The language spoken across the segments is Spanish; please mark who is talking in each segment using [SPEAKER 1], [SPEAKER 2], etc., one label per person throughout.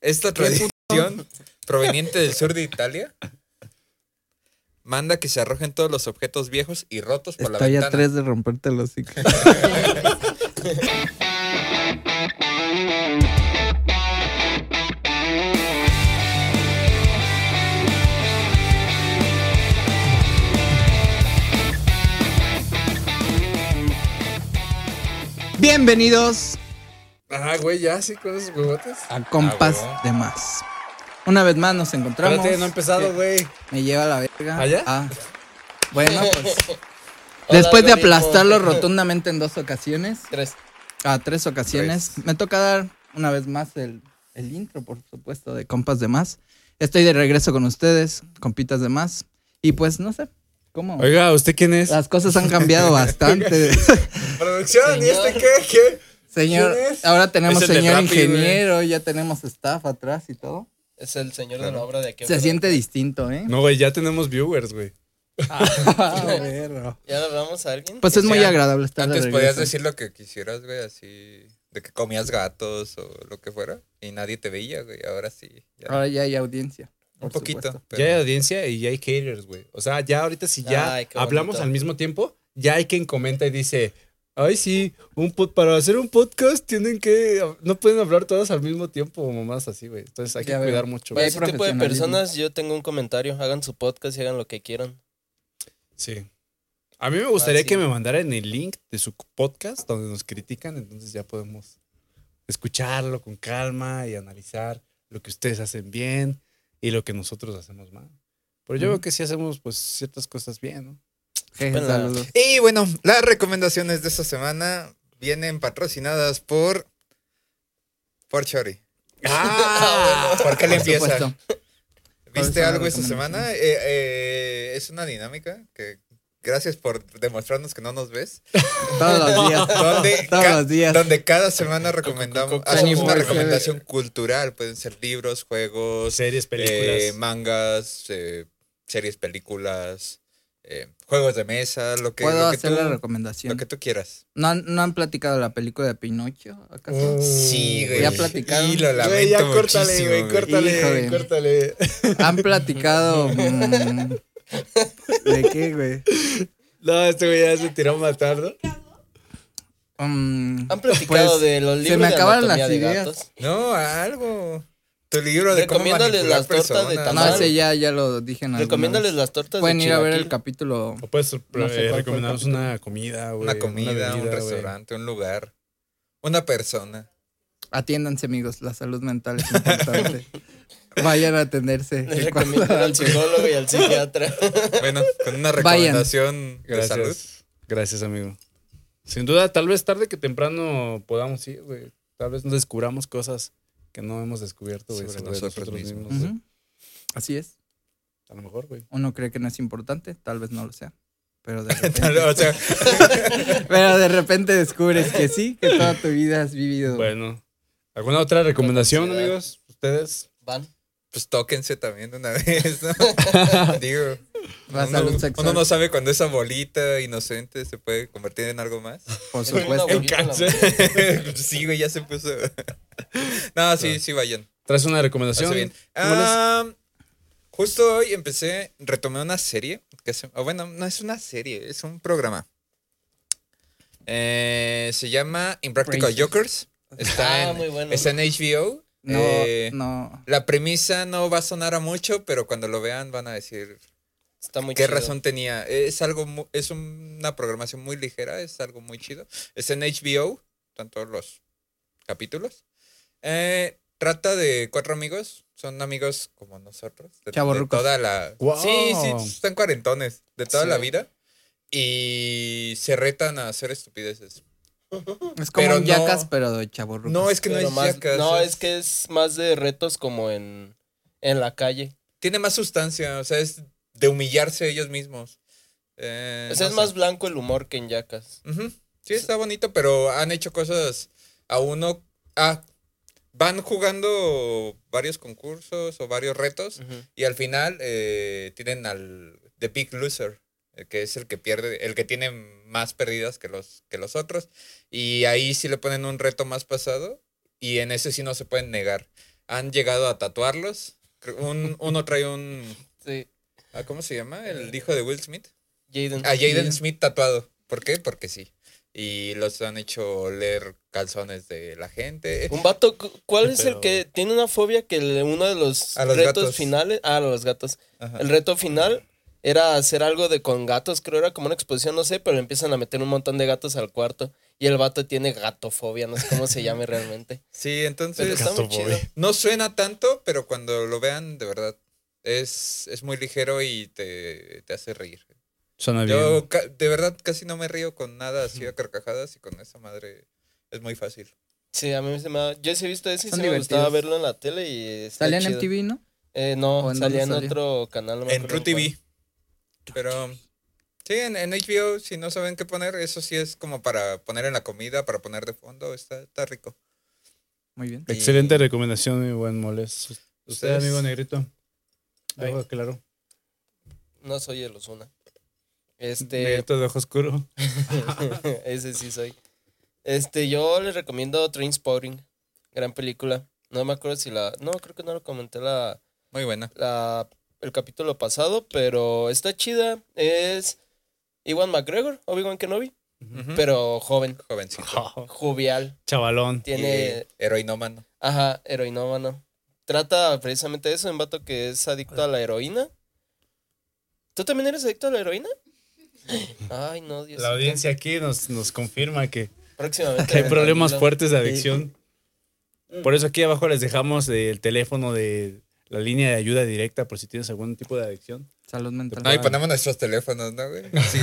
[SPEAKER 1] Esta tradición, proveniente del sur de Italia, manda que se arrojen todos los objetos viejos y rotos por
[SPEAKER 2] Estoy
[SPEAKER 1] la
[SPEAKER 2] a
[SPEAKER 1] ventana.
[SPEAKER 2] tres de romperte los hocico. Bienvenidos
[SPEAKER 3] Ajá, güey, ya, sí, con esos huevotes.
[SPEAKER 2] a Compas
[SPEAKER 1] Ah,
[SPEAKER 2] de Más. Una vez más nos encontramos.
[SPEAKER 3] Espérate, no he
[SPEAKER 2] Eh,
[SPEAKER 3] empezado, güey.
[SPEAKER 2] Me lleva la verga.
[SPEAKER 3] ¿Ah, ya?
[SPEAKER 2] Ah. Bueno, pues. Después de
[SPEAKER 1] Rodrigo.
[SPEAKER 2] aplastarlo rotundamente en dos ocasiones,
[SPEAKER 1] Tres.
[SPEAKER 2] a tres ocasiones, me toca dar una vez más el, el intro, por supuesto, de Compas de Más. Estoy de regreso con ustedes, compitas de más. Y pues no sé cómo.
[SPEAKER 3] Oiga, ¿usted quién es?
[SPEAKER 2] Las cosas han cambiado bastante.
[SPEAKER 3] Producción, ¿y este qué? ¿Qué?
[SPEAKER 2] señor,
[SPEAKER 3] ¿Quién es?
[SPEAKER 2] ahora tenemos
[SPEAKER 4] Es el de
[SPEAKER 2] señor
[SPEAKER 4] Rappi, güey.
[SPEAKER 2] ingeniero, ya tenemos staff atrás y todo.
[SPEAKER 4] Es el señor de la obra de que
[SPEAKER 2] Se siente distinto, ¿eh?
[SPEAKER 3] No, güey, ya tenemos viewers, güey.
[SPEAKER 2] Ah, bueno.
[SPEAKER 4] ¿Ya le hablamos a alguien?
[SPEAKER 2] Pues
[SPEAKER 1] O
[SPEAKER 2] es muy
[SPEAKER 1] sea,
[SPEAKER 2] agradable estar de
[SPEAKER 1] Antes podías
[SPEAKER 2] regreso.
[SPEAKER 1] decir lo que quisieras, güey, así de que comías gatos o lo que fuera y nadie te veía, güey. Ahora sí. ya.
[SPEAKER 2] Ahora ya hay audiencia.
[SPEAKER 1] un
[SPEAKER 2] por
[SPEAKER 1] poquito.
[SPEAKER 2] supuesto.
[SPEAKER 1] pero-
[SPEAKER 3] Ya hay audiencia y ya hay haters, güey. O sea, ya ahorita si ya
[SPEAKER 4] Ay, qué
[SPEAKER 3] hablamos
[SPEAKER 4] bonito.
[SPEAKER 3] al mismo tiempo, ya hay quien comenta y dice, ay, sí, un pod- para hacer un podcast tienen que, no pueden hablar todas al mismo tiempo, mamás así, güey. Entonces hay que
[SPEAKER 2] Ya veo.
[SPEAKER 3] cuidar mucho,
[SPEAKER 4] Para
[SPEAKER 3] güey.
[SPEAKER 2] Güey. hay
[SPEAKER 4] ese tipo de
[SPEAKER 2] profesionalismo.
[SPEAKER 4] personas, yo tengo un comentario. Hagan su podcast y hagan lo que quieran.
[SPEAKER 3] Sí. A mí me gustaría
[SPEAKER 4] Ah, sí.
[SPEAKER 3] que me mandaran el link de su podcast donde nos critican, entonces ya podemos escucharlo con calma y analizar lo que ustedes hacen bien y lo que nosotros hacemos mal. Pero yo
[SPEAKER 2] Ujú.
[SPEAKER 3] veo que sí hacemos pues ciertas cosas bien, ¿no?
[SPEAKER 2] Jeje,
[SPEAKER 4] Bueno,
[SPEAKER 2] saludos.
[SPEAKER 1] Y bueno, las recomendaciones de esta semana vienen patrocinadas por. Por Chori.
[SPEAKER 3] Ah,
[SPEAKER 1] ¿Por qué le
[SPEAKER 2] Por
[SPEAKER 1] empieza?
[SPEAKER 2] supuesto.
[SPEAKER 1] ¿Viste
[SPEAKER 2] Ahora
[SPEAKER 1] algo esta
[SPEAKER 2] son
[SPEAKER 1] semana?
[SPEAKER 2] recomendaciones.
[SPEAKER 1] Eh, eh, es una dinámica que gracias por demostrarnos que no nos ves.
[SPEAKER 2] Todos los días.
[SPEAKER 1] Donde,
[SPEAKER 2] Todos
[SPEAKER 1] ca-
[SPEAKER 2] los días.
[SPEAKER 1] donde cada semana recomendamos,
[SPEAKER 4] Coca-Cola.
[SPEAKER 1] hacemos una
[SPEAKER 2] Anime.
[SPEAKER 1] recomendación cultural. Pueden ser libros, juegos,
[SPEAKER 3] series, películas.
[SPEAKER 1] eh, mangas, eh, series, películas, eh, juegos de mesa, lo que,
[SPEAKER 2] Puedo
[SPEAKER 1] lo que
[SPEAKER 2] hacer la
[SPEAKER 1] tú, lo
[SPEAKER 2] recomendación.
[SPEAKER 1] que tú quieras.
[SPEAKER 2] ¿No, han, ¿No han platicado de la película de Pinocho? ¿Acaso?
[SPEAKER 3] Uh,
[SPEAKER 1] Mm. Sí, güey.
[SPEAKER 2] Ya platicaron.
[SPEAKER 1] Y lo lamento
[SPEAKER 3] Güey, ya córtale,
[SPEAKER 1] muchísimo,
[SPEAKER 3] güey,
[SPEAKER 1] güey.
[SPEAKER 3] córtale,
[SPEAKER 2] Híjole.
[SPEAKER 3] córtale.
[SPEAKER 2] Han platicado. mm, ¿De qué, güey?
[SPEAKER 3] No, este güey ya se tiró a matar, ¿no?
[SPEAKER 2] Mm,
[SPEAKER 4] ¿Han platicado
[SPEAKER 2] pues,
[SPEAKER 4] de los
[SPEAKER 2] se
[SPEAKER 4] libros
[SPEAKER 2] me
[SPEAKER 4] de
[SPEAKER 2] acabaron
[SPEAKER 4] anatomía
[SPEAKER 2] las
[SPEAKER 4] de
[SPEAKER 2] ideas.
[SPEAKER 4] gatos?
[SPEAKER 1] No, algo. Tu libro de cómo
[SPEAKER 4] Recomiéndales
[SPEAKER 1] manipular
[SPEAKER 4] las tortas de
[SPEAKER 1] personas.
[SPEAKER 2] No,
[SPEAKER 4] tamal.
[SPEAKER 2] ese ya, ya lo dije en algún
[SPEAKER 4] Recomiéndales
[SPEAKER 2] momento.
[SPEAKER 4] las tortas
[SPEAKER 2] Pueden
[SPEAKER 4] de
[SPEAKER 2] ir a ver el
[SPEAKER 4] chilaquil.
[SPEAKER 2] capítulo.
[SPEAKER 3] O puedes
[SPEAKER 2] No sé
[SPEAKER 3] eh,
[SPEAKER 2] cuál fue el
[SPEAKER 3] recomendarnos
[SPEAKER 2] capítulo.
[SPEAKER 3] una comida, güey.
[SPEAKER 1] Una comida, un
[SPEAKER 3] bebida, güey.
[SPEAKER 1] restaurante, un lugar, una persona.
[SPEAKER 2] Atiéndanse, amigos. La salud mental es importante. Vayan a atenderse.
[SPEAKER 4] Les recomiendo al psicólogo y al psiquiatra.
[SPEAKER 1] Bueno, con una
[SPEAKER 2] Vayan.
[SPEAKER 1] recomendación de salud.
[SPEAKER 3] Gracias. Gracias, amigo. Sin duda, tal vez tarde que temprano podamos ir, güey. Tal vez nos descubramos cosas que no hemos descubierto, güey.
[SPEAKER 1] Sobre
[SPEAKER 3] Sobre,
[SPEAKER 1] nosotros
[SPEAKER 3] nosotros,
[SPEAKER 1] mismos.
[SPEAKER 3] mismos. güey.
[SPEAKER 2] Ujú. Así es.
[SPEAKER 3] A lo mejor, güey.
[SPEAKER 2] Uno cree que no es importante. Tal vez no lo sea. Pero de repente.
[SPEAKER 1] O sea,
[SPEAKER 2] Pero de repente descubres que sí, que toda tu vida has vivido.
[SPEAKER 3] Bueno. ¿Alguna otra recomendación,
[SPEAKER 4] Curiosidad.
[SPEAKER 3] amigos? ¿Ustedes?
[SPEAKER 4] Van.
[SPEAKER 1] pues tóquense también de una vez, ¿no? Digo.
[SPEAKER 2] la
[SPEAKER 1] uno,
[SPEAKER 2] salud sexual,
[SPEAKER 1] uno no sabe cuando esa bolita inocente se puede convertir en algo más.
[SPEAKER 2] por
[SPEAKER 4] Tiene una
[SPEAKER 2] supuesto.
[SPEAKER 4] bolita en la
[SPEAKER 3] cáncer.
[SPEAKER 4] mano.
[SPEAKER 1] sí, güey, ya se puso. no, sí, sí, vayan.
[SPEAKER 3] ¿Traes una
[SPEAKER 1] Hace
[SPEAKER 3] recomendación?
[SPEAKER 1] bien.
[SPEAKER 3] ¿Cómo les-
[SPEAKER 1] Ah, justo hoy empecé, retomé una serie. Que se- o bueno, no es una serie, es un programa. Eh, se llama Impractical
[SPEAKER 2] Braces.
[SPEAKER 1] Jokers. Está,
[SPEAKER 4] Ah,
[SPEAKER 1] en,
[SPEAKER 4] muy bueno.
[SPEAKER 1] está en HBO.
[SPEAKER 2] No,
[SPEAKER 1] Eh,
[SPEAKER 2] no.
[SPEAKER 1] La premisa no va a sonar a mucho, pero cuando lo vean van a decir
[SPEAKER 4] Está muy
[SPEAKER 1] qué
[SPEAKER 4] chido.
[SPEAKER 1] razón tenía. Es algo mu- es una programación muy ligera, es algo muy chido. Es en HBO, están todos los capítulos. Eh, trata de cuatro amigos, son amigos como nosotros, de, de
[SPEAKER 2] Chavorrucos.
[SPEAKER 1] toda la
[SPEAKER 3] Wow.
[SPEAKER 1] Sí, sí, están cuarentones, de toda
[SPEAKER 4] Sí.
[SPEAKER 1] la vida y se retan a hacer estupideces.
[SPEAKER 2] Es como
[SPEAKER 1] pero
[SPEAKER 2] un
[SPEAKER 1] no-
[SPEAKER 2] yacas, pero de chaborruco.
[SPEAKER 1] No, es que no
[SPEAKER 4] Pero
[SPEAKER 1] es
[SPEAKER 4] más-
[SPEAKER 1] yacas,
[SPEAKER 4] No,
[SPEAKER 1] es-
[SPEAKER 4] es que es más de retos como en, en la calle.
[SPEAKER 1] Tiene más sustancia, o sea, es de humillarse ellos mismos. Eh,
[SPEAKER 4] O sea,
[SPEAKER 1] no
[SPEAKER 4] es
[SPEAKER 1] sé.
[SPEAKER 4] más blanco el humor que en Yacas.
[SPEAKER 1] Ujú. Sí, está bonito, pero han hecho cosas a uno. Ah, van jugando varios concursos o varios retos
[SPEAKER 4] Ujú.
[SPEAKER 1] y al final eh, tienen al The Big Loser, eh, que es el que pierde, el que tiene más pérdidas que los, que los otros. Y ahí sí le ponen un reto más pasado y en ese sí no se pueden negar. han llegado a tatuarlos. Creo- un- uno trae un...
[SPEAKER 4] Sí.
[SPEAKER 1] ah, ¿Cómo se llama? El hijo de Will Smith.
[SPEAKER 4] Jaden.
[SPEAKER 1] A Jaden
[SPEAKER 2] Bien.
[SPEAKER 1] Smith tatuado. ¿Por qué? Porque sí. Y los han hecho leer calzones de la gente.
[SPEAKER 4] Un vato, cu- ¿cuál es
[SPEAKER 3] Pero-
[SPEAKER 4] el que tiene una fobia que le- uno de los,
[SPEAKER 1] A los
[SPEAKER 4] retos
[SPEAKER 1] gatos.
[SPEAKER 4] finales, ah, a los gatos,
[SPEAKER 1] Ajá.
[SPEAKER 4] el reto final era hacer algo de con gatos, creo era como una exposición, no sé, pero le empiezan a meter un montón de gatos al cuarto y el vato tiene gatofobia, no sé cómo se llame realmente.
[SPEAKER 1] Sí,
[SPEAKER 4] Pero
[SPEAKER 1] entonces
[SPEAKER 4] está muy chido.
[SPEAKER 3] Gatofobia.
[SPEAKER 1] no suena tanto, pero cuando lo vean, de verdad, es, es muy ligero y te, te hace reír.
[SPEAKER 3] Suena bien.
[SPEAKER 1] Yo ca- de verdad casi no me río con nada así a carcajadas y con esa madre es muy fácil.
[SPEAKER 4] Sí, a mí se me ha- yo sí he visto eso y
[SPEAKER 2] Son
[SPEAKER 4] sí me gustaba
[SPEAKER 2] divertidos.
[SPEAKER 4] verlo en la tele y está
[SPEAKER 2] Salía en
[SPEAKER 4] chido.
[SPEAKER 2] MTV, ¿no?
[SPEAKER 4] Eh, no,
[SPEAKER 2] ¿O en
[SPEAKER 4] salía en
[SPEAKER 2] dónde salía?
[SPEAKER 4] otro canal. no me
[SPEAKER 1] en
[SPEAKER 4] acuerdo
[SPEAKER 1] True TV. Pero sí, en, en HBO, si no saben qué poner, eso sí es como para poner en la comida, para poner de fondo, está, está rico.
[SPEAKER 2] Muy bien.
[SPEAKER 3] Excelente recomendación, mi buen moles. Usted,
[SPEAKER 1] Ustedes-
[SPEAKER 3] amigo negrito. De
[SPEAKER 4] Ay.
[SPEAKER 3] ojo claro.
[SPEAKER 4] cuál. No soy el Osuna. Este,
[SPEAKER 3] Negrito de ojo oscuro.
[SPEAKER 4] Ese sí soy. Este, yo les recomiendo Trainspotting. Gran película. No me acuerdo si la. No, creo que no lo comenté la,
[SPEAKER 1] Muy buena.
[SPEAKER 4] la- el capítulo pasado, pero está chida. Es Iwan McGregor, Obi-Wan Kenobi,
[SPEAKER 1] Ujú.
[SPEAKER 4] pero joven,
[SPEAKER 1] Jovencito.
[SPEAKER 4] jovial.
[SPEAKER 3] Chavalón.
[SPEAKER 4] Tiene,
[SPEAKER 1] Y heroinómano.
[SPEAKER 4] ajá, heroinómano. Trata precisamente eso, un vato que es adicto a la heroína. ¿Tú también eres adicto a la heroína? Ay, no, Dios.
[SPEAKER 3] La audiencia aquí nos, nos confirma que
[SPEAKER 4] Próximamente.
[SPEAKER 3] hay problemas
[SPEAKER 4] Dilo.
[SPEAKER 3] fuertes de adicción. Por eso aquí abajo les dejamos el teléfono de la línea de ayuda directa por si tienes algún tipo de adicción.
[SPEAKER 2] Salud mental.
[SPEAKER 1] No, y ponemos nuestros teléfonos, ¿no, güey? Sí,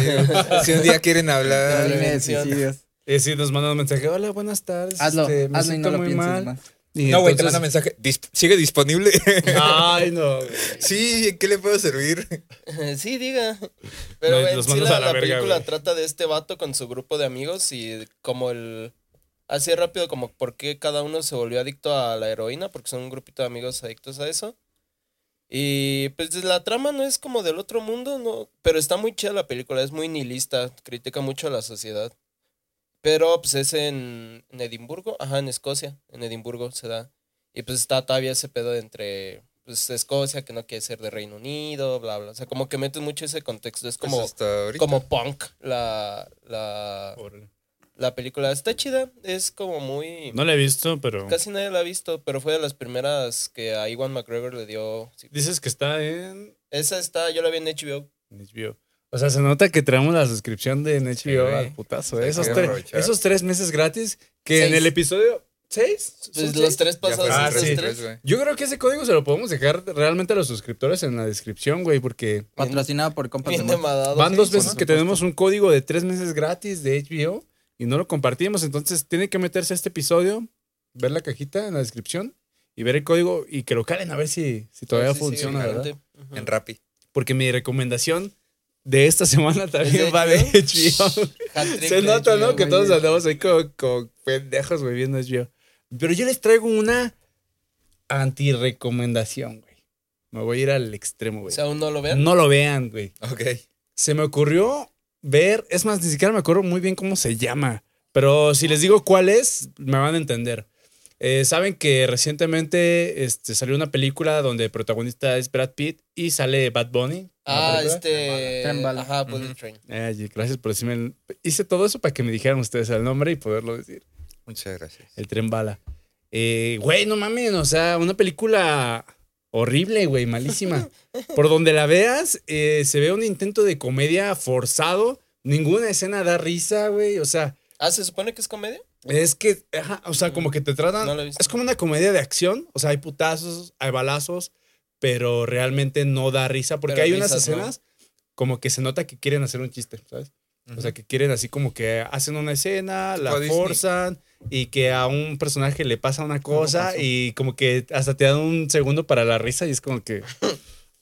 [SPEAKER 1] si un día quieren
[SPEAKER 2] La
[SPEAKER 1] hablar.
[SPEAKER 2] línea de
[SPEAKER 4] prevención.
[SPEAKER 2] suicidios.
[SPEAKER 3] Es decir, Eh, nos mandan un mensaje, hola, buenas tardes.
[SPEAKER 2] Hazlo,
[SPEAKER 3] este, me
[SPEAKER 2] hazlo y no
[SPEAKER 3] siento
[SPEAKER 2] lo
[SPEAKER 3] muy
[SPEAKER 2] pienses
[SPEAKER 3] mal".
[SPEAKER 2] más.
[SPEAKER 3] Y
[SPEAKER 1] No, güey, te manda
[SPEAKER 3] entonces-
[SPEAKER 1] mensaje. "Dis- ¿Sigue disponible?
[SPEAKER 3] Ay, no. güey.
[SPEAKER 1] sí, ¿en qué le puedo servir?
[SPEAKER 4] Sí, diga. Pero
[SPEAKER 3] No,
[SPEAKER 4] en
[SPEAKER 3] los
[SPEAKER 4] sí
[SPEAKER 3] mandas
[SPEAKER 4] la,
[SPEAKER 3] a la
[SPEAKER 4] la
[SPEAKER 3] verga,
[SPEAKER 4] película
[SPEAKER 3] güey.
[SPEAKER 4] trata de este vato con su grupo de amigos y como el... Así rápido como por qué cada uno se volvió adicto a la heroína, porque son un grupito de amigos adictos a eso. Y pues la trama no es como del otro mundo, no, pero está muy chida la película, es muy nihilista, critica mucho a la sociedad. Pero pues es en, en Edimburgo, ajá, en Escocia, en Edimburgo se da. Y pues está todavía ese pedo de entre pues, Escocia, que no quiere ser de Reino Unido, bla, bla. O sea, como que metes mucho ese contexto. Es como,
[SPEAKER 1] Pues hasta ahorita.
[SPEAKER 4] como punk la, la,
[SPEAKER 3] Órale.
[SPEAKER 4] la película. Está chida, es como muy...
[SPEAKER 3] No la he visto, pero...
[SPEAKER 4] Casi nadie la ha visto, pero fue de las primeras que a Iwan McGregor le dio... sí.
[SPEAKER 3] Dices que está en
[SPEAKER 4] Esa está, yo la vi en HBO.
[SPEAKER 3] en HBO. O sea, se nota que traemos la suscripción de en HBO
[SPEAKER 1] güey.
[SPEAKER 3] al putazo.
[SPEAKER 1] Hay
[SPEAKER 3] ¿eh?
[SPEAKER 1] que
[SPEAKER 3] Esos, tres-
[SPEAKER 1] aprovechar.
[SPEAKER 3] esos tres meses gratis que en
[SPEAKER 4] Seis.
[SPEAKER 3] el episodio 6.
[SPEAKER 4] Pues los tres
[SPEAKER 1] Ya
[SPEAKER 4] pasados,
[SPEAKER 1] fue
[SPEAKER 3] Ah,
[SPEAKER 1] el
[SPEAKER 4] esos
[SPEAKER 3] sí.
[SPEAKER 1] tres,
[SPEAKER 4] tres.
[SPEAKER 1] güey.
[SPEAKER 3] Yo creo que ese código se lo podemos dejar realmente a los suscriptores en la descripción, güey, porque
[SPEAKER 2] Patrocinado por compas
[SPEAKER 4] Bien
[SPEAKER 2] de más.
[SPEAKER 4] demadados.
[SPEAKER 3] van dos
[SPEAKER 4] Sí,
[SPEAKER 3] veces que tenemos un código de tres meses gratis de HBO y no lo compartimos. Entonces, tienen que meterse a este episodio, ver la cajita en la descripción y ver el código y que lo calen a ver si, si todavía
[SPEAKER 4] sí, sí,
[SPEAKER 3] funciona,
[SPEAKER 4] realmente.
[SPEAKER 3] ¿verdad?
[SPEAKER 4] Ujú.
[SPEAKER 1] En Rappi.
[SPEAKER 3] Porque mi recomendación de esta semana también
[SPEAKER 4] de
[SPEAKER 3] va de
[SPEAKER 4] HBO?
[SPEAKER 3] HBO.
[SPEAKER 4] Hat-trick
[SPEAKER 3] Se
[SPEAKER 4] de
[SPEAKER 3] nota, ¿no?
[SPEAKER 4] HBO,
[SPEAKER 3] Que
[SPEAKER 4] güey.
[SPEAKER 3] todos andamos ahí como, como pendejos, güey, viendo HBO. Pero yo les traigo una antirecomendación, güey. Me voy a ir al extremo,
[SPEAKER 4] O
[SPEAKER 3] güey.
[SPEAKER 4] sea, aún no lo vean.
[SPEAKER 3] no lo vean, güey.
[SPEAKER 1] Ok.
[SPEAKER 3] Se me ocurrió ver, es más, ni siquiera me acuerdo muy bien cómo se llama. Pero si les digo cuál es, me van a entender. Eh, Saben que recientemente este, salió una película donde el protagonista es Brad Pitt y sale Bad Bunny. en la
[SPEAKER 4] Ah,
[SPEAKER 3] película.
[SPEAKER 4] este.
[SPEAKER 2] Tren bala.
[SPEAKER 4] Ajá, Bullet
[SPEAKER 1] Ujú.
[SPEAKER 4] Train.
[SPEAKER 3] Ay, gracias por decirme. el- Hice todo eso para que me dijeran ustedes el nombre y poderlo decir.
[SPEAKER 1] Muchas gracias.
[SPEAKER 3] El tren bala. Eh, güey, no mames, o sea, una película horrible, güey, malísima. Por donde la veas, eh, se ve un intento de comedia forzado. Ninguna escena da risa, güey. O sea,
[SPEAKER 4] Ah, ¿se supone que es comedia?
[SPEAKER 3] es que, ajá, o sea, como que te tratan.
[SPEAKER 4] Mm, No la he visto.
[SPEAKER 3] es como una comedia de acción. O sea, hay putazos, hay balazos, pero realmente no da risa porque
[SPEAKER 4] Pero
[SPEAKER 3] hay unas
[SPEAKER 4] risas, ¿no?
[SPEAKER 3] escenas como que se nota que quieren hacer un chiste, ¿sabes? O sea, que quieren así como que hacen una escena, la
[SPEAKER 1] a Disney.
[SPEAKER 3] forzan y que a un personaje le pasa una cosa
[SPEAKER 2] pasó.
[SPEAKER 3] y como que hasta te dan un segundo para la risa y es como que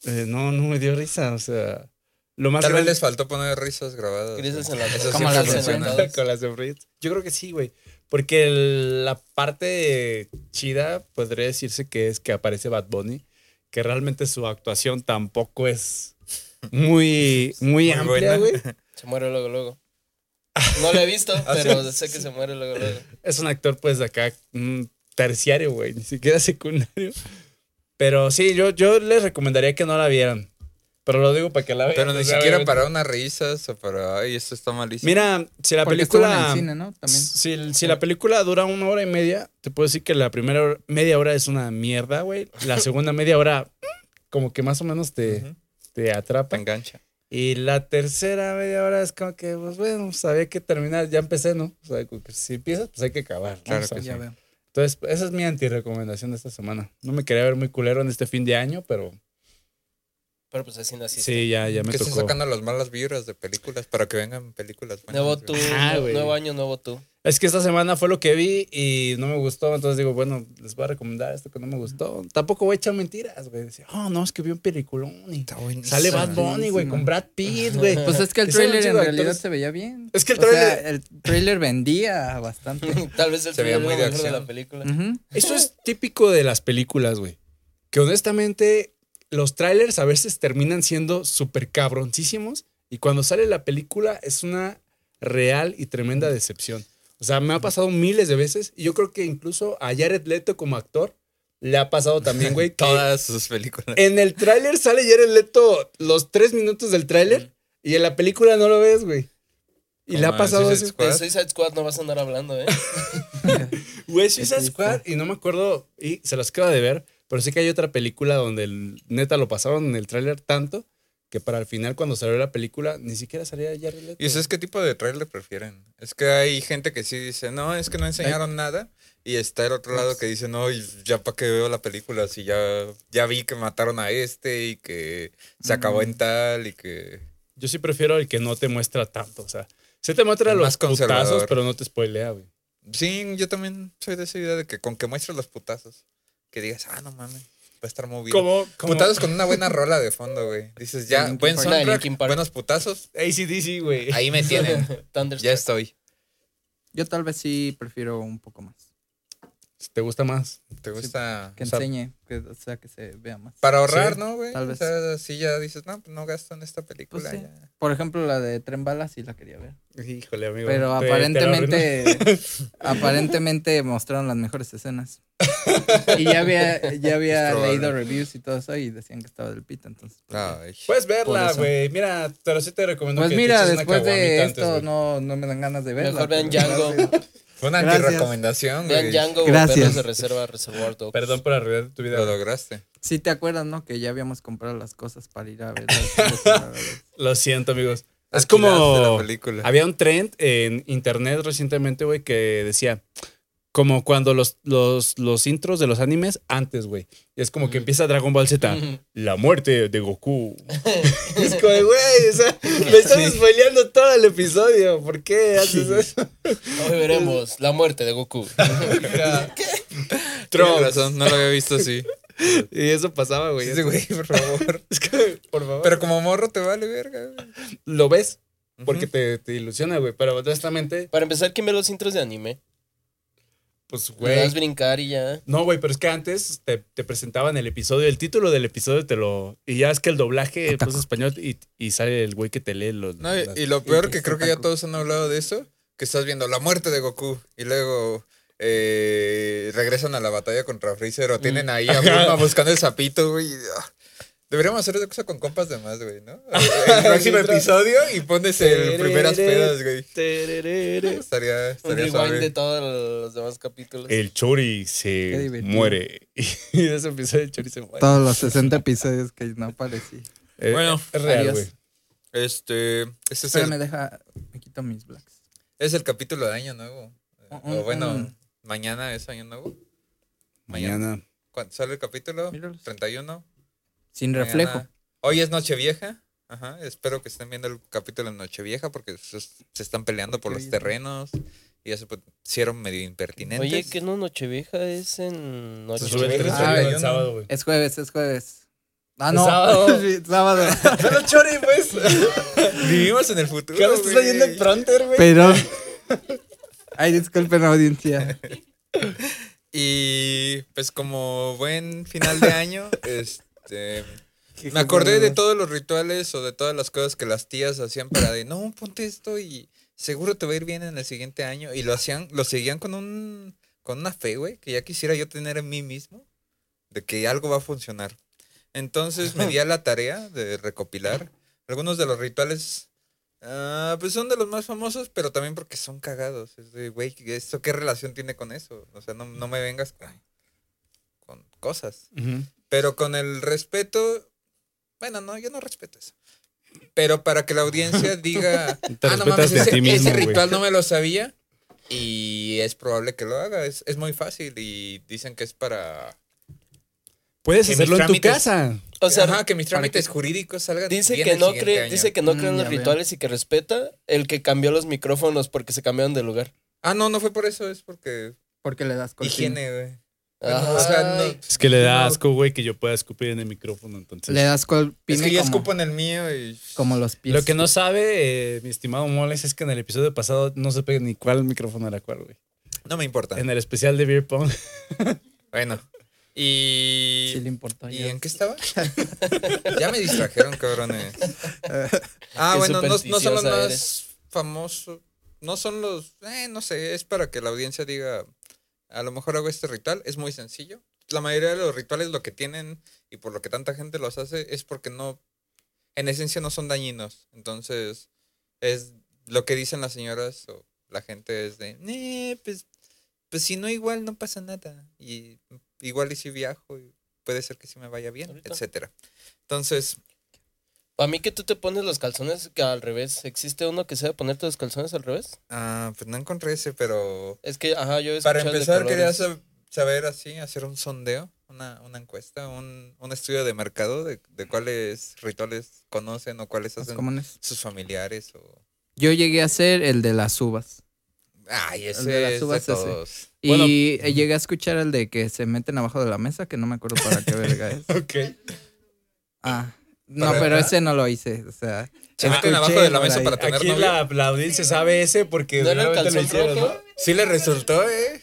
[SPEAKER 3] eh, no, no me dio risa, o sea, lo más
[SPEAKER 1] Tal vez
[SPEAKER 3] grande-
[SPEAKER 1] les faltó poner risas grabadas. güey.
[SPEAKER 4] Grises en la
[SPEAKER 1] Eso
[SPEAKER 4] como
[SPEAKER 1] siempre
[SPEAKER 4] las
[SPEAKER 1] funciona.
[SPEAKER 4] enlatadas.
[SPEAKER 3] con las de Fritz. Yo creo que sí, güey, porque el- la parte chida podría decirse que es que aparece Bad Bunny, que realmente su actuación tampoco es muy muy,
[SPEAKER 1] Muy buena.
[SPEAKER 3] amplia, güey.
[SPEAKER 4] Se muere luego, luego. No la he visto,
[SPEAKER 1] Ah,
[SPEAKER 4] pero
[SPEAKER 1] sí.
[SPEAKER 4] sé que se muere luego, luego.
[SPEAKER 3] Es un actor pues de acá mm, terciario, güey, ni siquiera secundario. Pero sí, yo, yo les recomendaría que no la vieran. Pero lo digo para que la vean.
[SPEAKER 1] Pero ni
[SPEAKER 3] o sea,
[SPEAKER 1] siquiera
[SPEAKER 3] güey,
[SPEAKER 1] para unas risas o para. Ay, esto está malísimo.
[SPEAKER 3] Pues, Mira, si la
[SPEAKER 2] Porque estuvo
[SPEAKER 3] película. mm,
[SPEAKER 2] en el cine, ¿no? También.
[SPEAKER 3] Si,
[SPEAKER 1] Eh.
[SPEAKER 3] si la película dura una hora y media, te puedo decir que la primera hora- media hora es una mierda, güey. La segunda media hora, mm, como que más o menos te,
[SPEAKER 1] Ujú,
[SPEAKER 3] te
[SPEAKER 1] Te
[SPEAKER 3] atrapa.
[SPEAKER 1] engancha.
[SPEAKER 3] Y la tercera media hora es como que, pues bueno, sabía que terminar, ya empecé, ¿no? O sea, como que si empiezas, pues hay que acabar. ¿no?
[SPEAKER 1] Claro
[SPEAKER 3] O sea,
[SPEAKER 1] que sí.
[SPEAKER 2] Ya veo.
[SPEAKER 3] Entonces, esa es mi antirecomendación de esta semana. No me quería ver muy culero en este fin de año, pero
[SPEAKER 4] Pero pues así nací.
[SPEAKER 3] sí, ya, ya me
[SPEAKER 1] Que están
[SPEAKER 3] tocó.
[SPEAKER 1] sacando las malas vibras de películas para que vengan películas buenas.
[SPEAKER 4] Nuevo
[SPEAKER 1] güey.
[SPEAKER 4] tú,
[SPEAKER 3] Ajá,
[SPEAKER 4] nue-
[SPEAKER 3] güey.
[SPEAKER 4] nuevo año, nuevo tú.
[SPEAKER 3] Es que esta semana fue lo que vi y no me gustó, entonces digo, bueno, les voy a recomendar esto que no me gustó. Tampoco voy a echar mentiras, güey. Decía, oh, no, es que vi un peliculón y
[SPEAKER 1] Está buenísimo.
[SPEAKER 3] sale Bad Bunny, güey,
[SPEAKER 2] buenísimo.
[SPEAKER 3] con Brad Pitt, güey.
[SPEAKER 2] Pues es que el
[SPEAKER 3] Y sale un
[SPEAKER 2] trailer en
[SPEAKER 3] chingo de
[SPEAKER 2] realidad
[SPEAKER 3] actores.
[SPEAKER 2] se veía bien.
[SPEAKER 3] Es que el
[SPEAKER 2] O sea,
[SPEAKER 3] tráiler-
[SPEAKER 2] el trailer vendía bastante.
[SPEAKER 4] Tal vez el
[SPEAKER 1] Se veía
[SPEAKER 4] trailer
[SPEAKER 1] muy
[SPEAKER 4] era
[SPEAKER 1] de
[SPEAKER 4] mejor de la
[SPEAKER 1] acción.
[SPEAKER 4] película.
[SPEAKER 2] Ujú.
[SPEAKER 3] Eso es típico de las películas, güey. Que honestamente, los trailers a veces terminan siendo súper cabroncísimos y cuando sale la película es una real y tremenda decepción. O sea, me ha pasado miles de veces y yo creo que incluso a Jared Leto como actor le ha pasado también, güey. que
[SPEAKER 1] Todas sus películas.
[SPEAKER 3] En el tráiler sale Jared Leto los tres minutos del tráiler y en la película no lo ves, güey. Y le
[SPEAKER 1] Como
[SPEAKER 3] ha
[SPEAKER 1] en
[SPEAKER 3] pasado
[SPEAKER 1] Suicide
[SPEAKER 3] eso.
[SPEAKER 4] De
[SPEAKER 1] ¿Cuál?
[SPEAKER 4] Suicide Squad no vas a andar hablando, ¿eh?
[SPEAKER 3] Güey, Suicide
[SPEAKER 2] Sí, sí.
[SPEAKER 3] Squad, y no me acuerdo, y se las queda de ver, pero sí que hay otra película donde el- neta lo pasaron en el tráiler tanto que para el final, cuando salió la película, ni siquiera salía Jared Leto.
[SPEAKER 1] ¿Y ustedes qué tipo de trailer prefieren? Es que hay gente que sí dice, no, es que no enseñaron nada. Y está el otro lado que dice, no, y ya para qué veo la película si ya, ya vi que mataron a este y que se acabó en tal y que...
[SPEAKER 3] Yo sí prefiero el que no te muestra tanto, o sea, se te muestra
[SPEAKER 1] El
[SPEAKER 3] los
[SPEAKER 1] más conservador.
[SPEAKER 3] putazos, pero no te spoilea, güey.
[SPEAKER 1] Sí, yo también soy de esa idea de que con que muestres los putazos, que digas, ah, no mames, va a estar movido.
[SPEAKER 3] Como, como
[SPEAKER 1] Putazos con una buena rola de fondo, güey. Dices, ya,
[SPEAKER 2] Linkin
[SPEAKER 1] buen
[SPEAKER 2] Park.
[SPEAKER 1] soundtrack,
[SPEAKER 4] Nah, Linkin Park.
[SPEAKER 1] buenos putazos,
[SPEAKER 3] ACDC, güey.
[SPEAKER 1] ahí me tienen, ya
[SPEAKER 4] Thunderstruck.
[SPEAKER 1] estoy.
[SPEAKER 2] Yo tal vez sí prefiero un poco más.
[SPEAKER 3] ¿Te gusta más?
[SPEAKER 1] ¿Te gusta?
[SPEAKER 2] Que
[SPEAKER 3] O sea-
[SPEAKER 2] enseñe, que, o sea, que se vea más.
[SPEAKER 1] Para ahorrar,
[SPEAKER 3] Sí,
[SPEAKER 1] ¿no, güey?
[SPEAKER 2] tal
[SPEAKER 1] O
[SPEAKER 2] vez.
[SPEAKER 1] sea, si ya dices, no, pues no gasto en esta película.
[SPEAKER 2] Pues sí.
[SPEAKER 1] ya.
[SPEAKER 2] Por ejemplo, la de Tren Bala sí la quería ver.
[SPEAKER 3] Híjole, amigo.
[SPEAKER 2] Pero
[SPEAKER 3] te- te la arruiné.
[SPEAKER 2] aparentemente, aparentemente mostraron las mejores escenas. Y ya había, ya había
[SPEAKER 1] Es probable.
[SPEAKER 2] leído reviews y todo eso y decían que estaba del pito, entonces. pues, ya.
[SPEAKER 1] Ay.
[SPEAKER 3] Puedes
[SPEAKER 2] Por
[SPEAKER 3] verla,
[SPEAKER 2] eso.
[SPEAKER 3] güey. Mira, pero sí te recomiendo
[SPEAKER 2] Pues
[SPEAKER 3] Ah, que te
[SPEAKER 2] mira,
[SPEAKER 3] eches una
[SPEAKER 2] después de
[SPEAKER 3] caguamita antes,
[SPEAKER 2] esto
[SPEAKER 3] güey.
[SPEAKER 2] no, no me dan ganas de verla.
[SPEAKER 4] Mejor vean
[SPEAKER 2] pero-
[SPEAKER 4] Django.
[SPEAKER 1] Fue una
[SPEAKER 2] Gracias.
[SPEAKER 1] antirecomendación,
[SPEAKER 4] Vean
[SPEAKER 1] güey.
[SPEAKER 4] Django o
[SPEAKER 2] Gracias.
[SPEAKER 4] Perros de Reserva Reservoir Dogs.
[SPEAKER 3] Perdón por arruinar tu vida.
[SPEAKER 1] Lo lograste.
[SPEAKER 2] Sí te acuerdas, ¿no? Que ya habíamos comprado las cosas para ir a ver. las-
[SPEAKER 3] Lo siento, amigos. Es
[SPEAKER 1] Alquilaste la
[SPEAKER 3] como.
[SPEAKER 1] película.
[SPEAKER 3] Había un trend en internet recientemente, güey, que decía. Como cuando los, los, los intros de los animes antes, güey. Y es como que
[SPEAKER 4] Mm.
[SPEAKER 3] empieza Dragon Ball Z.
[SPEAKER 4] Ujú.
[SPEAKER 3] La muerte de Goku. es como, güey, o sea, me están spoileando todo el episodio. ¿Por qué haces eso?
[SPEAKER 4] Hoy veremos la muerte de Goku.
[SPEAKER 1] Tienes
[SPEAKER 3] Trunks.
[SPEAKER 1] razón, no lo había visto así.
[SPEAKER 3] Y eso pasaba, güey.
[SPEAKER 1] Dices, güey, por favor.
[SPEAKER 3] Es que, por favor.
[SPEAKER 1] Pero como morro te vale verga, güey.
[SPEAKER 3] lo ves porque te, te ilusiona, güey. Pero honestamente,
[SPEAKER 4] Para empezar, ¿quién ve los intros de anime?
[SPEAKER 3] pues,
[SPEAKER 4] Le das
[SPEAKER 3] güey.
[SPEAKER 4] brincar y ya.
[SPEAKER 3] No, güey, pero es que antes te, te presentaban el episodio, el título del episodio te lo. Y ya es que el doblaje
[SPEAKER 2] Otaku.
[SPEAKER 3] pues español y, y sale el güey que te lee los.
[SPEAKER 1] No, y,
[SPEAKER 3] las-
[SPEAKER 1] y lo peor
[SPEAKER 2] Sí,
[SPEAKER 1] que
[SPEAKER 2] sí,
[SPEAKER 1] creo que ya
[SPEAKER 2] Taco.
[SPEAKER 1] todos han hablado de eso, que estás viendo la muerte de Goku y luego eh, regresan a la batalla contra Freezer
[SPEAKER 4] Mm.
[SPEAKER 1] o tienen ahí a Bulma buscando el sapito, güey. y, ah. Deberíamos hacer esa cosa con compas de más, güey, ¿no? El próximo episodio y pones el primeras pedas, güey.
[SPEAKER 3] Tererere.
[SPEAKER 1] Estaría,
[SPEAKER 4] Un
[SPEAKER 1] estaría
[SPEAKER 4] rewind de
[SPEAKER 1] suave.
[SPEAKER 4] todos los demás capítulos.
[SPEAKER 3] El Chori
[SPEAKER 2] Qué
[SPEAKER 3] se
[SPEAKER 2] divertido.
[SPEAKER 3] muere. Y en ese episodio el Chori se muere.
[SPEAKER 2] Todos los 60 episodios que no aparecí.
[SPEAKER 3] Eh,
[SPEAKER 1] Bueno,
[SPEAKER 3] es real,
[SPEAKER 2] adiós.
[SPEAKER 3] güey.
[SPEAKER 1] Este, este es
[SPEAKER 2] Pero
[SPEAKER 1] el,
[SPEAKER 2] me deja, me quito mis blacks. Mm,
[SPEAKER 1] es el capítulo de Año Nuevo.
[SPEAKER 4] Mm,
[SPEAKER 2] Un-
[SPEAKER 1] O bueno,
[SPEAKER 2] un-
[SPEAKER 1] mañana es Año Nuevo.
[SPEAKER 3] Mañana.
[SPEAKER 1] ¿Cuándo sale el capítulo?
[SPEAKER 2] Míralos.
[SPEAKER 1] 31.
[SPEAKER 2] Sin
[SPEAKER 1] Mañana.
[SPEAKER 2] reflejo.
[SPEAKER 1] Hoy es Nochevieja. Ajá. Espero que estén viendo el capítulo de Nochevieja porque se, se están peleando por los
[SPEAKER 2] Nochevieja.
[SPEAKER 1] terrenos y ya se pusieron medio impertinentes.
[SPEAKER 4] Oye, que no Nochevieja es en
[SPEAKER 3] Se sube el
[SPEAKER 1] Chori.
[SPEAKER 4] Nochevieja.
[SPEAKER 1] Ah,
[SPEAKER 3] 31 el
[SPEAKER 1] yo no.
[SPEAKER 3] sábado, güey.
[SPEAKER 2] Es jueves, es jueves. Ah,
[SPEAKER 3] Es
[SPEAKER 2] no.
[SPEAKER 3] sábado.
[SPEAKER 2] Sí, sábado.
[SPEAKER 1] Pero Chori, pues. Vivimos en el futuro.
[SPEAKER 3] ¿Qué estás
[SPEAKER 1] güey.
[SPEAKER 3] leyendo el pronter, güey?
[SPEAKER 2] Pero. Ay, disculpen, audiencia.
[SPEAKER 1] Y pues como buen final de año, este me acordé de todos los rituales o de todas las cosas que las tías hacían para de no, ponte esto y seguro te va a ir bien en el siguiente año. Y lo hacían, lo seguían con un con una fe, güey, que ya quisiera yo tener en mí mismo, de que algo va a funcionar. Entonces me di a la tarea de recopilar algunos de los rituales. ah, pues son de los más famosos, pero también porque son cagados. Es de, güey, ¿esto qué relación tiene con eso? O sea, no, no me vengas con, con cosas. Pero con el respeto. Bueno, no, yo no respeto eso. Pero para que la audiencia diga.
[SPEAKER 3] Te
[SPEAKER 1] ah, no mames,
[SPEAKER 3] respetas de
[SPEAKER 1] ese,
[SPEAKER 3] ti
[SPEAKER 1] ese
[SPEAKER 3] mismo, güey".
[SPEAKER 1] ritual no me lo sabía. Y es probable que lo haga. Es, es muy fácil. Y dicen que es para.
[SPEAKER 3] Puedes
[SPEAKER 1] Que mis
[SPEAKER 3] hacerlo en tu
[SPEAKER 1] trámites-
[SPEAKER 3] casa.
[SPEAKER 4] O sea,
[SPEAKER 1] Ajá, que mis trámites jurídicos salgan.
[SPEAKER 4] dice,
[SPEAKER 1] bien
[SPEAKER 4] que
[SPEAKER 1] el
[SPEAKER 4] no
[SPEAKER 1] siguiente
[SPEAKER 4] cree,
[SPEAKER 1] año.
[SPEAKER 4] dice que no
[SPEAKER 2] Mm,
[SPEAKER 4] creen los
[SPEAKER 2] ya veo.
[SPEAKER 4] rituales y que respeta el que cambió los micrófonos porque se cambiaron de lugar.
[SPEAKER 1] Ah, no, no fue por eso. Es porque.
[SPEAKER 2] Porque le das cortina.
[SPEAKER 1] Higiene, güey.
[SPEAKER 4] Ajá.
[SPEAKER 1] O sea, no.
[SPEAKER 3] Es que le da
[SPEAKER 1] No.
[SPEAKER 3] asco, güey, que yo pueda escupir en el micrófono, entonces.
[SPEAKER 2] Le das cortina
[SPEAKER 1] Es que yo
[SPEAKER 2] como,
[SPEAKER 1] escupo en el mío y.
[SPEAKER 2] como los pies.
[SPEAKER 3] Lo que no sabe, eh, mi estimado Moles, es que en el episodio pasado no se pega ni cuál micrófono era cuál, güey.
[SPEAKER 1] No me importa.
[SPEAKER 2] Ah.
[SPEAKER 3] En el especial de Beer Pong.
[SPEAKER 1] Bueno. Y.
[SPEAKER 2] Sí le importó.
[SPEAKER 1] ¿Y
[SPEAKER 2] ya.
[SPEAKER 1] en qué estaba? ya me distrajeron, cabrones. Ah,
[SPEAKER 4] Qué
[SPEAKER 1] bueno, no, no son los
[SPEAKER 4] supersticiosa
[SPEAKER 1] más
[SPEAKER 4] eres.
[SPEAKER 1] famosos. No son los. Eh, no sé, es para que la audiencia diga. A lo mejor hago este ritual. Es muy sencillo. La mayoría de los rituales lo que tienen y por lo que tanta gente los hace es porque no. En esencia no son dañinos. Entonces, es lo que dicen las señoras o la gente es de. "Eh, pues, pues si no, igual no pasa nada. Y igual y si viajo, y puede ser que sí me vaya bien,
[SPEAKER 4] Ahorita.
[SPEAKER 1] etcétera. Entonces,
[SPEAKER 4] Para mí que tú te pones los calzones que al revés. ¿Existe uno que sea ponerte los calzones al revés?
[SPEAKER 1] ah, pues no encontré ese, pero
[SPEAKER 4] Es que, ajá, yo he
[SPEAKER 1] Para
[SPEAKER 4] escuchado el de
[SPEAKER 1] empezar, quería
[SPEAKER 4] colores.
[SPEAKER 1] sab- saber así, hacer un sondeo, una, una encuesta, un, un estudio de mercado de, de cuáles rituales conocen o cuáles
[SPEAKER 2] Los
[SPEAKER 1] hacen
[SPEAKER 2] comunes.
[SPEAKER 1] sus familiares. O...
[SPEAKER 2] Yo llegué a hacer el de las uvas.
[SPEAKER 1] Ay, ese
[SPEAKER 2] El de las
[SPEAKER 1] es de
[SPEAKER 2] uvas, ese.
[SPEAKER 1] todos.
[SPEAKER 2] Y
[SPEAKER 3] Bueno.
[SPEAKER 2] eh, llegué a escuchar el de que se meten abajo de la mesa, que no me acuerdo para qué verga es.
[SPEAKER 3] Ok.
[SPEAKER 2] Ah, no,
[SPEAKER 1] ¿Para
[SPEAKER 2] pero
[SPEAKER 1] verdad?
[SPEAKER 2] ese no lo hice. O sea,
[SPEAKER 1] Se meten
[SPEAKER 2] escuché
[SPEAKER 1] abajo de la
[SPEAKER 2] por
[SPEAKER 1] mesa
[SPEAKER 2] ahí.
[SPEAKER 1] para tener
[SPEAKER 3] Aquí
[SPEAKER 1] novio.
[SPEAKER 3] la, la audiencia sabe ese porque
[SPEAKER 4] ¿No era el
[SPEAKER 3] seguramente lo
[SPEAKER 4] calzón
[SPEAKER 3] hicieron,
[SPEAKER 4] rojo?
[SPEAKER 3] ¿no?
[SPEAKER 1] Sí le resultó, ¿eh?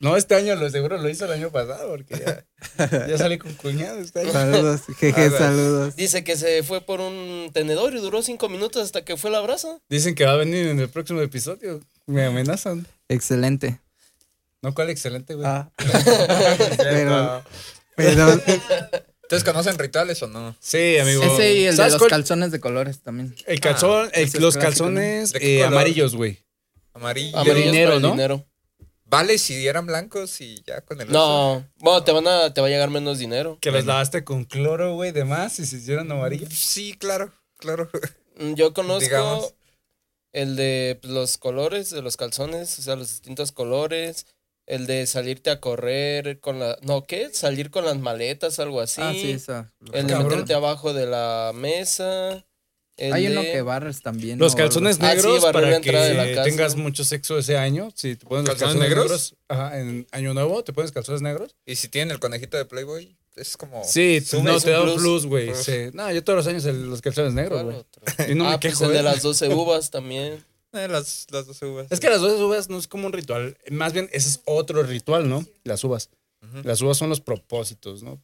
[SPEAKER 3] No, este año lo seguro lo hizo el año pasado porque ya, ya salí con cuñado este año.
[SPEAKER 2] saludos,
[SPEAKER 1] A
[SPEAKER 2] jeje,
[SPEAKER 1] ver.
[SPEAKER 2] saludos.
[SPEAKER 4] Dice que se fue por un tenedor y duró cinco minutos hasta que fue la brasa.
[SPEAKER 3] Dicen que va a venir en el próximo episodio. Me amenazan.
[SPEAKER 2] Excelente.
[SPEAKER 3] No, cuál excelente, güey.
[SPEAKER 2] Ah, pero, pero
[SPEAKER 1] Entonces, ¿conocen rituales o no?
[SPEAKER 3] Sí, amigo.
[SPEAKER 2] ese y el de
[SPEAKER 3] ¿Sabes
[SPEAKER 2] los
[SPEAKER 3] cuál?
[SPEAKER 2] calzones de colores también.
[SPEAKER 3] El calzón, el-
[SPEAKER 2] ese es
[SPEAKER 3] los
[SPEAKER 2] clásico,
[SPEAKER 3] calzones
[SPEAKER 1] ¿De qué
[SPEAKER 3] eh,
[SPEAKER 1] color?
[SPEAKER 3] amarillos, güey.
[SPEAKER 1] Amarillo.
[SPEAKER 4] Amarillos
[SPEAKER 3] dinero,
[SPEAKER 4] para el
[SPEAKER 3] ¿no?
[SPEAKER 4] dinero.
[SPEAKER 1] Vale si dieran blancos y ya con el oso.
[SPEAKER 4] No, bueno, te van a, te va a llegar menos dinero.
[SPEAKER 3] Que los lavaste con cloro, güey, de más y se hicieron amarillos.
[SPEAKER 1] Sí, claro, claro.
[SPEAKER 4] Mm, Yo conozco
[SPEAKER 1] Digamos.
[SPEAKER 4] el de pues, los colores de los calzones, o sea, los distintos colores. El de salirte a correr con la. No, ¿qué? Salir con las maletas, algo así.
[SPEAKER 2] Ah, sí, esa.
[SPEAKER 4] el de
[SPEAKER 1] Cabrón.
[SPEAKER 4] meterte abajo de la mesa. el
[SPEAKER 2] Hay
[SPEAKER 4] de-
[SPEAKER 2] uno que barres también.
[SPEAKER 3] Los
[SPEAKER 2] ¿no?
[SPEAKER 3] calzones
[SPEAKER 4] Ah, sí,
[SPEAKER 3] negros
[SPEAKER 4] barrer la
[SPEAKER 3] para que
[SPEAKER 4] entrada de la casa.
[SPEAKER 3] tengas mucho sexo ese año. Si te pones los
[SPEAKER 1] ¿Calzones
[SPEAKER 3] calzones, negros,
[SPEAKER 1] negros?
[SPEAKER 3] ajá, en año nuevo te pones calzones negros.
[SPEAKER 1] Y si tienen el conejito de Playboy, es como.
[SPEAKER 4] Oh.
[SPEAKER 3] Sí,
[SPEAKER 1] sube,
[SPEAKER 3] no
[SPEAKER 1] es
[SPEAKER 3] te da
[SPEAKER 1] un
[SPEAKER 3] un plus, güey.
[SPEAKER 1] Plus.
[SPEAKER 3] sí. No, yo todos los años el- los calzones negros,
[SPEAKER 4] ¿Cuál
[SPEAKER 3] güey.
[SPEAKER 4] otro?
[SPEAKER 3] Y no
[SPEAKER 4] ah,
[SPEAKER 3] me quejo.
[SPEAKER 4] pues el
[SPEAKER 3] ¿eh?
[SPEAKER 4] de las 12 uvas también.
[SPEAKER 1] Eh, las, las dos uvas.
[SPEAKER 3] Es que las dos uvas no es como un ritual, más bien ese es otro ritual, ¿no? Las uvas.
[SPEAKER 1] Ujú.
[SPEAKER 3] Las uvas son los propósitos, ¿no?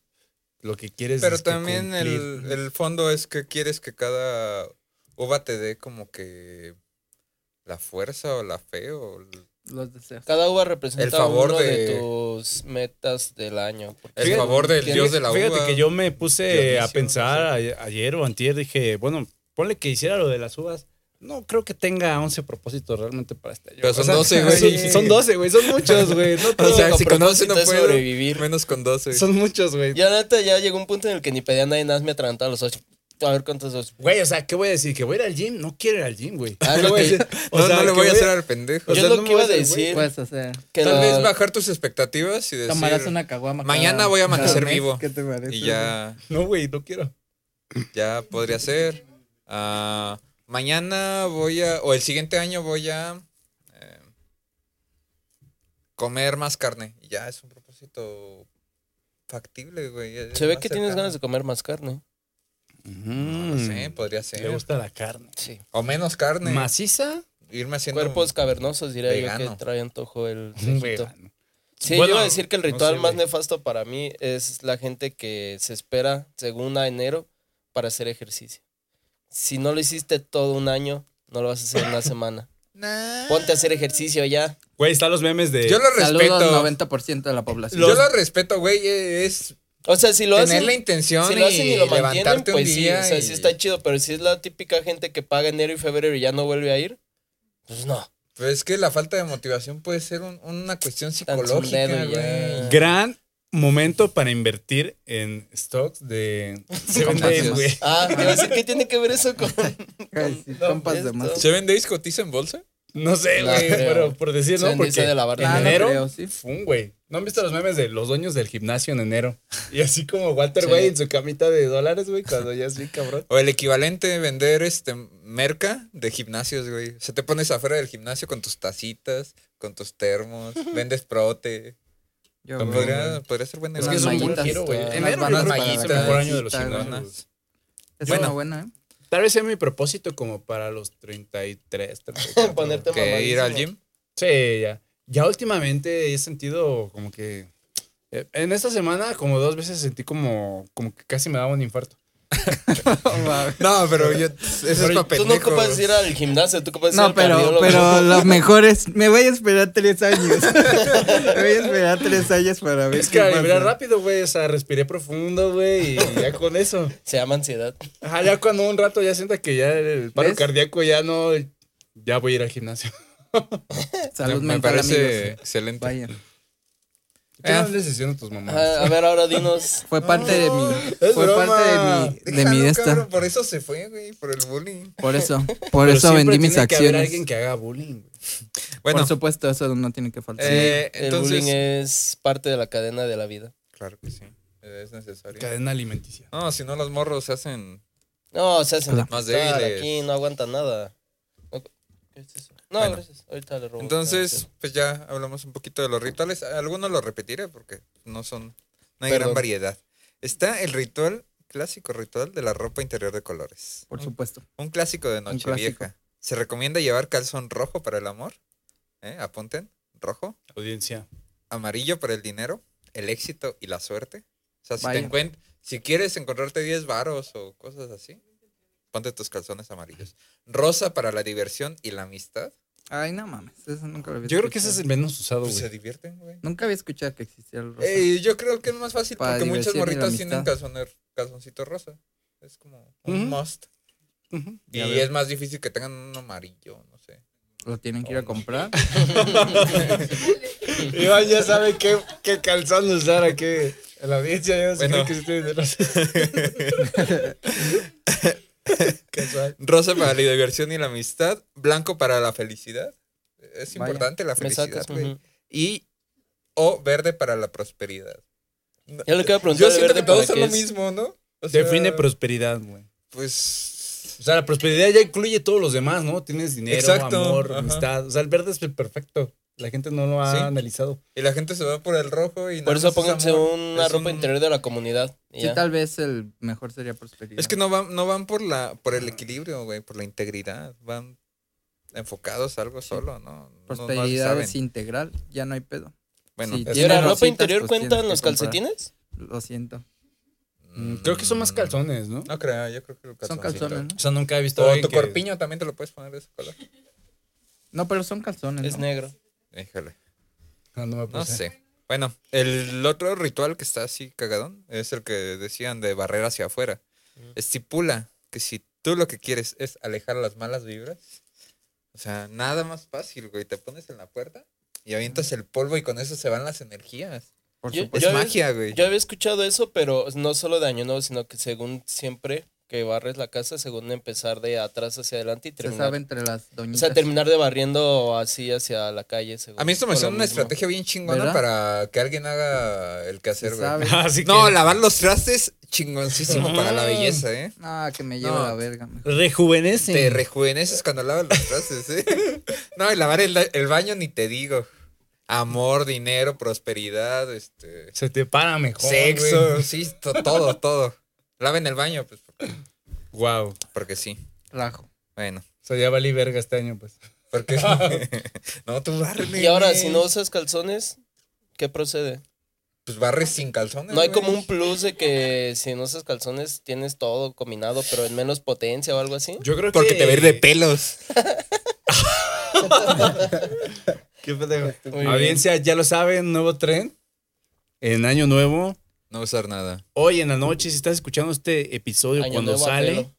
[SPEAKER 3] Lo que quieres
[SPEAKER 1] Pero
[SPEAKER 3] es que
[SPEAKER 1] también el,
[SPEAKER 3] cumplir.
[SPEAKER 1] el fondo es que quieres que cada uva te dé como que la fuerza o la fe o el,
[SPEAKER 2] Los deseos.
[SPEAKER 4] Cada uva representa
[SPEAKER 1] El favor
[SPEAKER 4] uno de...
[SPEAKER 1] de-
[SPEAKER 4] tus metas del año.
[SPEAKER 1] el
[SPEAKER 3] Fíjate-
[SPEAKER 1] favor del
[SPEAKER 4] fíjate-
[SPEAKER 1] dios de la
[SPEAKER 3] Fíjate
[SPEAKER 1] uva.
[SPEAKER 3] que yo me puse
[SPEAKER 1] Dionisio,
[SPEAKER 3] a pensar a- ayer o antier, dije, bueno, ponle que hiciera lo de las uvas. No creo que tenga 11 propósitos realmente para este año.
[SPEAKER 1] Pero son
[SPEAKER 3] O sea,
[SPEAKER 1] 12, güey.
[SPEAKER 3] Son, son 12, güey. Son muchos, güey. No
[SPEAKER 1] O
[SPEAKER 3] todo-
[SPEAKER 1] sea,
[SPEAKER 4] Único
[SPEAKER 1] si con 11 no
[SPEAKER 4] propósito es
[SPEAKER 1] puedo,
[SPEAKER 4] sobrevivir.
[SPEAKER 1] menos con 12.
[SPEAKER 3] son muchos, güey.
[SPEAKER 4] Ya neta, ya llegó un punto en el que ni pedía a nadie nada, me atragantaba a los ocho. A ver cuántos ocho.
[SPEAKER 3] Güey, o sea, ¿qué voy a decir? ¿Que voy a ir al gym? No quiero ir al gym, güey.
[SPEAKER 4] Ah,
[SPEAKER 3] ¿Qué
[SPEAKER 4] lo
[SPEAKER 3] voy a
[SPEAKER 4] que-
[SPEAKER 3] decir?
[SPEAKER 1] no,
[SPEAKER 3] O sea,
[SPEAKER 1] no le
[SPEAKER 3] que
[SPEAKER 1] voy a hacer al pendejo.
[SPEAKER 3] o
[SPEAKER 4] Yo
[SPEAKER 3] sea,
[SPEAKER 4] es lo
[SPEAKER 3] no me
[SPEAKER 4] que iba a
[SPEAKER 3] voy a hacer,
[SPEAKER 4] decir.
[SPEAKER 2] Puedes hacer.
[SPEAKER 4] que
[SPEAKER 1] Tal
[SPEAKER 4] la-
[SPEAKER 1] vez bajar tus expectativas y decir
[SPEAKER 2] Tomarás una caguama. cada-
[SPEAKER 1] mañana voy a
[SPEAKER 2] cada
[SPEAKER 1] amanecer
[SPEAKER 2] mes,
[SPEAKER 1] vivo.
[SPEAKER 2] ¿Qué te parece?
[SPEAKER 1] y ya,
[SPEAKER 3] No, güey, no quiero.
[SPEAKER 1] ya podría ser. Ah, mañana voy a, o el siguiente año voy a eh, comer más carne. Y ya es un propósito factible, güey. es
[SPEAKER 4] Se ve
[SPEAKER 1] más
[SPEAKER 4] que tienes
[SPEAKER 1] cercano.
[SPEAKER 4] ganas de comer más carne.
[SPEAKER 1] No lo sé, podría
[SPEAKER 3] Le
[SPEAKER 1] ser.
[SPEAKER 3] gusta la carne.
[SPEAKER 4] Sí.
[SPEAKER 1] O menos carne.
[SPEAKER 3] ¿Maciza?
[SPEAKER 1] Irme haciendo.
[SPEAKER 4] Cuerpos cavernosos, diría yo
[SPEAKER 1] Vegano.
[SPEAKER 4] que trae antojo el viejito.
[SPEAKER 3] Vegano.
[SPEAKER 4] Sí,
[SPEAKER 3] Bueno,
[SPEAKER 4] yo iba a decir que el
[SPEAKER 3] no
[SPEAKER 4] ritual
[SPEAKER 3] sé,
[SPEAKER 4] más
[SPEAKER 3] güey.
[SPEAKER 4] nefasto para mí es la gente que se espera según a enero para hacer ejercicio. Si no lo hiciste todo un año, no lo vas a hacer en una semana.
[SPEAKER 1] Nah.
[SPEAKER 4] Ponte a hacer ejercicio ya.
[SPEAKER 3] Güey, están los memes de.
[SPEAKER 1] Yo lo
[SPEAKER 2] Saludos
[SPEAKER 1] respeto.
[SPEAKER 2] 90% de la población.
[SPEAKER 1] Yo lo respeto, güey. E, Es
[SPEAKER 4] O sea, si lo
[SPEAKER 1] tener
[SPEAKER 4] hacen.
[SPEAKER 1] la intención
[SPEAKER 4] si
[SPEAKER 1] y,
[SPEAKER 4] lo hacen y lo mantienen,
[SPEAKER 1] levantarte
[SPEAKER 4] pues
[SPEAKER 1] un
[SPEAKER 4] sí.
[SPEAKER 1] día.
[SPEAKER 4] O sea,
[SPEAKER 1] y-
[SPEAKER 4] sí está chido, pero si es la típica gente que paga enero y febrero y ya no vuelve a ir, pues no.
[SPEAKER 1] Pero es que la falta de motivación puede ser un- una cuestión
[SPEAKER 4] un
[SPEAKER 1] psicológica,
[SPEAKER 4] dedo y ya.
[SPEAKER 1] güey.
[SPEAKER 3] Gran momento para invertir en stocks de. Seven
[SPEAKER 2] Compas
[SPEAKER 3] Days,
[SPEAKER 2] más.
[SPEAKER 3] güey.
[SPEAKER 4] Ah, te iba a decir, ¿qué tiene que ver eso con.?
[SPEAKER 2] Ay, sí,
[SPEAKER 4] No,
[SPEAKER 2] compas de
[SPEAKER 4] esto-
[SPEAKER 2] más.
[SPEAKER 1] ¿Seven Days cotiza en bolsa?
[SPEAKER 3] No sé,
[SPEAKER 4] No
[SPEAKER 3] güey,
[SPEAKER 4] creo.
[SPEAKER 3] pero por decir, ¿no?
[SPEAKER 4] Seven Days
[SPEAKER 3] Porque
[SPEAKER 4] de la
[SPEAKER 3] en
[SPEAKER 4] barra.
[SPEAKER 2] Ah, no
[SPEAKER 3] enero,
[SPEAKER 2] creo, sí.
[SPEAKER 3] fum, güey. ¿No han visto los memes de los dueños del gimnasio en enero? Y así como Walter,
[SPEAKER 4] Sí.
[SPEAKER 3] güey, en su camita de dólares, güey, cuando ya es bien cabrón.
[SPEAKER 1] O el equivalente de vender este merca de gimnasios, güey. O sea, te pones afuera del gimnasio con tus tacitas, con tus termos, vendes prote.
[SPEAKER 2] Yo,
[SPEAKER 3] También,
[SPEAKER 2] güey.
[SPEAKER 1] Podría, podría ser buena
[SPEAKER 3] Es
[SPEAKER 2] Unas
[SPEAKER 3] que es un buen
[SPEAKER 2] mallitas,
[SPEAKER 3] giro, güey.
[SPEAKER 2] unas
[SPEAKER 3] Enero yo
[SPEAKER 2] bandas
[SPEAKER 3] creo que es el mejor año de los
[SPEAKER 2] mallitas, güey.
[SPEAKER 3] gimnasios. güey.
[SPEAKER 2] Es
[SPEAKER 1] Bueno.
[SPEAKER 2] una buena, ¿eh?
[SPEAKER 3] Tal vez sea mi propósito como para los 33, 34.
[SPEAKER 4] Ponerte
[SPEAKER 1] que ir al
[SPEAKER 4] mamadísimo.
[SPEAKER 1] gym.
[SPEAKER 3] Sí, ya. Ya últimamente he sentido como que. eh, En esta semana, como dos veces sentí como, como que casi me daba un infarto.
[SPEAKER 1] No, pero yo, eso es
[SPEAKER 3] Pero
[SPEAKER 1] pa'
[SPEAKER 4] Tú no
[SPEAKER 1] pendejos.
[SPEAKER 4] ocupas ir al gimnasio, tú ocupas ir
[SPEAKER 2] No,
[SPEAKER 4] al
[SPEAKER 2] pero,
[SPEAKER 4] cardiólogo.
[SPEAKER 2] pero lo mejor es. Me voy a esperar tres años. me voy a esperar tres años para ver.
[SPEAKER 3] Es
[SPEAKER 2] qué
[SPEAKER 3] que
[SPEAKER 2] pasa.
[SPEAKER 3] respiré rápido, güey. O sea, respiré profundo, güey. Y ya con eso.
[SPEAKER 4] Se llama ansiedad.
[SPEAKER 3] Ajá, ya cuando un rato ya sienta que ya el paro
[SPEAKER 2] ¿Ves?
[SPEAKER 3] cardíaco ya no. Ya voy a ir al gimnasio.
[SPEAKER 2] Salud
[SPEAKER 1] me
[SPEAKER 2] mental,
[SPEAKER 1] parece
[SPEAKER 2] amigos.
[SPEAKER 1] excelente.
[SPEAKER 2] Vaya.
[SPEAKER 3] ¿Qué no les hicieron a tus mamás?
[SPEAKER 4] Ajá, Ah, a ver, ahora dinos.
[SPEAKER 2] Fue parte de mi.
[SPEAKER 3] es
[SPEAKER 2] Fue
[SPEAKER 3] broma.
[SPEAKER 2] parte de mi. De
[SPEAKER 1] Déjalo,
[SPEAKER 2] mi de esta.
[SPEAKER 1] cabrón, por eso se fue, güey, por el bullying.
[SPEAKER 2] Por eso. Por
[SPEAKER 3] Pero
[SPEAKER 2] eso
[SPEAKER 3] siempre
[SPEAKER 2] vendí
[SPEAKER 3] tiene
[SPEAKER 2] mis
[SPEAKER 3] que haber
[SPEAKER 2] acciones.
[SPEAKER 3] alguien que haga bullying. güey.
[SPEAKER 1] Bueno,
[SPEAKER 2] Por supuesto, eso no tiene que faltar.
[SPEAKER 1] eh,
[SPEAKER 4] El
[SPEAKER 1] entonces...
[SPEAKER 4] bullying es parte de la cadena de la vida.
[SPEAKER 1] Claro que sí, es necesario.
[SPEAKER 3] Cadena alimenticia.
[SPEAKER 1] No, si no los morros se hacen
[SPEAKER 4] No, se hacen
[SPEAKER 2] Hola.
[SPEAKER 1] más
[SPEAKER 4] estar
[SPEAKER 1] débiles.
[SPEAKER 4] aquí, no aguanta nada. No, ¿qué es eso? No,
[SPEAKER 1] Bueno.
[SPEAKER 4] gracias. Ahorita le robo.
[SPEAKER 1] Entonces, pues ya hablamos un poquito de los rituales. Algunos los repetiré porque no son, no hay gran
[SPEAKER 4] Perdón.
[SPEAKER 1] variedad. Está el ritual, clásico ritual de la ropa interior de colores.
[SPEAKER 2] por
[SPEAKER 1] un,
[SPEAKER 2] supuesto.
[SPEAKER 1] un clásico de
[SPEAKER 2] clásico.
[SPEAKER 1] Nochevieja. Se recomienda llevar calzón rojo para el amor. ¿eh? Apunten, rojo.
[SPEAKER 3] Audiencia.
[SPEAKER 1] Amarillo para el dinero, el éxito y la suerte. O sea, si, te
[SPEAKER 2] Vaya.
[SPEAKER 1] encuent- si quieres encontrarte 10 varos o cosas así, ponte tus calzones amarillos. Rosa para la diversión y la amistad.
[SPEAKER 2] Ay, no mames. Eso nunca lo había
[SPEAKER 3] Yo creo que ese es
[SPEAKER 2] escuchado.
[SPEAKER 3] el menos usado,
[SPEAKER 1] Pues se
[SPEAKER 3] güey.
[SPEAKER 1] divierten, güey.
[SPEAKER 2] Nunca había escuchado que existía el rosa.
[SPEAKER 1] Ey, yo creo que es más fácil
[SPEAKER 2] Para
[SPEAKER 1] porque muchas
[SPEAKER 2] diversión y la
[SPEAKER 1] morritas tienen
[SPEAKER 2] amistad.
[SPEAKER 1] calzoner- calzoncito rosa. Es como un
[SPEAKER 3] Ujú.
[SPEAKER 1] must.
[SPEAKER 3] Ujú.
[SPEAKER 1] Y
[SPEAKER 2] Ya veo.
[SPEAKER 1] es más difícil que tengan un amarillo, no sé.
[SPEAKER 2] Lo tienen que ir a comprar.
[SPEAKER 3] Iván ya sabe qué, qué calzón usar aquí. En la audiencia ya sabe
[SPEAKER 1] Bueno.
[SPEAKER 3] que estoy de los... Casual.
[SPEAKER 1] Rosa para la diversión y la amistad. Blanco para la felicidad. Es
[SPEAKER 2] Vaya.
[SPEAKER 1] importante la
[SPEAKER 4] Me
[SPEAKER 1] felicidad,
[SPEAKER 4] sacas.
[SPEAKER 1] güey.
[SPEAKER 4] ujú.
[SPEAKER 1] Y o verde para la prosperidad. No-
[SPEAKER 4] Yo le quiero preguntar
[SPEAKER 1] Yo
[SPEAKER 4] de
[SPEAKER 1] siento
[SPEAKER 4] verde
[SPEAKER 1] que todos
[SPEAKER 4] para
[SPEAKER 1] son
[SPEAKER 4] qué
[SPEAKER 1] lo
[SPEAKER 4] es.
[SPEAKER 1] mismo, ¿no? O sea,
[SPEAKER 3] Define prosperidad, güey.
[SPEAKER 1] Pues
[SPEAKER 3] O sea, la prosperidad ya incluye todos los demás, ¿no? Tienes dinero,
[SPEAKER 1] Exacto,
[SPEAKER 3] amor,
[SPEAKER 1] ajá.
[SPEAKER 3] amistad. O sea, el verde es el perfecto. La gente no lo ha
[SPEAKER 1] Sí.
[SPEAKER 3] analizado.
[SPEAKER 1] y la gente se va por el rojo y
[SPEAKER 4] Por
[SPEAKER 1] nada
[SPEAKER 4] eso
[SPEAKER 1] más es
[SPEAKER 4] pónganse
[SPEAKER 1] amor.
[SPEAKER 4] una
[SPEAKER 1] Es
[SPEAKER 4] ropa
[SPEAKER 1] un-
[SPEAKER 4] interior de la comunidad. y
[SPEAKER 2] Sí,
[SPEAKER 4] ya.
[SPEAKER 2] tal vez el mejor sería prosperidad.
[SPEAKER 1] Es que no van, no van por la, por el equilibrio, güey, por la integridad. Van enfocados a algo solo, ¿no? No- no
[SPEAKER 2] Prosperidad
[SPEAKER 1] saben.
[SPEAKER 2] es integral. Ya no hay pedo.
[SPEAKER 1] Bueno,
[SPEAKER 2] sí,
[SPEAKER 1] es-
[SPEAKER 4] ¿Y la
[SPEAKER 2] Tiene
[SPEAKER 4] ropa
[SPEAKER 2] rositas,
[SPEAKER 4] interior
[SPEAKER 2] pues,
[SPEAKER 4] cuentan
[SPEAKER 2] tienes
[SPEAKER 4] los
[SPEAKER 2] que comprar.
[SPEAKER 4] calcetines?
[SPEAKER 2] Lo siento.
[SPEAKER 3] Mm, Creo que son más calzones, ¿no?
[SPEAKER 1] No creo, yo creo que los
[SPEAKER 2] Son
[SPEAKER 1] calzoncitos.
[SPEAKER 2] calzones, ¿no?
[SPEAKER 3] Ah, O sea, nunca he visto. a
[SPEAKER 1] O
[SPEAKER 3] alguien
[SPEAKER 1] tu
[SPEAKER 3] que-
[SPEAKER 1] corpiño también te lo puedes poner de ese color.
[SPEAKER 2] No, pero son calzones.
[SPEAKER 4] Es
[SPEAKER 2] ¿no?
[SPEAKER 4] negro.
[SPEAKER 1] Híjole.
[SPEAKER 3] Ah, no me
[SPEAKER 1] No
[SPEAKER 3] puse.
[SPEAKER 1] sé. Bueno, el otro ritual que está así cagadón es el que decían de barrer hacia afuera. Estipula que si tú lo que quieres es alejar las malas vibras, o sea, nada más fácil, güey. Te pones en la puerta y avientas el polvo y con eso se van las energías.
[SPEAKER 2] Por
[SPEAKER 4] Yo-
[SPEAKER 2] supuesto.
[SPEAKER 1] Es
[SPEAKER 4] yo-
[SPEAKER 1] magia, güey.
[SPEAKER 4] Yo había escuchado eso, pero no solo de año nuevo, sino que según siempre que barres la casa, según empezar de atrás hacia adelante y
[SPEAKER 2] Se
[SPEAKER 4] terminar.
[SPEAKER 2] sabe entre las
[SPEAKER 4] O
[SPEAKER 2] doñitas.
[SPEAKER 4] sea, terminar de barriendo así hacia la calle. según-
[SPEAKER 1] A mí esto me
[SPEAKER 4] por lo
[SPEAKER 1] suena una
[SPEAKER 4] mismo.
[SPEAKER 1] estrategia bien chingona
[SPEAKER 2] ¿Verdad?
[SPEAKER 1] para que alguien haga el quehacer,
[SPEAKER 2] Se
[SPEAKER 1] güey.
[SPEAKER 2] sabe.
[SPEAKER 3] Ah, Así que.
[SPEAKER 1] No, lavar los trastes chingoncísimo para la belleza, ¿eh?
[SPEAKER 2] Ah, que me lleva
[SPEAKER 1] No.
[SPEAKER 2] la verga. me-
[SPEAKER 3] Rejuvenece.
[SPEAKER 1] Te rejuveneces cuando lavas los trastes, ¿eh? No, y lavar el, el baño ni te digo. Amor, dinero, prosperidad, este,
[SPEAKER 3] Se te para mejor.
[SPEAKER 1] sexo, sí, to- todo, todo. Laven el baño, pues, porque,
[SPEAKER 3] Wow. O
[SPEAKER 1] porque sí.
[SPEAKER 2] Rajo.
[SPEAKER 1] Bueno,
[SPEAKER 3] sea, ya valí verga este año, pues.
[SPEAKER 1] porque... no, tú barres.
[SPEAKER 4] Y ahora, si no usas calzones, ¿qué procede?
[SPEAKER 1] Pues barres sin calzones,
[SPEAKER 4] No hay
[SPEAKER 1] güey.
[SPEAKER 4] como un plus de que si no usas calzones tienes todo combinado, pero en menos potencia o algo así.
[SPEAKER 3] Yo creo
[SPEAKER 1] Porque te va a ir de pelos.
[SPEAKER 3] Qué pendejo.
[SPEAKER 4] Muy bien.
[SPEAKER 3] Audiencia, ya lo saben, nuevo tren. En año nuevo.
[SPEAKER 1] No usar nada.
[SPEAKER 3] Hoy en la noche, si estás escuchando este episodio
[SPEAKER 4] Año
[SPEAKER 3] cuando
[SPEAKER 4] nuevo a
[SPEAKER 3] sale,
[SPEAKER 4] pelo,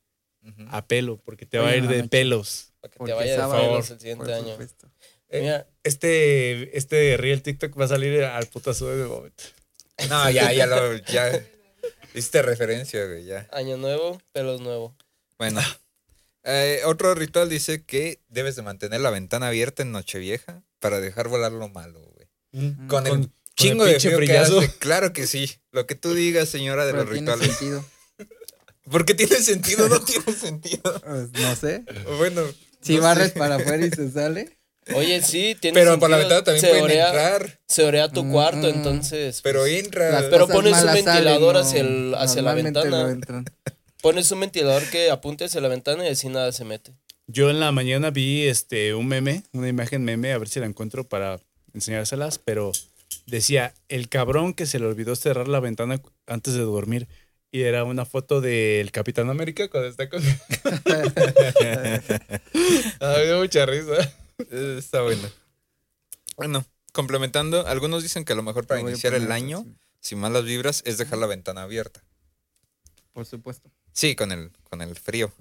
[SPEAKER 1] Ujú.
[SPEAKER 3] a pelo, porque te va
[SPEAKER 2] Hoy
[SPEAKER 3] a
[SPEAKER 2] en
[SPEAKER 3] ir
[SPEAKER 2] la
[SPEAKER 3] de
[SPEAKER 2] noche.
[SPEAKER 3] pelos.
[SPEAKER 4] Para que
[SPEAKER 2] Porque
[SPEAKER 4] te vayas de
[SPEAKER 2] sábado,
[SPEAKER 4] pelos el siguiente
[SPEAKER 2] Por
[SPEAKER 4] año.
[SPEAKER 2] supuesto.
[SPEAKER 4] Mira,
[SPEAKER 3] Este, este Real TikTok va a salir al putazo de momento.
[SPEAKER 1] No, ya, ya lo. Ya. Hiciste referencia, güey, ya.
[SPEAKER 4] año nuevo, pelos nuevo.
[SPEAKER 1] Bueno. Eh, otro ritual dice que debes de mantener la ventana abierta en Nochevieja para dejar volar lo malo, güey.
[SPEAKER 3] Mm.
[SPEAKER 1] Con, el
[SPEAKER 3] Con-
[SPEAKER 1] chingo
[SPEAKER 3] con el
[SPEAKER 1] de
[SPEAKER 3] pinche
[SPEAKER 1] frío que
[SPEAKER 3] frillazo.
[SPEAKER 1] hace, claro que sí. Lo que tú digas, señora, de
[SPEAKER 2] Pero
[SPEAKER 1] los
[SPEAKER 2] tiene
[SPEAKER 1] rituales.
[SPEAKER 2] sentido.
[SPEAKER 1] Porque tiene sentido, no tiene sentido.
[SPEAKER 2] Eh, No sé.
[SPEAKER 1] Bueno.
[SPEAKER 2] Si
[SPEAKER 1] Ah, no
[SPEAKER 2] barres
[SPEAKER 1] sé.
[SPEAKER 2] para afuera y se sale.
[SPEAKER 4] Oye, sí, tiene
[SPEAKER 1] Pero por la
[SPEAKER 4] sentido.
[SPEAKER 1] ventana también
[SPEAKER 4] se
[SPEAKER 1] pueden
[SPEAKER 4] orea,
[SPEAKER 1] entrar.
[SPEAKER 4] Se orea tu cuarto,
[SPEAKER 2] Mm.
[SPEAKER 4] entonces.
[SPEAKER 1] Pero
[SPEAKER 4] pues,
[SPEAKER 1] entra.
[SPEAKER 2] Las
[SPEAKER 4] Pero
[SPEAKER 2] cosas
[SPEAKER 4] pones un
[SPEAKER 2] malas salen,
[SPEAKER 4] ventilador
[SPEAKER 2] no-
[SPEAKER 4] hacia el- hacia la
[SPEAKER 2] normalmente
[SPEAKER 4] ventana.
[SPEAKER 2] no entran.
[SPEAKER 4] Pones un ventilador que apunte hacia la ventana y así nada se mete.
[SPEAKER 3] Yo en la mañana vi este, un meme, una imagen meme, a ver si la encuentro para enseñárselas, pero decía, el cabrón que se le olvidó cerrar la ventana cu- antes de dormir. Y era una foto del Capitán América cuando está con... Ah, me dio mucha risa.
[SPEAKER 1] Eh, Está bueno. Bueno, complementando, algunos dicen que a lo mejor para
[SPEAKER 2] Lo voy a
[SPEAKER 1] iniciar el
[SPEAKER 2] poner
[SPEAKER 1] año,
[SPEAKER 2] así.
[SPEAKER 1] sin malas vibras, es dejar la ventana abierta.
[SPEAKER 2] Por supuesto.
[SPEAKER 1] Sí, con el, con el frío.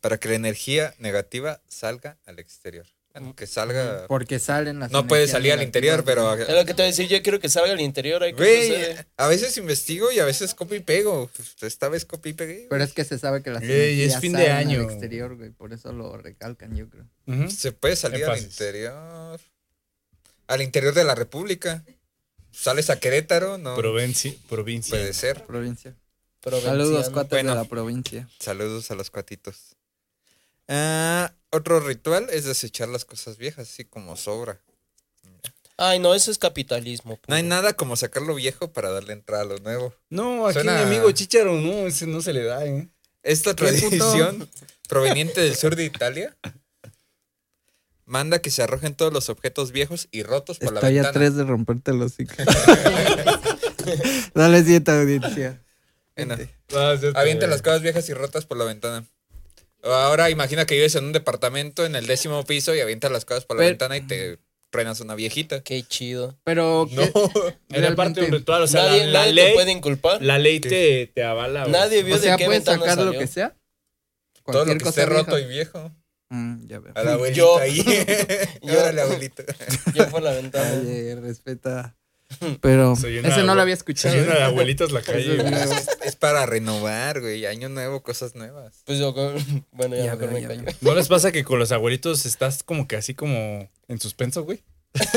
[SPEAKER 1] Para que la energía negativa salga al exterior. Bueno, que salga.
[SPEAKER 2] Porque salen las.
[SPEAKER 1] No puede
[SPEAKER 2] energías
[SPEAKER 1] salir al
[SPEAKER 2] negativas
[SPEAKER 1] interior, pero.
[SPEAKER 4] Es lo que te voy a decir, yo quiero que salga al interior. Hay
[SPEAKER 1] Güey, a veces investigo y a veces copio y pego. Pues, Esta vez copio y pegué.
[SPEAKER 2] Pero es que se sabe que las
[SPEAKER 3] Ey, es
[SPEAKER 2] energías
[SPEAKER 3] fin de
[SPEAKER 2] salen
[SPEAKER 3] año.
[SPEAKER 2] al exterior, güey, por eso lo recalcan, yo creo.
[SPEAKER 1] Se puede salir al
[SPEAKER 3] Énfasis.
[SPEAKER 1] interior. Al interior de la República. Sales a Querétaro, no.
[SPEAKER 3] Provincia. provincia.
[SPEAKER 4] Pues,
[SPEAKER 1] Puede ser.
[SPEAKER 2] Provincia. Saludos,
[SPEAKER 4] Saludos,
[SPEAKER 2] cuates
[SPEAKER 1] Bueno.
[SPEAKER 2] de la provincia.
[SPEAKER 1] Saludos a los cuatitos. Ah, otro ritual es desechar las cosas viejas, así como sobra.
[SPEAKER 4] Ay, no, eso es capitalismo.
[SPEAKER 1] No hay
[SPEAKER 4] puro.
[SPEAKER 1] nada como sacar lo viejo para darle entrada a lo nuevo.
[SPEAKER 3] No, aquí
[SPEAKER 1] Suena-
[SPEAKER 3] mi amigo Chicharo, no, ese no se le da, ¿eh?
[SPEAKER 1] Esta
[SPEAKER 2] ¿Qué puto?
[SPEAKER 1] tradición proveniente del sur de Italia manda que se arrojen todos los objetos viejos y rotos por
[SPEAKER 2] Estoy
[SPEAKER 1] la
[SPEAKER 2] a
[SPEAKER 1] ventana.
[SPEAKER 2] tres de romperte los hocico. Dale siete audiencia.
[SPEAKER 1] Bueno,
[SPEAKER 3] Ah, cierto,
[SPEAKER 1] avienta
[SPEAKER 3] güey.
[SPEAKER 1] las cosas viejas y rotas por la ventana. Ahora imagina que vives en un departamento en el décimo piso y avientas las cosas por la
[SPEAKER 2] Pero-
[SPEAKER 1] ventana y te frenas una viejita.
[SPEAKER 4] Qué chido.
[SPEAKER 2] Pero
[SPEAKER 1] No.
[SPEAKER 2] ¿qué-
[SPEAKER 3] Era parte de
[SPEAKER 2] realmente-
[SPEAKER 3] un ritual, o sea, la,
[SPEAKER 4] nadie
[SPEAKER 3] la
[SPEAKER 4] nadie te
[SPEAKER 3] ley,
[SPEAKER 4] puede inculpar.
[SPEAKER 3] la ley te, te avala. güey.
[SPEAKER 4] Nadie vio
[SPEAKER 2] o sea,
[SPEAKER 4] de qué
[SPEAKER 2] puedes
[SPEAKER 4] ventana
[SPEAKER 2] sacar lo
[SPEAKER 4] salió.
[SPEAKER 2] que sea.
[SPEAKER 1] Todo lo
[SPEAKER 2] Cualquier
[SPEAKER 1] que
[SPEAKER 2] cosa
[SPEAKER 1] esté roto y
[SPEAKER 2] vieja.
[SPEAKER 1] viejo.
[SPEAKER 2] Mm, ya veo.
[SPEAKER 1] A la abuelita
[SPEAKER 4] Yo-
[SPEAKER 1] ahí.
[SPEAKER 4] yo-
[SPEAKER 1] Órale, abuelita.
[SPEAKER 4] Yo por la ventana.
[SPEAKER 2] Oye, respeta. Pero
[SPEAKER 3] Soy una
[SPEAKER 2] ese no
[SPEAKER 3] abue-
[SPEAKER 2] lo había
[SPEAKER 3] Se
[SPEAKER 2] escuchado.
[SPEAKER 3] llena
[SPEAKER 2] ¿eh?
[SPEAKER 3] de abuelitas la
[SPEAKER 2] Eso es
[SPEAKER 3] calle. güey.
[SPEAKER 2] nuevo.
[SPEAKER 1] Es para renovar, güey. Año nuevo, cosas nuevas.
[SPEAKER 4] Pues yo, con- bueno, ya,
[SPEAKER 2] Ya
[SPEAKER 4] mejor
[SPEAKER 2] veo,
[SPEAKER 4] me
[SPEAKER 2] ya
[SPEAKER 4] callo.
[SPEAKER 2] veo.
[SPEAKER 3] ¿No les pasa que con los abuelitos estás como que así como en suspenso, güey?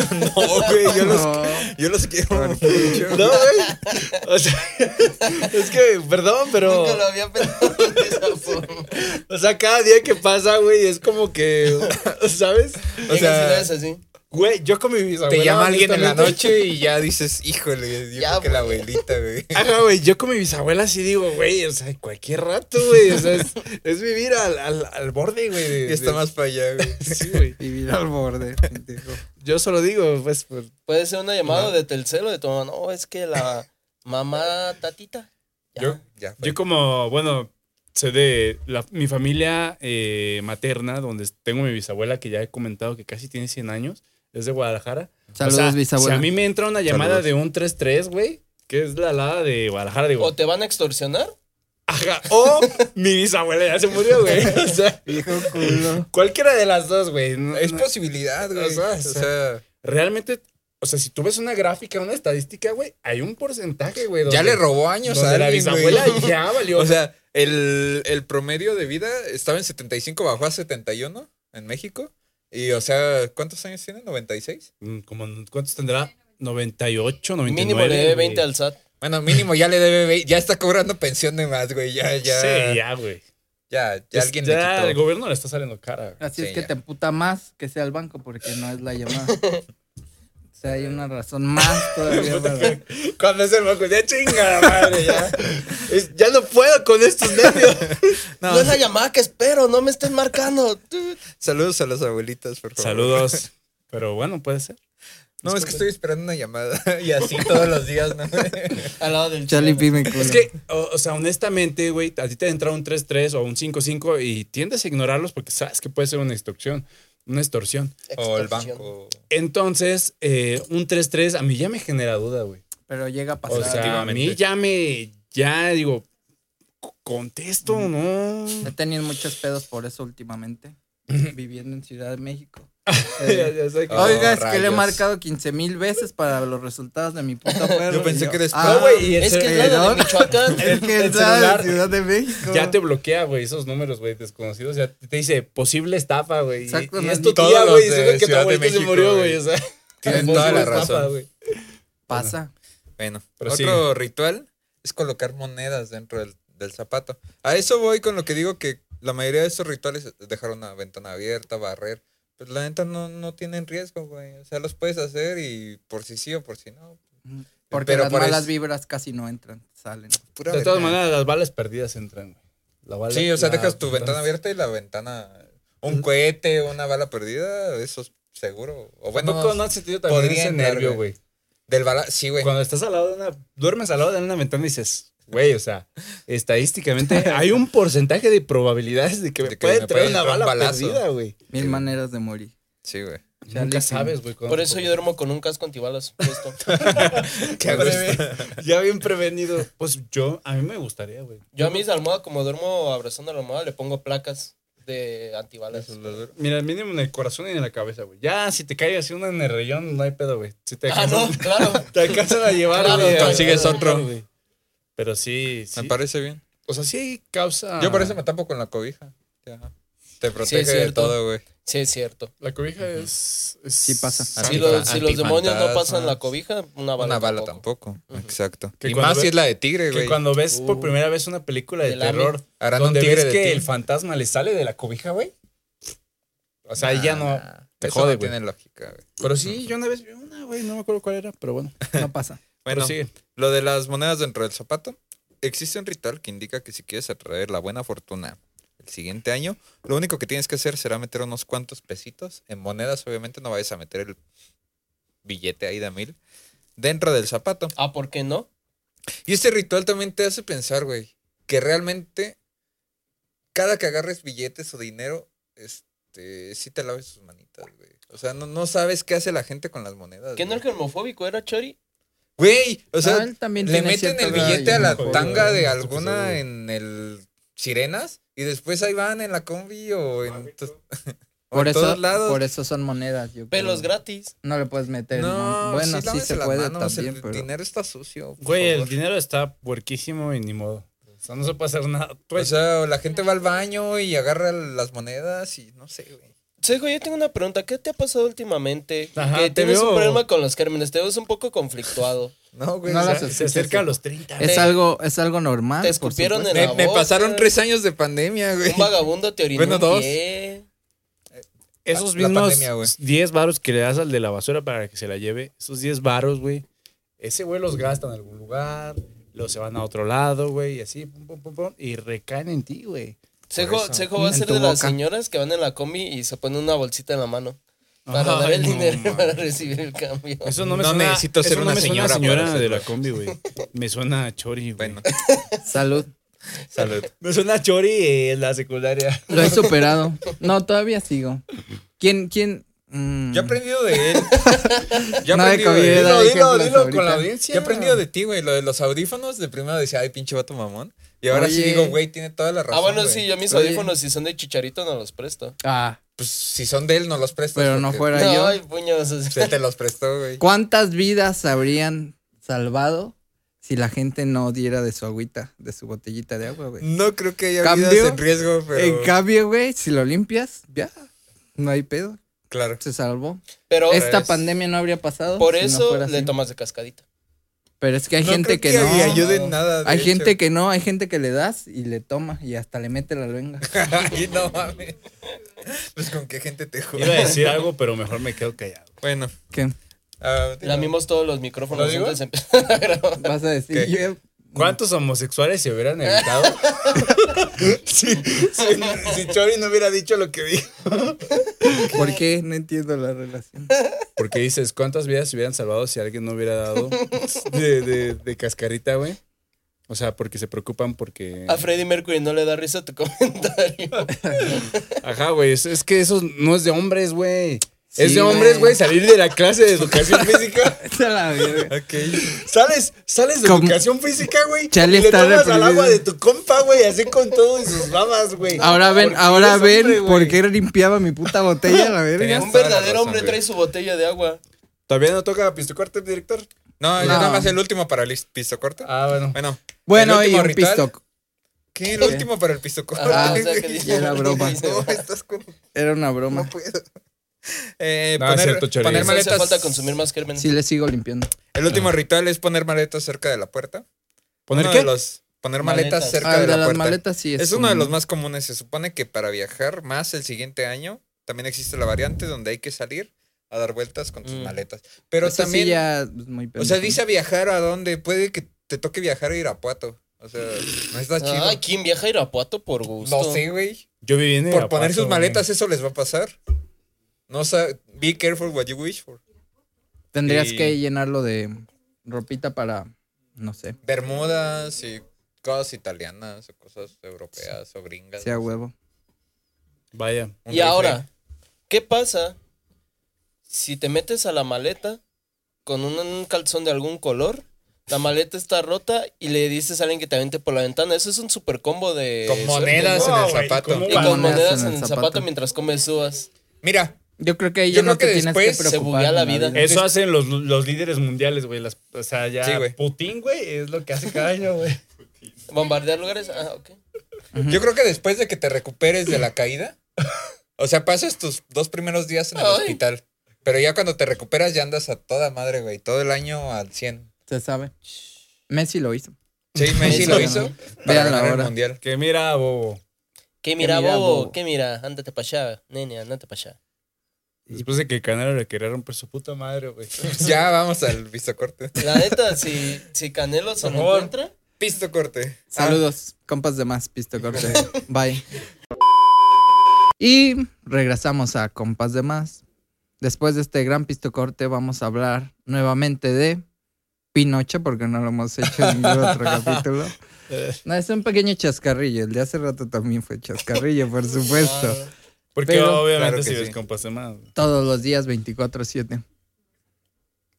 [SPEAKER 1] No, güey, yo los,
[SPEAKER 2] No,
[SPEAKER 1] yo los quiero
[SPEAKER 2] ¿Por
[SPEAKER 1] mucho.
[SPEAKER 3] No, güey. O sea, es que, perdón, pero.
[SPEAKER 4] Nunca lo había pensado de esa forma.
[SPEAKER 3] O sea, cada día que pasa, güey, es como que. ¿Sabes?
[SPEAKER 1] O
[SPEAKER 4] O
[SPEAKER 1] sea,
[SPEAKER 4] sea, así.
[SPEAKER 3] Güey, yo con mi bisabuela.
[SPEAKER 1] te llama alguien en la
[SPEAKER 3] honestamente-
[SPEAKER 1] noche y ya dices, híjole, yo
[SPEAKER 4] Ya,
[SPEAKER 1] creo que la
[SPEAKER 4] güey.
[SPEAKER 1] abuelita, güey.
[SPEAKER 3] Ajá, güey, yo con mi bisabuela sí digo, güey, o sea, cualquier rato, güey, o sea, es, es vivir al, al, al borde, güey. de-
[SPEAKER 1] Y está
[SPEAKER 3] de-
[SPEAKER 1] más para allá, güey.
[SPEAKER 3] Sí, güey.
[SPEAKER 2] vivir al borde. pendejo.
[SPEAKER 3] Yo solo digo, pues, por-
[SPEAKER 4] Puede ser una llamada de Telcel o de tu mamá. No, es que la mamá tatita. Ya.
[SPEAKER 3] Yo-
[SPEAKER 1] Ya, fue.
[SPEAKER 3] Yo como, bueno, sé de la- mi familia eh, materna, donde tengo mi bisabuela, que ya he comentado que casi tiene 100 años, es de Guadalajara.
[SPEAKER 2] Saludos,
[SPEAKER 3] O sea,
[SPEAKER 2] bisabuela.
[SPEAKER 3] Si a mí me entra una llamada
[SPEAKER 1] Saludos.
[SPEAKER 3] de un 3-3, güey, que es la alada de Guadalajara, digo,
[SPEAKER 4] O te van a extorsionar.
[SPEAKER 3] ajá, o mi bisabuela ya se murió, güey. O sea,
[SPEAKER 2] Viejo culo.
[SPEAKER 3] cualquiera de las dos, güey. No-
[SPEAKER 1] Es
[SPEAKER 3] no-
[SPEAKER 1] posibilidad, güey.
[SPEAKER 3] O sea,
[SPEAKER 1] O sea,
[SPEAKER 3] realmente, o sea, si tú ves una gráfica, una estadística, güey, hay un porcentaje, güey.
[SPEAKER 1] ya
[SPEAKER 3] donde-
[SPEAKER 1] le robó años a
[SPEAKER 3] donde la
[SPEAKER 1] alguien, güey.
[SPEAKER 3] bisabuela ya valió.
[SPEAKER 1] O sea, el, el promedio de vida estaba en 75, bajó a 71 en México. Y, o sea, ¿cuántos años tiene? ¿96?
[SPEAKER 3] Mm, como, ¿cuántos tendrá? 98, 99.
[SPEAKER 4] Mínimo le debe
[SPEAKER 3] güey.
[SPEAKER 4] 20 al SAT.
[SPEAKER 1] Bueno, mínimo ya le debe, ve- ya está cobrando pensión de más, güey. Ya, ya.
[SPEAKER 3] Sí,
[SPEAKER 1] ya.
[SPEAKER 3] ya, güey.
[SPEAKER 1] Ya,
[SPEAKER 3] Ya
[SPEAKER 1] alguien le
[SPEAKER 3] ya el
[SPEAKER 1] quitó.
[SPEAKER 3] gobierno le está saliendo cara. güey.
[SPEAKER 2] Así es
[SPEAKER 1] Sí,
[SPEAKER 2] que
[SPEAKER 1] ya.
[SPEAKER 2] te emputa más que sea el banco porque no es la llamada. O sea, hay una razón más todavía para...
[SPEAKER 3] Cuando es el banco, ya chinga la madre, ya. Es- ya no puedo con estos nervios.
[SPEAKER 4] No, es la llamada que espero, no me estén marcando. Tú.
[SPEAKER 1] Saludos a las abuelitas, por favor.
[SPEAKER 3] Saludos. Pero bueno, puede ser.
[SPEAKER 1] No, es que estoy esperando una llamada. Y así todos los días, ¿no?
[SPEAKER 4] Al lado del
[SPEAKER 2] Charlie
[SPEAKER 4] cielo.
[SPEAKER 2] Pime culo.
[SPEAKER 3] Es que, o, o sea, honestamente, güey, a ti te entra un 3-3 o un 5-5 y tiendes a ignorarlos porque sabes que puede ser una instrucción. Una extorsión.
[SPEAKER 1] O el
[SPEAKER 4] Extorsión.
[SPEAKER 1] banco.
[SPEAKER 3] Entonces, eh, un 3-3 a mí ya me genera duda, güey.
[SPEAKER 2] Pero llega a pasar.
[SPEAKER 3] O sea, a mí
[SPEAKER 1] Efectivamente.
[SPEAKER 3] ya me, ya digo, c- contesto,
[SPEAKER 1] Mm.
[SPEAKER 3] ¿no?
[SPEAKER 2] He tenido muchos pedos por eso últimamente. viviendo en Ciudad de México. Eh,
[SPEAKER 1] Oh,
[SPEAKER 2] Oiga, es que le he
[SPEAKER 1] rayos.
[SPEAKER 2] marcado 15 mil veces para los resultados de mi puta perro.
[SPEAKER 1] Yo pensé
[SPEAKER 2] Y
[SPEAKER 1] que después-
[SPEAKER 2] Ah,
[SPEAKER 1] No,
[SPEAKER 3] güey, y el
[SPEAKER 4] Es que
[SPEAKER 3] cel-
[SPEAKER 4] es la de
[SPEAKER 2] ¿Perdón?
[SPEAKER 4] Michoacán.
[SPEAKER 2] Es que
[SPEAKER 3] el
[SPEAKER 2] entra de
[SPEAKER 3] celular-
[SPEAKER 2] Ciudad de México.
[SPEAKER 3] Ya te bloquea, güey, esos números, güey, desconocidos. Ya te dice posible estafa, güey. Y,
[SPEAKER 2] Exactamente.
[SPEAKER 3] y es tu
[SPEAKER 1] Todos
[SPEAKER 3] tía,
[SPEAKER 1] los
[SPEAKER 3] güey,
[SPEAKER 1] de
[SPEAKER 3] diciendo que tu
[SPEAKER 1] Ciudad de
[SPEAKER 3] abuelito se
[SPEAKER 1] México,
[SPEAKER 3] murió,
[SPEAKER 1] güey.
[SPEAKER 3] güey. O sea,
[SPEAKER 1] Tienes
[SPEAKER 3] posible
[SPEAKER 1] toda la
[SPEAKER 3] estafa,
[SPEAKER 1] razón.
[SPEAKER 3] güey.
[SPEAKER 2] pasa.
[SPEAKER 1] Bueno,
[SPEAKER 3] Pero
[SPEAKER 1] otro ritual es colocar monedas dentro del, del zapato. A eso voy con lo que digo que la mayoría de esos rituales dejar una ventana abierta, barrer. Pues la neta no, no tienen riesgo, güey. O sea, los puedes hacer y por si sí o por si no.
[SPEAKER 2] Porque
[SPEAKER 1] Pero
[SPEAKER 2] las
[SPEAKER 1] por
[SPEAKER 2] malas
[SPEAKER 1] eso-
[SPEAKER 2] vibras casi no entran, salen.
[SPEAKER 1] Pura
[SPEAKER 3] De todas
[SPEAKER 1] ventana.
[SPEAKER 3] maneras, las balas perdidas entran, güey. La bala-
[SPEAKER 1] Sí, o sea,
[SPEAKER 3] la-
[SPEAKER 1] dejas tu
[SPEAKER 3] pues.
[SPEAKER 1] ventana abierta y la ventana. Un cohete, una bala perdida, eso es seguro. O
[SPEAKER 3] ¿A
[SPEAKER 1] bueno,
[SPEAKER 3] poco no has sentido también
[SPEAKER 1] podría
[SPEAKER 3] ese
[SPEAKER 1] entrar,
[SPEAKER 3] nervio,
[SPEAKER 1] güey.
[SPEAKER 3] güey?
[SPEAKER 1] del bala. Sí, güey.
[SPEAKER 3] Cuando estás al lado de una, duermes al lado de una ventana y dices, güey, o sea, estadísticamente hay un porcentaje de probabilidades de que me
[SPEAKER 1] De que
[SPEAKER 3] puede
[SPEAKER 1] me
[SPEAKER 3] entrar
[SPEAKER 1] puede
[SPEAKER 3] una
[SPEAKER 1] entrar un
[SPEAKER 3] bala
[SPEAKER 1] balazo.
[SPEAKER 3] perdida, güey.
[SPEAKER 2] Mil maneras de morir.
[SPEAKER 1] Sí, güey.
[SPEAKER 3] Nunca sabes, güey. cuándo
[SPEAKER 4] Por
[SPEAKER 3] te
[SPEAKER 4] eso
[SPEAKER 3] puede-
[SPEAKER 4] yo duermo con un casco antibalas puesto.
[SPEAKER 1] Qué
[SPEAKER 3] Preve-
[SPEAKER 1] gusto.
[SPEAKER 3] ya bien prevenido. Pues yo, a mí me gustaría, güey.
[SPEAKER 4] Yo a mis almohadas, como duermo abrazando la almohada, le pongo placas de antibalas.
[SPEAKER 3] Mira, mínimo en el corazón y en la cabeza, güey. Ya, si te cae así una en el rellón, no hay pedo, güey. Si te
[SPEAKER 4] Ah, no,
[SPEAKER 3] alcanzan,
[SPEAKER 4] claro.
[SPEAKER 3] te alcanzan a llevar,
[SPEAKER 4] Claro,
[SPEAKER 3] güey.
[SPEAKER 1] consigues otro.
[SPEAKER 3] güey. Pero sí, sí.
[SPEAKER 1] Me parece bien.
[SPEAKER 3] O sea, sí causa.
[SPEAKER 1] Yo por eso me tapo con la cobija. Ajá. Te protege de
[SPEAKER 4] cierto.
[SPEAKER 1] todo, güey.
[SPEAKER 4] Sí, es cierto.
[SPEAKER 3] La cobija es, es-
[SPEAKER 2] Sí pasa.
[SPEAKER 4] Si,
[SPEAKER 1] Antifa-
[SPEAKER 4] los, si los demonios no pasan
[SPEAKER 1] antifantasmas.
[SPEAKER 4] la cobija, una bala.
[SPEAKER 1] Una bala
[SPEAKER 4] tampoco.
[SPEAKER 1] tampoco. Exacto.
[SPEAKER 3] Que
[SPEAKER 1] y
[SPEAKER 3] cuando
[SPEAKER 1] más
[SPEAKER 3] ve-
[SPEAKER 1] si es la de tigre,
[SPEAKER 3] Que
[SPEAKER 1] güey.
[SPEAKER 3] cuando ves por
[SPEAKER 4] Uh.
[SPEAKER 3] primera vez una película de
[SPEAKER 4] Del Ami.
[SPEAKER 3] terror
[SPEAKER 1] Harán un
[SPEAKER 3] donde
[SPEAKER 1] tigre
[SPEAKER 3] ves
[SPEAKER 1] de
[SPEAKER 3] que
[SPEAKER 1] ti.
[SPEAKER 3] el fantasma le sale de la cobija, güey. O sea, ahí ya no.
[SPEAKER 1] Nah,
[SPEAKER 3] te
[SPEAKER 1] Ah, eso
[SPEAKER 3] jode,
[SPEAKER 1] no
[SPEAKER 3] güey.
[SPEAKER 1] tiene lógica, güey.
[SPEAKER 3] Pero sí, yo una vez vi una, güey. No me acuerdo cuál era, pero bueno.
[SPEAKER 2] No pasa.
[SPEAKER 1] Bueno,
[SPEAKER 3] Prosigue.
[SPEAKER 1] Lo de las monedas dentro del zapato. Existe un ritual que indica que si quieres atraer la buena fortuna el siguiente año, lo único que tienes que hacer será meter unos cuantos pesitos en monedas. Obviamente no vayas a meter el billete ahí de mil dentro del zapato.
[SPEAKER 4] Ah, ¿por qué no?
[SPEAKER 1] Y este ritual también te hace pensar, güey, que realmente cada que agarres billetes o dinero, este, sí te laves sus manitas, güey. O sea, no, no sabes qué hace la gente con las monedas.
[SPEAKER 4] ¿Quién no
[SPEAKER 1] güey.
[SPEAKER 4] era homofóbico? ¿Era Chori?
[SPEAKER 1] Güey, o sea,
[SPEAKER 2] Ah, él también
[SPEAKER 1] le
[SPEAKER 2] tiene
[SPEAKER 1] meten
[SPEAKER 2] cierta
[SPEAKER 1] el
[SPEAKER 2] edad
[SPEAKER 1] billete a
[SPEAKER 2] y-
[SPEAKER 1] la
[SPEAKER 3] Joder,
[SPEAKER 1] tanga
[SPEAKER 3] güey,
[SPEAKER 1] de
[SPEAKER 3] esto pasó,
[SPEAKER 1] alguna
[SPEAKER 3] güey.
[SPEAKER 1] en el Sirenas y después ahí van en la combi o en, to- o
[SPEAKER 2] Por
[SPEAKER 1] en
[SPEAKER 2] eso,
[SPEAKER 1] todos lados.
[SPEAKER 2] por eso son monedas. Yo
[SPEAKER 4] Pelos
[SPEAKER 2] creo.
[SPEAKER 4] gratis.
[SPEAKER 2] No le puedes meter.
[SPEAKER 1] no,
[SPEAKER 2] mon- bueno, sí,
[SPEAKER 1] lávese
[SPEAKER 2] se
[SPEAKER 1] las
[SPEAKER 2] puede
[SPEAKER 1] manos,
[SPEAKER 2] también,
[SPEAKER 1] el
[SPEAKER 2] pero.
[SPEAKER 1] dinero está sucio. por
[SPEAKER 3] Güey, el
[SPEAKER 1] favor.
[SPEAKER 3] dinero está puerquísimo y ni modo. O sea, no se puede hacer nada. Pues,
[SPEAKER 1] O sea, la gente va al baño y agarra las monedas y no sé, güey.
[SPEAKER 4] Sejo, yo tengo una pregunta. ¿Qué te ha pasado últimamente?
[SPEAKER 3] Ajá,
[SPEAKER 4] que
[SPEAKER 3] te
[SPEAKER 4] tienes
[SPEAKER 3] veo-
[SPEAKER 4] un problema con los gérmenes. Te ves un poco conflictuado.
[SPEAKER 1] No, güey.
[SPEAKER 2] No
[SPEAKER 1] o sea,
[SPEAKER 2] las
[SPEAKER 3] se
[SPEAKER 2] escuchas,
[SPEAKER 3] acerca
[SPEAKER 2] sí.
[SPEAKER 3] a los 30.
[SPEAKER 2] Es
[SPEAKER 4] Te-
[SPEAKER 2] algo, es algo normal.
[SPEAKER 4] te
[SPEAKER 2] por
[SPEAKER 4] escupieron
[SPEAKER 2] supuesto.
[SPEAKER 4] en la
[SPEAKER 1] me, me
[SPEAKER 4] boca.
[SPEAKER 1] pasaron tres años de pandemia, güey.
[SPEAKER 4] Un vagabundo te orinó
[SPEAKER 1] Bueno,
[SPEAKER 4] un
[SPEAKER 1] dos.
[SPEAKER 4] pie.
[SPEAKER 3] Esos
[SPEAKER 1] La- la
[SPEAKER 3] mismos
[SPEAKER 1] pandemia, güey.
[SPEAKER 3] 10 varos que le das al de la basura para que se la lleve, esos 10 varos, güey, ese güey los gasta en algún lugar, los se van a otro lado, güey, y así, pum, pum, pum, pum, y recaen en ti, güey.
[SPEAKER 4] Sejo,
[SPEAKER 1] eso.
[SPEAKER 4] Sejo va a
[SPEAKER 2] En
[SPEAKER 4] ser
[SPEAKER 2] tu
[SPEAKER 4] de las
[SPEAKER 2] boca.
[SPEAKER 4] señoras que van en la combi y se ponen una bolsita en la mano. Para
[SPEAKER 3] Ay,
[SPEAKER 4] dar el
[SPEAKER 3] no,
[SPEAKER 4] dinero y
[SPEAKER 3] mames.
[SPEAKER 4] para recibir el cambio.
[SPEAKER 3] Eso no me
[SPEAKER 1] No
[SPEAKER 3] suena.
[SPEAKER 1] necesito
[SPEAKER 3] eso
[SPEAKER 1] ser
[SPEAKER 3] no
[SPEAKER 1] una
[SPEAKER 3] me suena
[SPEAKER 1] señora
[SPEAKER 3] a
[SPEAKER 1] para
[SPEAKER 3] señora de
[SPEAKER 1] hacerlo.
[SPEAKER 3] la combi, güey. Me suena a Chori, güey.
[SPEAKER 1] Bueno,
[SPEAKER 2] Salud.
[SPEAKER 1] salud.
[SPEAKER 3] Me suena a Chori eh, en la secundaria.
[SPEAKER 2] Lo he superado. No, todavía sigo. ¿Quién, quién? Mm,
[SPEAKER 1] Yo he aprendido de él. Yo he
[SPEAKER 2] No, de
[SPEAKER 1] aprendido de
[SPEAKER 2] comida.
[SPEAKER 1] él.
[SPEAKER 2] Dilo, dilo, ejemplos dilo ahorita. con la
[SPEAKER 3] audiencia.
[SPEAKER 1] Yo he aprendido de ti, güey. Lo de los audífonos, de primero decía, ay, pinche vato mamón. Y ahora sí
[SPEAKER 2] Oye.
[SPEAKER 1] digo, güey, tiene toda la razón.
[SPEAKER 4] Ah, bueno,
[SPEAKER 1] güey.
[SPEAKER 4] sí, yo mis
[SPEAKER 2] Oye.
[SPEAKER 4] audífonos, si son de chicharito, no los presto.
[SPEAKER 2] Ah,
[SPEAKER 1] Pues si son de él, no los prestas.
[SPEAKER 2] pero no
[SPEAKER 1] porque
[SPEAKER 2] fuera
[SPEAKER 4] No,
[SPEAKER 2] yo.
[SPEAKER 4] ay, puños. o sea,
[SPEAKER 1] Se te los prestó, güey.
[SPEAKER 2] ¿Cuántas vidas se habrían salvado si la gente no diera de su agüita, de su botellita de agua, güey?
[SPEAKER 1] No creo que haya
[SPEAKER 2] ¿Cambio?
[SPEAKER 1] vidas en riesgo, pero.
[SPEAKER 2] En cambio, güey, si lo limpias, ya. No hay pedo.
[SPEAKER 1] claro.
[SPEAKER 2] Se salvó.
[SPEAKER 4] Pero
[SPEAKER 2] Esta
[SPEAKER 1] es-
[SPEAKER 2] pandemia no habría pasado.
[SPEAKER 4] por
[SPEAKER 2] si no
[SPEAKER 4] eso
[SPEAKER 2] fuera
[SPEAKER 4] le
[SPEAKER 2] así.
[SPEAKER 4] tomas de cascadita.
[SPEAKER 2] Pero es que hay
[SPEAKER 1] No
[SPEAKER 2] gente
[SPEAKER 1] creo
[SPEAKER 2] que, no.
[SPEAKER 1] le ayude en nada. de
[SPEAKER 2] hay
[SPEAKER 1] hecho.
[SPEAKER 2] gente que no, hay gente que le das y le toma y hasta le mete la luenga.
[SPEAKER 1] Ay, no mames. Pues con qué gente te
[SPEAKER 3] Iba a
[SPEAKER 1] juega.
[SPEAKER 3] decir algo, pero mejor me quedo callado.
[SPEAKER 1] Bueno.
[SPEAKER 2] ¿Qué?
[SPEAKER 1] ah,
[SPEAKER 4] Lamimos todos los micrófonos em,
[SPEAKER 1] ¿Lo digo?
[SPEAKER 4] antes de empezar a grabar.
[SPEAKER 2] Vas a decir,
[SPEAKER 1] ¿Qué?
[SPEAKER 2] yo-
[SPEAKER 3] ¿Cuántos homosexuales se hubieran evitado? si, si- si Chori no hubiera dicho lo que dijo.
[SPEAKER 2] ¿por qué? No entiendo la relación.
[SPEAKER 3] Porque dices, ¿cuántas vidas se hubieran salvado si alguien no hubiera dado de, de- de cascarita, güey? O sea, porque se preocupan porque...
[SPEAKER 4] A Freddie Mercury no le da risa tu comentario.
[SPEAKER 3] Ajá, güey. Es, es que eso no es de hombres, güey. es
[SPEAKER 2] Sí,
[SPEAKER 3] de hombres, güey, salir de la clase de educación física.
[SPEAKER 2] Vete a la verga.
[SPEAKER 1] Ok.
[SPEAKER 3] Sales, sales de
[SPEAKER 2] Como-
[SPEAKER 3] educación física, güey.
[SPEAKER 2] Chale,
[SPEAKER 3] y le
[SPEAKER 2] está
[SPEAKER 3] tomas al
[SPEAKER 2] reprimido.
[SPEAKER 3] agua de tu compa, güey, así con todo y sus babas, güey.
[SPEAKER 2] Ahora ven,
[SPEAKER 3] Porque
[SPEAKER 2] ahora
[SPEAKER 3] eres
[SPEAKER 2] ven
[SPEAKER 3] hombre, güey.
[SPEAKER 2] por qué limpiaba mi puta botella, la verga.
[SPEAKER 1] Tenías-
[SPEAKER 4] Un
[SPEAKER 1] toda la
[SPEAKER 4] verdadero
[SPEAKER 1] razón,
[SPEAKER 4] hombre
[SPEAKER 1] güey.
[SPEAKER 4] trae su botella de agua.
[SPEAKER 3] Todavía no toca pistocuarte, director.
[SPEAKER 1] No, yo
[SPEAKER 2] No.
[SPEAKER 1] nada más el último para el piso corto.
[SPEAKER 3] Ah, bueno.
[SPEAKER 1] Bueno.
[SPEAKER 2] Bueno,
[SPEAKER 1] el
[SPEAKER 2] y
[SPEAKER 1] último
[SPEAKER 2] un
[SPEAKER 1] ritual.
[SPEAKER 2] pistoc.
[SPEAKER 1] ¿Qué? El Ah, último para el piso corto.
[SPEAKER 4] Ajá, o sea, que dice-
[SPEAKER 2] era broma.
[SPEAKER 4] dice,
[SPEAKER 1] No, estás como.
[SPEAKER 2] Era una broma.
[SPEAKER 1] No puedo. Eh,
[SPEAKER 3] No, es
[SPEAKER 1] poner,
[SPEAKER 3] cierto, Chori.
[SPEAKER 1] poner
[SPEAKER 4] "Eso hace
[SPEAKER 1] maletas.
[SPEAKER 4] falta consumir más germen.
[SPEAKER 2] Sí, le sigo limpiando.
[SPEAKER 1] El último ritual es poner maletas cerca de la puerta.
[SPEAKER 3] Ah. ¿Poner
[SPEAKER 1] Uno
[SPEAKER 3] qué?
[SPEAKER 1] de los- poner maletas,
[SPEAKER 4] Maletas.
[SPEAKER 1] cerca
[SPEAKER 2] Ah,
[SPEAKER 1] de
[SPEAKER 2] de
[SPEAKER 1] la
[SPEAKER 2] las
[SPEAKER 1] puerta.
[SPEAKER 2] maletas sí
[SPEAKER 1] es
[SPEAKER 2] es.
[SPEAKER 1] uno de
[SPEAKER 2] común.
[SPEAKER 1] los más comunes. Se supone que para viajar más el siguiente año también existe la variante donde hay que salir a dar vueltas con tus
[SPEAKER 4] Mm.
[SPEAKER 1] maletas. Pero
[SPEAKER 2] Eso sí
[SPEAKER 1] también,
[SPEAKER 2] ya es muy
[SPEAKER 1] o sea,
[SPEAKER 2] pendejo.
[SPEAKER 1] dice viajar a dónde. Puede que te toque viajar a Irapuato. O sea, no está chido.
[SPEAKER 4] Ay, ¿quién viaja a Irapuato por gusto?
[SPEAKER 1] no sé, güey.
[SPEAKER 3] Yo viví en
[SPEAKER 1] Por poner
[SPEAKER 3] Irapuato,
[SPEAKER 1] sus
[SPEAKER 3] güey.
[SPEAKER 1] maletas, eso les va a pasar. No sa- be careful what you wish for.
[SPEAKER 2] Tendrías
[SPEAKER 1] Y-
[SPEAKER 2] que llenarlo de ropita para, no sé,
[SPEAKER 1] Bermudas y cosas italianas o cosas europeas o gringas.
[SPEAKER 2] sea huevo.
[SPEAKER 3] Vaya.
[SPEAKER 1] Un
[SPEAKER 4] Y
[SPEAKER 1] rifle.
[SPEAKER 4] ahora, ¿qué pasa si te metes a la maleta con un, un calzón de algún color? La maleta está rota y le dices a alguien que te aviente por la ventana. Eso es un super combo de.
[SPEAKER 1] Con monedas
[SPEAKER 3] no,
[SPEAKER 1] en el
[SPEAKER 3] güey,
[SPEAKER 1] zapato.
[SPEAKER 3] ¿cómo?
[SPEAKER 4] Y con
[SPEAKER 2] Monedas en
[SPEAKER 4] monedas en
[SPEAKER 2] el
[SPEAKER 4] el
[SPEAKER 2] zapato.
[SPEAKER 4] zapato mientras comes uvas.
[SPEAKER 1] Mira,
[SPEAKER 2] Yo creo que ahí
[SPEAKER 1] Yo
[SPEAKER 2] ya
[SPEAKER 1] creo
[SPEAKER 2] no te
[SPEAKER 1] que
[SPEAKER 2] tienes que
[SPEAKER 1] después se
[SPEAKER 2] preocupar.
[SPEAKER 4] buguea
[SPEAKER 2] en
[SPEAKER 4] la vida.
[SPEAKER 3] Eso hacen los, los líderes mundiales, güey. las- O sea, ya
[SPEAKER 1] Sí, güey.
[SPEAKER 3] Putin, güey, es lo que hace cada año, güey.
[SPEAKER 4] Bombardear lugares. Ah, ok.
[SPEAKER 1] yo creo que después de que te recuperes de la caída, o sea, pasas tus dos primeros días en el
[SPEAKER 4] Ay.
[SPEAKER 1] hospital, pero ya cuando te recuperas ya andas a toda madre, güey, todo el año al 100.
[SPEAKER 2] Se sabe. Messi lo hizo.
[SPEAKER 1] Sí, Messi lo hizo para
[SPEAKER 2] Vean la
[SPEAKER 1] ganar el
[SPEAKER 2] hora.
[SPEAKER 1] mundial.
[SPEAKER 3] Que mira, bobo.
[SPEAKER 4] ¿Qué mira,
[SPEAKER 2] mira,
[SPEAKER 4] bobo?
[SPEAKER 2] bobo?
[SPEAKER 4] ¿Qué mira? Ándate pa' allá, nene, ándate pa' allá.
[SPEAKER 3] Después de que Canelo le quería romper su puta madre, güey.
[SPEAKER 1] Ya vamos al visto corte.
[SPEAKER 4] La neta, si, si Canelo se
[SPEAKER 3] Por
[SPEAKER 4] lo
[SPEAKER 3] favor.
[SPEAKER 4] encuentra,
[SPEAKER 1] Pisto corte.
[SPEAKER 3] Ah.
[SPEAKER 2] Saludos, compas de más, pisto corte. Bye. Y regresamos a compas de más. Después de este gran pisto corte, vamos a hablar nuevamente de Pinocho, porque no lo hemos hecho en ningún otro capítulo. No, es un pequeño chascarrillo. El de hace rato también fue chascarrillo,
[SPEAKER 3] Ah.
[SPEAKER 2] por
[SPEAKER 4] ah,
[SPEAKER 2] supuesto.
[SPEAKER 3] Porque
[SPEAKER 2] Pero-
[SPEAKER 3] obviamente
[SPEAKER 1] Claro que
[SPEAKER 3] si
[SPEAKER 1] sí.
[SPEAKER 3] ves compas de más. güey.
[SPEAKER 2] Todos los días, 24-7.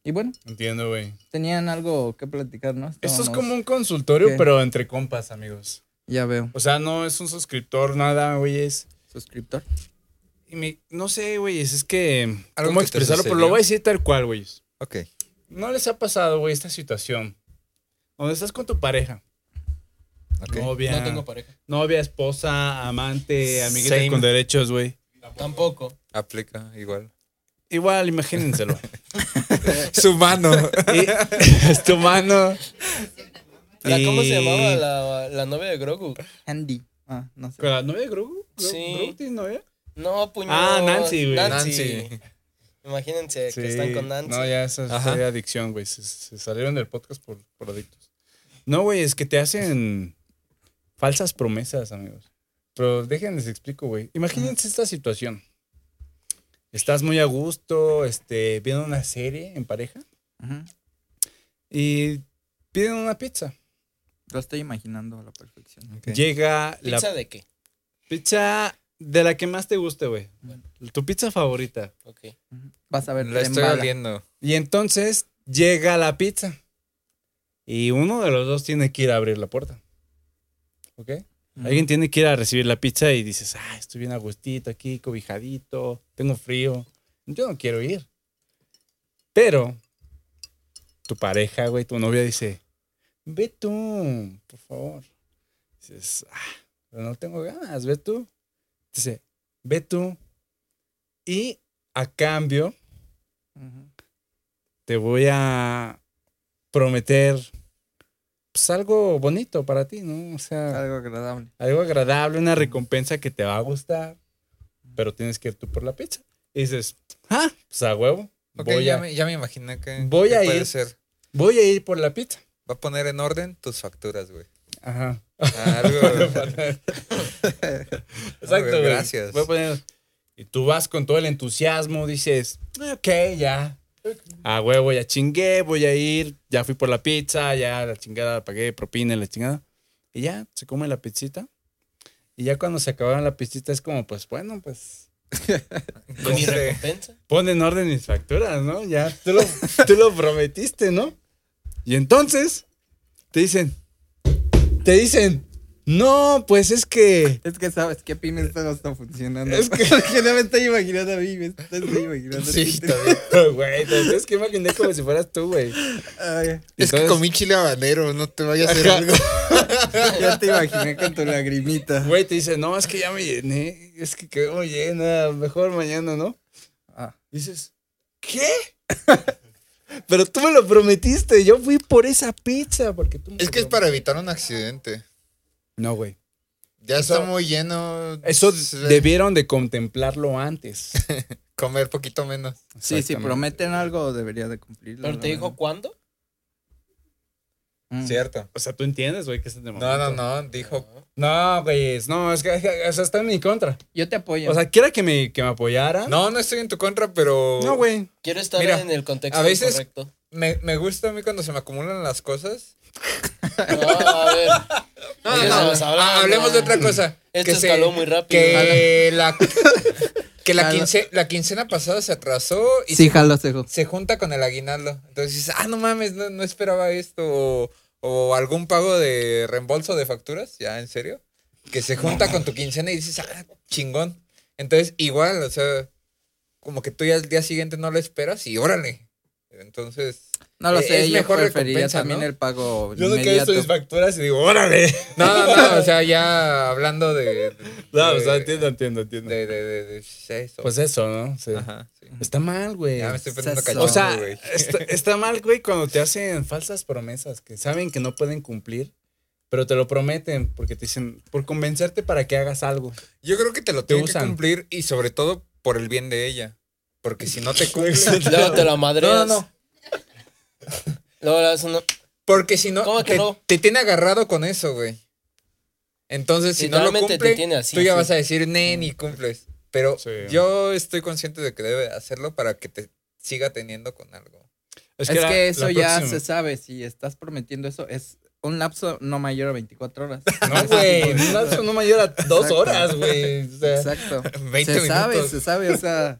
[SPEAKER 2] Y bueno,
[SPEAKER 3] Entiendo, güey.
[SPEAKER 2] tenían algo que platicar, ¿no?
[SPEAKER 3] Esto es
[SPEAKER 2] Estábamos-
[SPEAKER 3] como un consultorio,
[SPEAKER 2] ¿Qué?
[SPEAKER 3] pero entre compas, amigos.
[SPEAKER 2] Ya veo.
[SPEAKER 3] O sea, no es un suscriptor, nada, güey. Es.
[SPEAKER 2] Suscriptor.
[SPEAKER 3] y me- no sé, güey. Es, es que.
[SPEAKER 1] ¿Algo
[SPEAKER 3] ¿Cómo
[SPEAKER 1] que te
[SPEAKER 3] expresarlo? Pero
[SPEAKER 1] sucedió?
[SPEAKER 3] lo voy a decir tal cual, güey.
[SPEAKER 1] Ok.
[SPEAKER 3] ¿No les ha pasado, güey, esta situación? Donde estás con tu pareja.
[SPEAKER 1] ok.
[SPEAKER 3] Novia.
[SPEAKER 4] no tengo pareja.
[SPEAKER 3] novia, esposa, amante, amiguita
[SPEAKER 1] Same.
[SPEAKER 3] con derechos, güey.
[SPEAKER 4] Tampoco.
[SPEAKER 1] Aplica igual.
[SPEAKER 3] Igual, imagínenselo.
[SPEAKER 1] Su mano.
[SPEAKER 3] Y- es tu mano.
[SPEAKER 4] La- ¿Cómo
[SPEAKER 3] Y-
[SPEAKER 4] se llamaba la, la novia de Grogu?
[SPEAKER 2] Andy. Ah, no sé.
[SPEAKER 3] ¿La novia de Grogu? ¿Gro-
[SPEAKER 4] Sí.
[SPEAKER 3] ¿Grogu tiene novia?
[SPEAKER 4] No, puño.
[SPEAKER 3] Ah, Nancy, güey.
[SPEAKER 4] Nancy.
[SPEAKER 1] Nancy.
[SPEAKER 4] Imagínense que están con Nancy.
[SPEAKER 3] No, ya esa es
[SPEAKER 1] Ajá.
[SPEAKER 3] fue adicción, güey. Se, se salieron del podcast por, por adictos. No, güey, es que te hacen falsas promesas, amigos. Pero déjenles explico, güey. Imagínense esta situación. Estás muy a gusto, este, viendo una serie en pareja
[SPEAKER 2] Ujú.
[SPEAKER 3] y piden una pizza.
[SPEAKER 2] Lo estoy imaginando a la perfección.
[SPEAKER 1] Ok.
[SPEAKER 3] Llega la
[SPEAKER 4] ¿Pizza de qué?
[SPEAKER 3] Pizza de la que más te guste, güey.
[SPEAKER 4] Bueno.
[SPEAKER 3] Tu pizza favorita.
[SPEAKER 4] Ok.
[SPEAKER 2] Ujú. Vas a ver.
[SPEAKER 1] La
[SPEAKER 2] te
[SPEAKER 1] estoy
[SPEAKER 2] embala.
[SPEAKER 1] oliendo.
[SPEAKER 3] Y entonces llega la pizza. Y uno de los dos tiene que ir a abrir la puerta. ¿Ok?
[SPEAKER 2] Ujú.
[SPEAKER 3] Alguien tiene que ir a recibir la pizza y dices, ah, estoy bien a gustito aquí, cobijadito, tengo frío. Yo no quiero ir. Pero tu pareja, güey, tu novia dice, ve tú, por favor. Dices, ah, pero no tengo ganas, ve tú. Dice, ve tú. Y a cambio,
[SPEAKER 2] Ujú.
[SPEAKER 3] te voy a prometer pues, algo bonito para ti, ¿no? O sea,
[SPEAKER 2] Algo agradable.
[SPEAKER 3] algo agradable, una recompensa que te va a gustar, pero tienes que ir tú por la pizza. Y dices, ah, pues a huevo,
[SPEAKER 1] Ok,
[SPEAKER 3] voy,
[SPEAKER 1] ya,
[SPEAKER 3] a,
[SPEAKER 1] me, ya me imaginé que.
[SPEAKER 3] voy
[SPEAKER 1] que
[SPEAKER 3] a
[SPEAKER 1] puede
[SPEAKER 3] ir.
[SPEAKER 1] ser.
[SPEAKER 3] voy a ir por la pizza.
[SPEAKER 1] Va a poner en orden tus facturas, güey.
[SPEAKER 3] Ajá.
[SPEAKER 1] Algo.
[SPEAKER 3] Exacto, güey. pues,
[SPEAKER 1] gracias.
[SPEAKER 3] Voy a poner- y tú vas con todo el entusiasmo, dices, ok, ya, A huevo, ya chingué, voy a ir, ya fui por la pizza, ya la chingada la pagué, propina, la chingada. Y ya, se come la pizzita. Y ya cuando se acabaron la pizzita es como, pues bueno, pues
[SPEAKER 4] Con mi recompensa.
[SPEAKER 3] pon en orden mis facturas, ¿no? Ya, tú lo, tú lo prometiste, ¿no? Y entonces, te dicen, te dicen, no, pues es que...
[SPEAKER 2] Es que sabes que Pyme esto no está funcionando.
[SPEAKER 3] Es que-
[SPEAKER 2] que no me estoy imaginando a mí, me estoy imaginando. a
[SPEAKER 5] Sí,
[SPEAKER 2] ti.
[SPEAKER 5] también.
[SPEAKER 3] Güey, es que imaginé como si fueras tú, güey.
[SPEAKER 2] Ay,
[SPEAKER 5] Es que
[SPEAKER 3] Entonces-
[SPEAKER 5] comí chile habanero, no te vaya a hacer
[SPEAKER 3] Ajá.
[SPEAKER 5] algo.
[SPEAKER 2] ya te imaginé con tu lagrimita.
[SPEAKER 3] Güey, te dice, no, es que ya me llené, es que quedó muy llena, mejor mañana, ¿no?
[SPEAKER 2] Ah.
[SPEAKER 3] Dices, ¿qué? Pero tú me lo prometiste, yo fui por esa pizza, porque tú me
[SPEAKER 5] Es
[SPEAKER 3] lo
[SPEAKER 5] que es para evitar un accidente.
[SPEAKER 3] prometiste. No, güey.
[SPEAKER 5] Ya está
[SPEAKER 3] Eso-
[SPEAKER 5] muy lleno.
[SPEAKER 3] Eso
[SPEAKER 5] Sí,
[SPEAKER 3] debieron de contemplarlo antes.
[SPEAKER 5] comer poquito menos.
[SPEAKER 2] Sí, si
[SPEAKER 3] Exactamente.
[SPEAKER 2] prometen algo, debería de cumplirlo.
[SPEAKER 4] Pero
[SPEAKER 2] la
[SPEAKER 4] te dijo
[SPEAKER 2] verdad.
[SPEAKER 4] cuándo.
[SPEAKER 2] Mm.
[SPEAKER 1] Cierto.
[SPEAKER 3] O sea, tú entiendes, güey, que es de
[SPEAKER 1] No, no, no. Dijo.
[SPEAKER 3] No, güey, es- no, es que, o sea, está en mi contra.
[SPEAKER 2] Yo te apoyo.
[SPEAKER 3] O sea, quiera que me, que me apoyara.
[SPEAKER 1] No, no estoy en tu contra, pero.
[SPEAKER 3] No, güey.
[SPEAKER 4] Quiero estar
[SPEAKER 1] Mira,
[SPEAKER 4] en el contexto
[SPEAKER 1] a veces-
[SPEAKER 4] correcto.
[SPEAKER 1] Me, me gusta a mí cuando se me acumulan las cosas.
[SPEAKER 4] No, a ver.
[SPEAKER 1] No, no,
[SPEAKER 4] Ellos
[SPEAKER 1] no.
[SPEAKER 4] se las hablan,
[SPEAKER 1] Ah, hablemos de
[SPEAKER 4] no.
[SPEAKER 1] otra cosa.
[SPEAKER 4] Esto
[SPEAKER 1] Que se-
[SPEAKER 4] escaló muy rápido.
[SPEAKER 1] Que la, que la,
[SPEAKER 2] Jalo.
[SPEAKER 1] quince- la quincena pasada se atrasó y
[SPEAKER 2] sí, jalo, cejo.
[SPEAKER 1] se junta con el aguinaldo. Entonces dices, ah, no mames, no, no esperaba esto. O, o algún pago de reembolso de facturas, ya en serio. Que se junta con tu quincena y dices, ah, chingón. Entonces, igual, o sea, como que tú ya al día siguiente no lo esperas y órale. Entonces,
[SPEAKER 2] No lo
[SPEAKER 1] Eh,
[SPEAKER 2] sé,
[SPEAKER 1] es
[SPEAKER 2] yo
[SPEAKER 1] mejor
[SPEAKER 2] preferiría
[SPEAKER 1] recompensa,
[SPEAKER 2] también
[SPEAKER 1] ¿no?
[SPEAKER 2] el pago
[SPEAKER 3] Yo sé que
[SPEAKER 2] inmediato.
[SPEAKER 3] esto es facturas y digo, órale.
[SPEAKER 1] no, no, no, o sea, ya hablando de.
[SPEAKER 3] No,
[SPEAKER 1] de-
[SPEAKER 3] o sea, entiendo, entiendo, entiendo.
[SPEAKER 1] De, de, de, de- de eso.
[SPEAKER 3] Eh, Pues eso, ¿no? Sí.
[SPEAKER 1] Ajá, sí.
[SPEAKER 3] Está mal, güey.
[SPEAKER 1] Ya me estoy poniendo
[SPEAKER 2] Eso.
[SPEAKER 1] cachorro,
[SPEAKER 3] O sea,
[SPEAKER 1] güey.
[SPEAKER 3] está, está mal, güey, cuando te hacen falsas promesas que saben que no pueden cumplir, pero te lo prometen porque te dicen, por convencerte para que hagas algo.
[SPEAKER 1] Yo creo que te lo
[SPEAKER 3] Te
[SPEAKER 1] tengo que
[SPEAKER 3] usan.
[SPEAKER 1] cumplir y sobre todo por el bien de ella. Porque si no te cumple.
[SPEAKER 4] Luego te
[SPEAKER 1] No,
[SPEAKER 4] la
[SPEAKER 1] no,
[SPEAKER 4] madreas.
[SPEAKER 1] no.
[SPEAKER 4] Luego le das una.
[SPEAKER 1] Porque si no,
[SPEAKER 4] ¿Cómo que
[SPEAKER 1] te,
[SPEAKER 4] no?
[SPEAKER 1] te tiene agarrado con eso, güey. Entonces, si no lo
[SPEAKER 4] Literalmente
[SPEAKER 1] cumple,
[SPEAKER 4] te tiene así,
[SPEAKER 1] tú ya
[SPEAKER 4] sí.
[SPEAKER 1] vas a decir, ne, ni cumples. Pero
[SPEAKER 3] Mm. Sí.
[SPEAKER 1] yo estoy consciente de que debe hacerlo para que te siga teniendo con algo.
[SPEAKER 2] Es que, eso ya se sabe. Si estás prometiendo eso, es un lapso no mayor a 24 horas.
[SPEAKER 3] No, güey, un lapso no mayor a dos
[SPEAKER 2] Exacto.
[SPEAKER 3] horas, güey. O sea,
[SPEAKER 2] Exacto.
[SPEAKER 1] 20
[SPEAKER 2] se sabe,
[SPEAKER 1] minutos.
[SPEAKER 2] se sabe. O sea,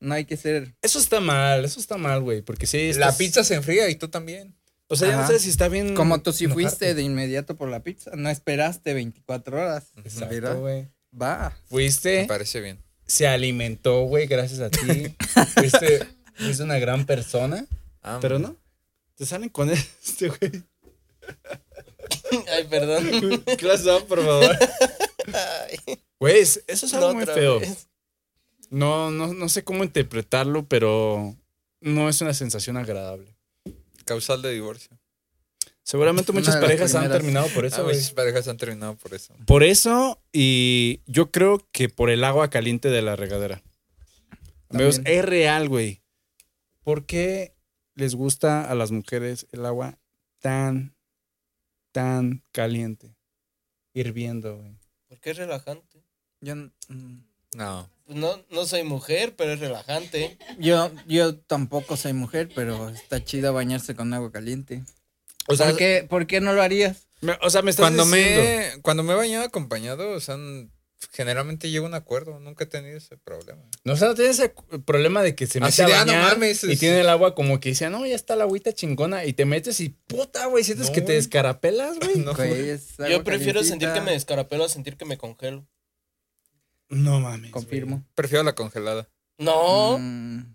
[SPEAKER 2] no hay que ser.
[SPEAKER 3] eso está mal, eso está mal, güey, porque sí.
[SPEAKER 1] La
[SPEAKER 3] estás-
[SPEAKER 1] pizza se enfría y tú también.
[SPEAKER 3] O sea, ya no
[SPEAKER 2] Ajá.
[SPEAKER 3] sé si está bien.
[SPEAKER 2] Como tú si
[SPEAKER 3] enojarte.
[SPEAKER 2] fuiste de inmediato por la pizza, no esperaste 24 horas. Mira,
[SPEAKER 3] Exacto, güey.
[SPEAKER 2] va.
[SPEAKER 1] Me
[SPEAKER 3] Fuiste,
[SPEAKER 1] parece bien.
[SPEAKER 3] se alimentó, güey, gracias a ti. fuiste, fuiste una gran persona.
[SPEAKER 1] Ah,
[SPEAKER 3] Pero no. Te salen con este, güey.
[SPEAKER 4] Ay, perdón.
[SPEAKER 3] Class up, por favor.
[SPEAKER 4] Ay,
[SPEAKER 3] Güey, es- Pues, eso es algo
[SPEAKER 4] no,
[SPEAKER 3] muy
[SPEAKER 4] otra
[SPEAKER 3] feo.
[SPEAKER 4] vez.
[SPEAKER 3] No, no, no sé cómo interpretarlo, pero no es una sensación agradable.
[SPEAKER 1] Causal de divorcio.
[SPEAKER 3] Seguramente
[SPEAKER 2] Una
[SPEAKER 3] muchas
[SPEAKER 2] de las
[SPEAKER 3] parejas han
[SPEAKER 2] primeras.
[SPEAKER 3] terminado por
[SPEAKER 1] Ah,
[SPEAKER 3] eso, güey.
[SPEAKER 1] muchas parejas han terminado por eso.
[SPEAKER 3] Por eso, y yo creo que por el agua caliente de la regadera. Amigos,
[SPEAKER 2] También.
[SPEAKER 3] es real, güey. ¿Por qué les gusta a las mujeres el agua tan, tan caliente? Hirviendo, güey.
[SPEAKER 4] Porque es relajante. Pues
[SPEAKER 2] Yo, mm,
[SPEAKER 1] No.
[SPEAKER 4] No, no soy mujer, pero es relajante.
[SPEAKER 2] yo, yo tampoco soy mujer, pero está chido bañarse con agua caliente.
[SPEAKER 3] O sea,
[SPEAKER 2] ¿Por, qué, por qué no lo harías?
[SPEAKER 3] Me- o sea, me estás
[SPEAKER 1] Cuando
[SPEAKER 3] diciendo.
[SPEAKER 1] me, cuando me he bañado acompañado, o sea, n- generalmente llevo un acuerdo. Nunca he tenido ese problema.
[SPEAKER 3] No, o sea, no tienes ese cu- problema de que se mete
[SPEAKER 1] Así
[SPEAKER 3] a
[SPEAKER 1] de, ah, no
[SPEAKER 3] bañar
[SPEAKER 1] mames,
[SPEAKER 3] y
[SPEAKER 1] es-
[SPEAKER 3] tiene el agua como que dice, "Ah, no, ya está la agüita chingona y te metes y puta, güey, sientes
[SPEAKER 1] No,
[SPEAKER 3] que te
[SPEAKER 1] güey.
[SPEAKER 3] descarapelas, güey.
[SPEAKER 1] No,
[SPEAKER 2] Güey, es Pues, agua
[SPEAKER 4] Yo prefiero sentir que me
[SPEAKER 2] calientita.
[SPEAKER 4] descarapelo a sentir que me congelo.
[SPEAKER 3] No mames.
[SPEAKER 2] Confirmo.
[SPEAKER 1] prefiero la congelada.
[SPEAKER 4] No,
[SPEAKER 2] Mm,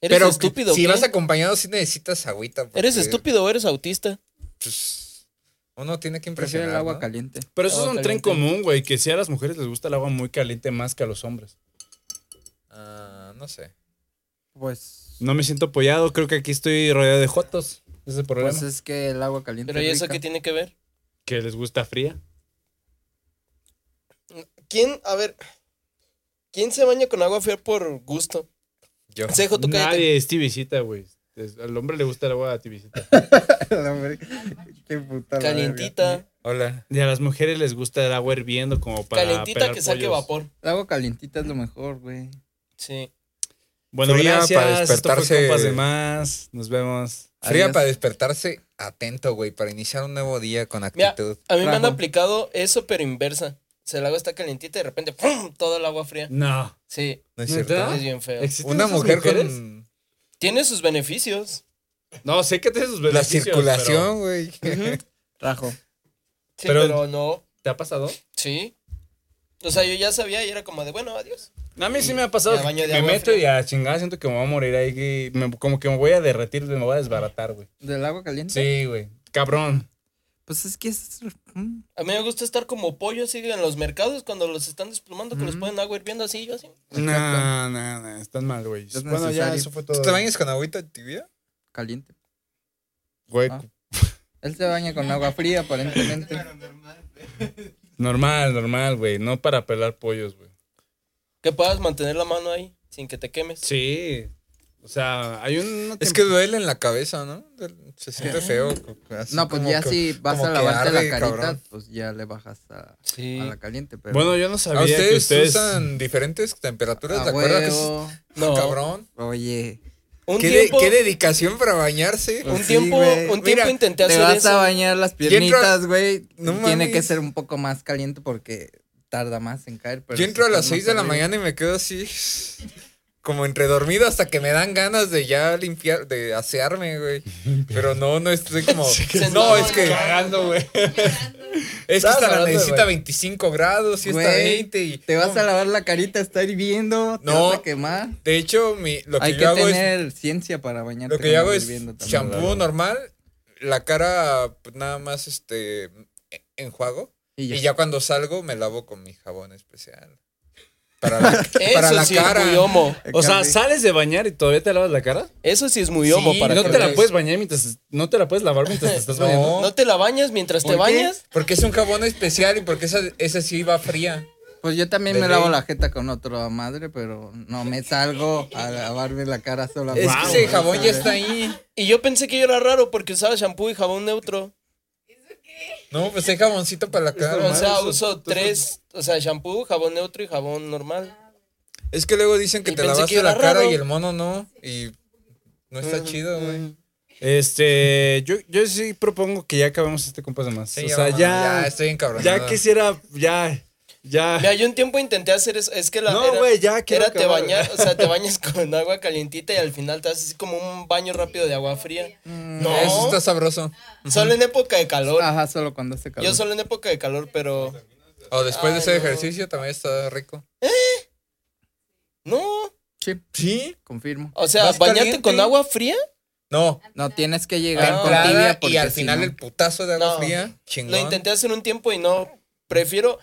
[SPEAKER 4] eres
[SPEAKER 1] Pero
[SPEAKER 4] estúpido.
[SPEAKER 1] si
[SPEAKER 4] ¿qué?
[SPEAKER 1] vas acompañado, sí necesitas agüita.
[SPEAKER 4] ¿Eres
[SPEAKER 1] porque,
[SPEAKER 4] estúpido o eres autista?
[SPEAKER 1] pues, uno tiene que
[SPEAKER 2] prefiero
[SPEAKER 1] impresionar.
[SPEAKER 2] el agua
[SPEAKER 1] ¿no?
[SPEAKER 2] caliente.
[SPEAKER 3] Pero eso
[SPEAKER 4] Agua
[SPEAKER 3] es un tren
[SPEAKER 4] caliente.
[SPEAKER 3] común, güey, que si a las mujeres les gusta el agua muy caliente más que a los hombres.
[SPEAKER 1] Ah, no sé.
[SPEAKER 2] Pues,
[SPEAKER 3] No me siento apoyado, creo que aquí estoy rodeado de jotos. Ese es el problema.
[SPEAKER 2] pues es que el agua caliente.
[SPEAKER 4] Pero ¿y eso
[SPEAKER 2] rica.
[SPEAKER 4] qué tiene que ver?
[SPEAKER 3] que les gusta fría.
[SPEAKER 4] ¿Quién, a ver, quién se baña con agua fría por gusto?
[SPEAKER 1] Yo.
[SPEAKER 4] Sejo, tú cállate.
[SPEAKER 3] Nadie es tibicita, güey. Es- Al hombre le gusta el agua tibicita.
[SPEAKER 2] La verga. Qué puta la verga.
[SPEAKER 4] Calientita,
[SPEAKER 1] Hola.
[SPEAKER 3] Y a las mujeres les gusta el agua hirviendo como para
[SPEAKER 4] calientita
[SPEAKER 3] pelar
[SPEAKER 4] que saque
[SPEAKER 3] pollos.
[SPEAKER 4] vapor.
[SPEAKER 2] El agua calientita es lo mejor, güey.
[SPEAKER 4] Sí.
[SPEAKER 3] Bueno,
[SPEAKER 1] Fría para
[SPEAKER 3] gracias. Para despertarse.
[SPEAKER 1] despertarse.
[SPEAKER 3] compas de más. Nos vemos.
[SPEAKER 1] Fría
[SPEAKER 2] Adiós.
[SPEAKER 1] para despertarse atento, güey, para iniciar un nuevo día con
[SPEAKER 4] Mira,
[SPEAKER 1] actitud.
[SPEAKER 4] a mí me han
[SPEAKER 2] Rajo.
[SPEAKER 4] aplicado eso, pero inversa. Se el agua está calientita y de repente ¡pum! todo el agua fría.
[SPEAKER 3] No.
[SPEAKER 4] Sí,
[SPEAKER 1] ¿No es
[SPEAKER 3] ¿Neta?
[SPEAKER 1] cierto?
[SPEAKER 4] es bien feo.
[SPEAKER 3] ¿Existen
[SPEAKER 1] Una
[SPEAKER 3] esas
[SPEAKER 1] mujer
[SPEAKER 3] mujeres?
[SPEAKER 1] con
[SPEAKER 4] Tiene sus beneficios.
[SPEAKER 3] No, sé que tiene sus
[SPEAKER 1] la
[SPEAKER 3] beneficios.
[SPEAKER 1] circulación, güey.
[SPEAKER 2] Rajo.
[SPEAKER 4] Sí,
[SPEAKER 3] Pero-
[SPEAKER 4] pero, no.
[SPEAKER 3] pero- ¿Te ha pasado?
[SPEAKER 4] Sí. O sea, yo ya sabía y era como de, bueno, adiós.
[SPEAKER 3] A mí sí me ha
[SPEAKER 4] Y
[SPEAKER 3] pasado.
[SPEAKER 4] al
[SPEAKER 3] que
[SPEAKER 4] baño de
[SPEAKER 3] me
[SPEAKER 4] agua
[SPEAKER 3] meto
[SPEAKER 4] fría.
[SPEAKER 3] y a chingada siento que me voy a morir ahí. que me- como que me voy a derretir, me voy a desbaratar, güey.
[SPEAKER 2] ¿Del agua caliente?
[SPEAKER 3] Sí, güey. Cabrón.
[SPEAKER 2] Pues es que es. mm,
[SPEAKER 4] A mí me gusta estar como pollo así en los mercados cuando los están desplumando, que les ponen agua hirviendo así, yo así.
[SPEAKER 3] No, no, no. Están mal, güey.
[SPEAKER 2] Es
[SPEAKER 3] Bueno, ya
[SPEAKER 2] necesario.
[SPEAKER 3] eso fue todo.
[SPEAKER 1] ¿Tú te bañas con agüita tibia?
[SPEAKER 2] Caliente.
[SPEAKER 3] Güey,
[SPEAKER 2] Ah. Él se baña con agua fría, aparentemente.
[SPEAKER 3] normal, normal, güey. No para pelar pollos, güey.
[SPEAKER 4] Que puedas mantener la mano ahí sin que te quemes.
[SPEAKER 3] Sí. O sea, hay un.
[SPEAKER 1] Es que duele en la cabeza, ¿no? Se siente feo. así
[SPEAKER 2] No, pues
[SPEAKER 1] como
[SPEAKER 2] ya
[SPEAKER 1] que-
[SPEAKER 2] si vas
[SPEAKER 1] como
[SPEAKER 2] a
[SPEAKER 1] que
[SPEAKER 2] lavarte
[SPEAKER 1] arde,
[SPEAKER 2] la carita,
[SPEAKER 1] cabrón.
[SPEAKER 2] pues ya le bajas a,
[SPEAKER 4] Sí.
[SPEAKER 2] a la caliente. Pero
[SPEAKER 3] Bueno, yo no
[SPEAKER 1] ¿A
[SPEAKER 3] sabía
[SPEAKER 1] ustedes,
[SPEAKER 3] que ustedes.
[SPEAKER 1] usan diferentes temperaturas?
[SPEAKER 2] a
[SPEAKER 1] ¿Te acuerdas que es-
[SPEAKER 2] Ah, huevo.
[SPEAKER 4] No.
[SPEAKER 1] Cabrón.
[SPEAKER 2] Oye.
[SPEAKER 4] Un
[SPEAKER 1] ¿Qué, de-
[SPEAKER 4] tiempo, Pues,
[SPEAKER 1] qué dedicación para bañarse?
[SPEAKER 4] un
[SPEAKER 2] Sí,
[SPEAKER 4] tiempo,
[SPEAKER 2] güey.
[SPEAKER 4] un tiempo
[SPEAKER 1] Mira,
[SPEAKER 2] Te
[SPEAKER 4] intenté hacer
[SPEAKER 2] vas
[SPEAKER 4] eso.
[SPEAKER 2] a bañar las
[SPEAKER 1] Yo entro-
[SPEAKER 2] piernitas, güey.
[SPEAKER 1] No
[SPEAKER 2] Tiene que
[SPEAKER 1] mames.
[SPEAKER 2] ser un poco más caliente porque tarda más en caer. Pero
[SPEAKER 1] Yo entro a
[SPEAKER 2] si
[SPEAKER 1] las
[SPEAKER 2] estás
[SPEAKER 1] 6
[SPEAKER 2] más
[SPEAKER 1] de la
[SPEAKER 2] arriba-
[SPEAKER 1] mañana y me quedo así, como entre dormido hasta que me dan ganas de ya limpiar, de asearme, güey. Pero no, no estoy como. No, es que,
[SPEAKER 3] Cagando, güey.
[SPEAKER 1] es que
[SPEAKER 3] Estabas
[SPEAKER 1] esta la
[SPEAKER 3] hablando de
[SPEAKER 1] necesita
[SPEAKER 3] baño.
[SPEAKER 1] 25 grados y esta
[SPEAKER 2] Güey,
[SPEAKER 1] 20. Y,
[SPEAKER 2] Te vas
[SPEAKER 1] no,
[SPEAKER 2] a lavar la carita, está hirviendo. Te
[SPEAKER 1] No.
[SPEAKER 2] vas a quemar.
[SPEAKER 1] De hecho, mi, lo que
[SPEAKER 2] Hay
[SPEAKER 1] yo
[SPEAKER 2] que
[SPEAKER 1] hago es
[SPEAKER 2] tener ciencia para bañarte.
[SPEAKER 1] Lo que
[SPEAKER 2] con
[SPEAKER 1] yo
[SPEAKER 2] agua
[SPEAKER 1] hago es
[SPEAKER 2] hirviendo también.
[SPEAKER 1] shampoo normal, la cara pues, nada más este e- enjuago
[SPEAKER 2] Y ya.
[SPEAKER 1] y ya cuando salgo me lavo con mi jabón especial. Para la,
[SPEAKER 4] Eso
[SPEAKER 1] para la
[SPEAKER 4] sí
[SPEAKER 1] cara.
[SPEAKER 4] es muy homo.
[SPEAKER 3] O sea,
[SPEAKER 2] Cambio.
[SPEAKER 3] sales de bañar y todavía te lavas la cara.
[SPEAKER 4] Eso sí es muy homo
[SPEAKER 1] Sí,
[SPEAKER 4] para
[SPEAKER 3] no
[SPEAKER 4] que
[SPEAKER 3] te la
[SPEAKER 4] veas.
[SPEAKER 3] puedes bañar mientras. No te la puedes lavar mientras te estás bañando.
[SPEAKER 1] No,
[SPEAKER 4] No te la bañas mientras te
[SPEAKER 2] ¿Por qué?
[SPEAKER 4] bañas.
[SPEAKER 1] porque es un jabón especial y porque esa, esa sí va fría.
[SPEAKER 2] Pues yo también
[SPEAKER 1] De
[SPEAKER 2] me lavo
[SPEAKER 1] ley.
[SPEAKER 2] la jeta con otra madre, pero no me salgo a lavarme la cara sola.
[SPEAKER 1] Es
[SPEAKER 3] Wow.
[SPEAKER 1] que ese jabón ya está ahí.
[SPEAKER 4] Y yo pensé que yo era raro porque usaba shampoo y jabón neutro.
[SPEAKER 1] No, pues hay jaboncito para la
[SPEAKER 4] O
[SPEAKER 1] cara.
[SPEAKER 4] sea, uso tres, o sea, shampoo, jabón neutro y jabón normal.
[SPEAKER 1] Es que luego dicen que
[SPEAKER 4] Y
[SPEAKER 1] te
[SPEAKER 4] pensé
[SPEAKER 1] lavaste
[SPEAKER 4] que era
[SPEAKER 1] la cara
[SPEAKER 4] raro. Mm,
[SPEAKER 1] y el mono no. Y no está chido, güey.
[SPEAKER 3] Este, yo, yo sí propongo que ya acabemos este compas de más.
[SPEAKER 1] Sí, ya
[SPEAKER 3] o sea,
[SPEAKER 1] vámonos, ya
[SPEAKER 3] ya,
[SPEAKER 1] estoy
[SPEAKER 3] ya,
[SPEAKER 1] encabronado.
[SPEAKER 3] quisiera, ya, ya.
[SPEAKER 4] Mira, yo un tiempo intenté hacer eso, es que la
[SPEAKER 3] no,
[SPEAKER 4] era-
[SPEAKER 3] güey, ya quiero
[SPEAKER 4] Era te
[SPEAKER 3] acabar.
[SPEAKER 4] bañas, o sea, te bañas con agua calientita y al final te haces así como un baño rápido de agua fría. No,
[SPEAKER 1] Eso está sabroso.
[SPEAKER 4] solo en época de calor.
[SPEAKER 2] Mm, Ajá, solo cuando hace Ah, calor.
[SPEAKER 4] Yo solo en época de calor, pero
[SPEAKER 1] O después de
[SPEAKER 4] Ay,
[SPEAKER 1] ese
[SPEAKER 4] no.
[SPEAKER 1] ejercicio también está rico.
[SPEAKER 4] no,
[SPEAKER 2] Sí,
[SPEAKER 1] ¿Sí?
[SPEAKER 2] confirmo.
[SPEAKER 4] o sea,
[SPEAKER 1] ¿Vas
[SPEAKER 4] bañarte
[SPEAKER 1] caliente?
[SPEAKER 4] con agua fría.
[SPEAKER 1] No,
[SPEAKER 2] No tienes que
[SPEAKER 1] la
[SPEAKER 2] llegar
[SPEAKER 4] Ah.
[SPEAKER 2] con
[SPEAKER 1] entrada
[SPEAKER 2] tibia porque
[SPEAKER 1] y al
[SPEAKER 2] si
[SPEAKER 1] final
[SPEAKER 2] no-
[SPEAKER 1] el putazo de agua
[SPEAKER 4] No.
[SPEAKER 1] fría, chingón.
[SPEAKER 4] Lo intenté hacer un tiempo y no, prefiero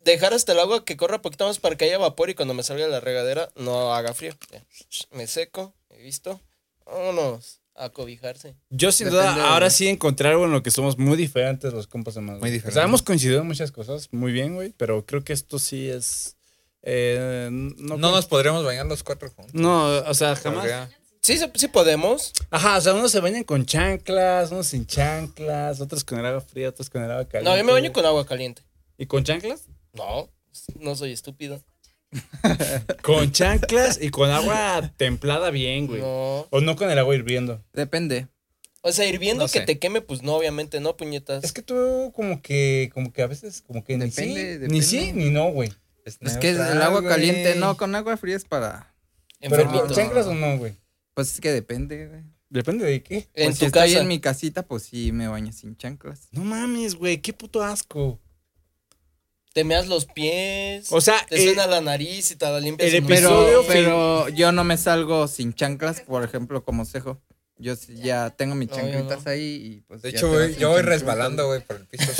[SPEAKER 4] dejar hasta el agua que corra poquito más para que haya vapor y cuando me salga de la regadera no haga frío. Ya. Me seco, he visto. Vámonos a cobijarse.
[SPEAKER 3] Yo sin
[SPEAKER 2] Depende de-
[SPEAKER 3] duda, ahora sí encontré algo en lo que somos muy diferentes los compas de más.
[SPEAKER 1] Muy
[SPEAKER 3] güey.
[SPEAKER 1] diferentes.
[SPEAKER 3] O sea, hemos coincidido en muchas cosas, muy bien, güey, pero creo que esto sí es... eh, no,
[SPEAKER 1] No nos podríamos bañar los cuatro juntos.
[SPEAKER 3] No, o sea, jamás.
[SPEAKER 1] Podría.
[SPEAKER 4] Sí, se- sí podemos.
[SPEAKER 3] Ajá, o sea, unos se bañan con chanclas, unos sin chanclas, otros con el agua fría, otros con el agua caliente.
[SPEAKER 4] No, yo me baño con agua caliente.
[SPEAKER 3] ¿Y con chanclas?
[SPEAKER 4] No, no soy estúpido.
[SPEAKER 3] Con chanclas y con agua templada bien, güey.
[SPEAKER 4] No.
[SPEAKER 3] O no con el agua hirviendo.
[SPEAKER 2] Depende.
[SPEAKER 4] O sea, hirviendo
[SPEAKER 1] No
[SPEAKER 4] que
[SPEAKER 1] sé.
[SPEAKER 4] te queme, pues no, obviamente no, puñetas.
[SPEAKER 3] Es que tú como que, como que a veces, como que ni sí,
[SPEAKER 2] Depende,
[SPEAKER 3] ni
[SPEAKER 2] depende.
[SPEAKER 3] sí, ni no, güey.
[SPEAKER 2] Es que el agua caliente, no, con agua fría es para.
[SPEAKER 1] pues,
[SPEAKER 3] Pero
[SPEAKER 4] enfermito.
[SPEAKER 3] con chanclas o no, güey.
[SPEAKER 2] Pues es que depende, güey.
[SPEAKER 3] Depende de qué.
[SPEAKER 2] Pues
[SPEAKER 4] en tu
[SPEAKER 2] si estoy
[SPEAKER 4] casa.
[SPEAKER 2] en mi casita, pues sí me baño sin chanclas.
[SPEAKER 3] No mames, güey, qué puto asco.
[SPEAKER 4] Te meas los pies.
[SPEAKER 3] O sea,
[SPEAKER 4] te
[SPEAKER 3] eh,
[SPEAKER 4] suena la nariz y te la limpias.
[SPEAKER 3] el
[SPEAKER 4] en un
[SPEAKER 2] Pero,
[SPEAKER 3] Episodio
[SPEAKER 4] solo.
[SPEAKER 2] pero yo no me salgo sin chanclas, por ejemplo, como cejo. Yo sí ya tengo mis
[SPEAKER 4] No, yo
[SPEAKER 2] chanclitas
[SPEAKER 4] no.
[SPEAKER 2] ahí y pues.
[SPEAKER 1] De
[SPEAKER 2] ya
[SPEAKER 1] hecho,
[SPEAKER 2] te vas
[SPEAKER 1] güey,
[SPEAKER 2] sin
[SPEAKER 1] yo voy
[SPEAKER 2] chanclas.
[SPEAKER 1] resbalando, güey, por el piso.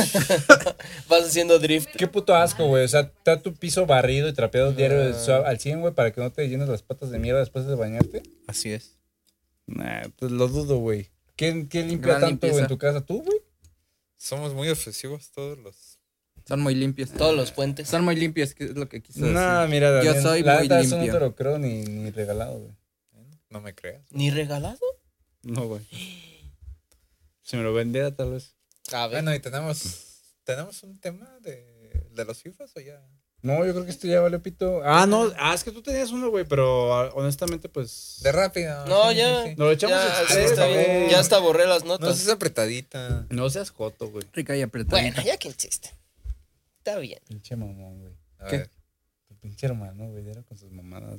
[SPEAKER 4] Vas haciendo drift.
[SPEAKER 3] Qué puto asco, güey. O sea, está tu piso barrido y
[SPEAKER 2] Ah.
[SPEAKER 3] trapeado diario de su- al 100, güey, para que no te llenes las patas de mierda después de bañarte.
[SPEAKER 1] Así es.
[SPEAKER 3] Nah, pues lo dudo, güey. ¿Quién, quién limpia
[SPEAKER 2] Gran
[SPEAKER 3] tanto
[SPEAKER 2] limpieza.
[SPEAKER 3] en tu casa? ¿Tú, güey?
[SPEAKER 1] Somos muy obsesivos todos los.
[SPEAKER 2] Son muy limpios.
[SPEAKER 4] Todos los puentes.
[SPEAKER 2] Son muy limpios, que es lo que quiso
[SPEAKER 3] No,
[SPEAKER 2] decir.
[SPEAKER 3] mira,
[SPEAKER 2] Yo
[SPEAKER 3] Daniel,
[SPEAKER 2] soy
[SPEAKER 3] la
[SPEAKER 2] muy
[SPEAKER 3] neta, eso
[SPEAKER 2] limpio.
[SPEAKER 3] no te lo creo ni, ni regalado, güey.
[SPEAKER 1] No me creas.
[SPEAKER 4] ¿Ni regalado?
[SPEAKER 3] No, güey. Si me lo vendiera, tal vez.
[SPEAKER 4] A ver.
[SPEAKER 1] Bueno, y tenemos. ¿Tenemos un tema de, de los FIFAs o ya?
[SPEAKER 3] No, yo creo que esto ya valió pito. Ah, no, ah, es que tú tenías uno, güey, pero ah, honestamente, pues.
[SPEAKER 1] De rápido.
[SPEAKER 4] No,
[SPEAKER 1] sí,
[SPEAKER 4] ya.
[SPEAKER 1] sí, sí.
[SPEAKER 3] Nos lo echamos
[SPEAKER 4] Ya, sí,
[SPEAKER 3] express,
[SPEAKER 4] está
[SPEAKER 3] güey.
[SPEAKER 4] bien. Ya hasta borré las
[SPEAKER 1] No
[SPEAKER 4] notas.
[SPEAKER 1] seas apretadita.
[SPEAKER 3] No seas joto, güey.
[SPEAKER 2] Rica y apretadita.
[SPEAKER 4] Bueno, ya que insiste. Está bien.
[SPEAKER 3] Pinche mamón, güey.
[SPEAKER 1] A
[SPEAKER 3] ¿Qué?
[SPEAKER 1] ver.
[SPEAKER 3] Tu pinche hermano, güey, era con sus mamadas.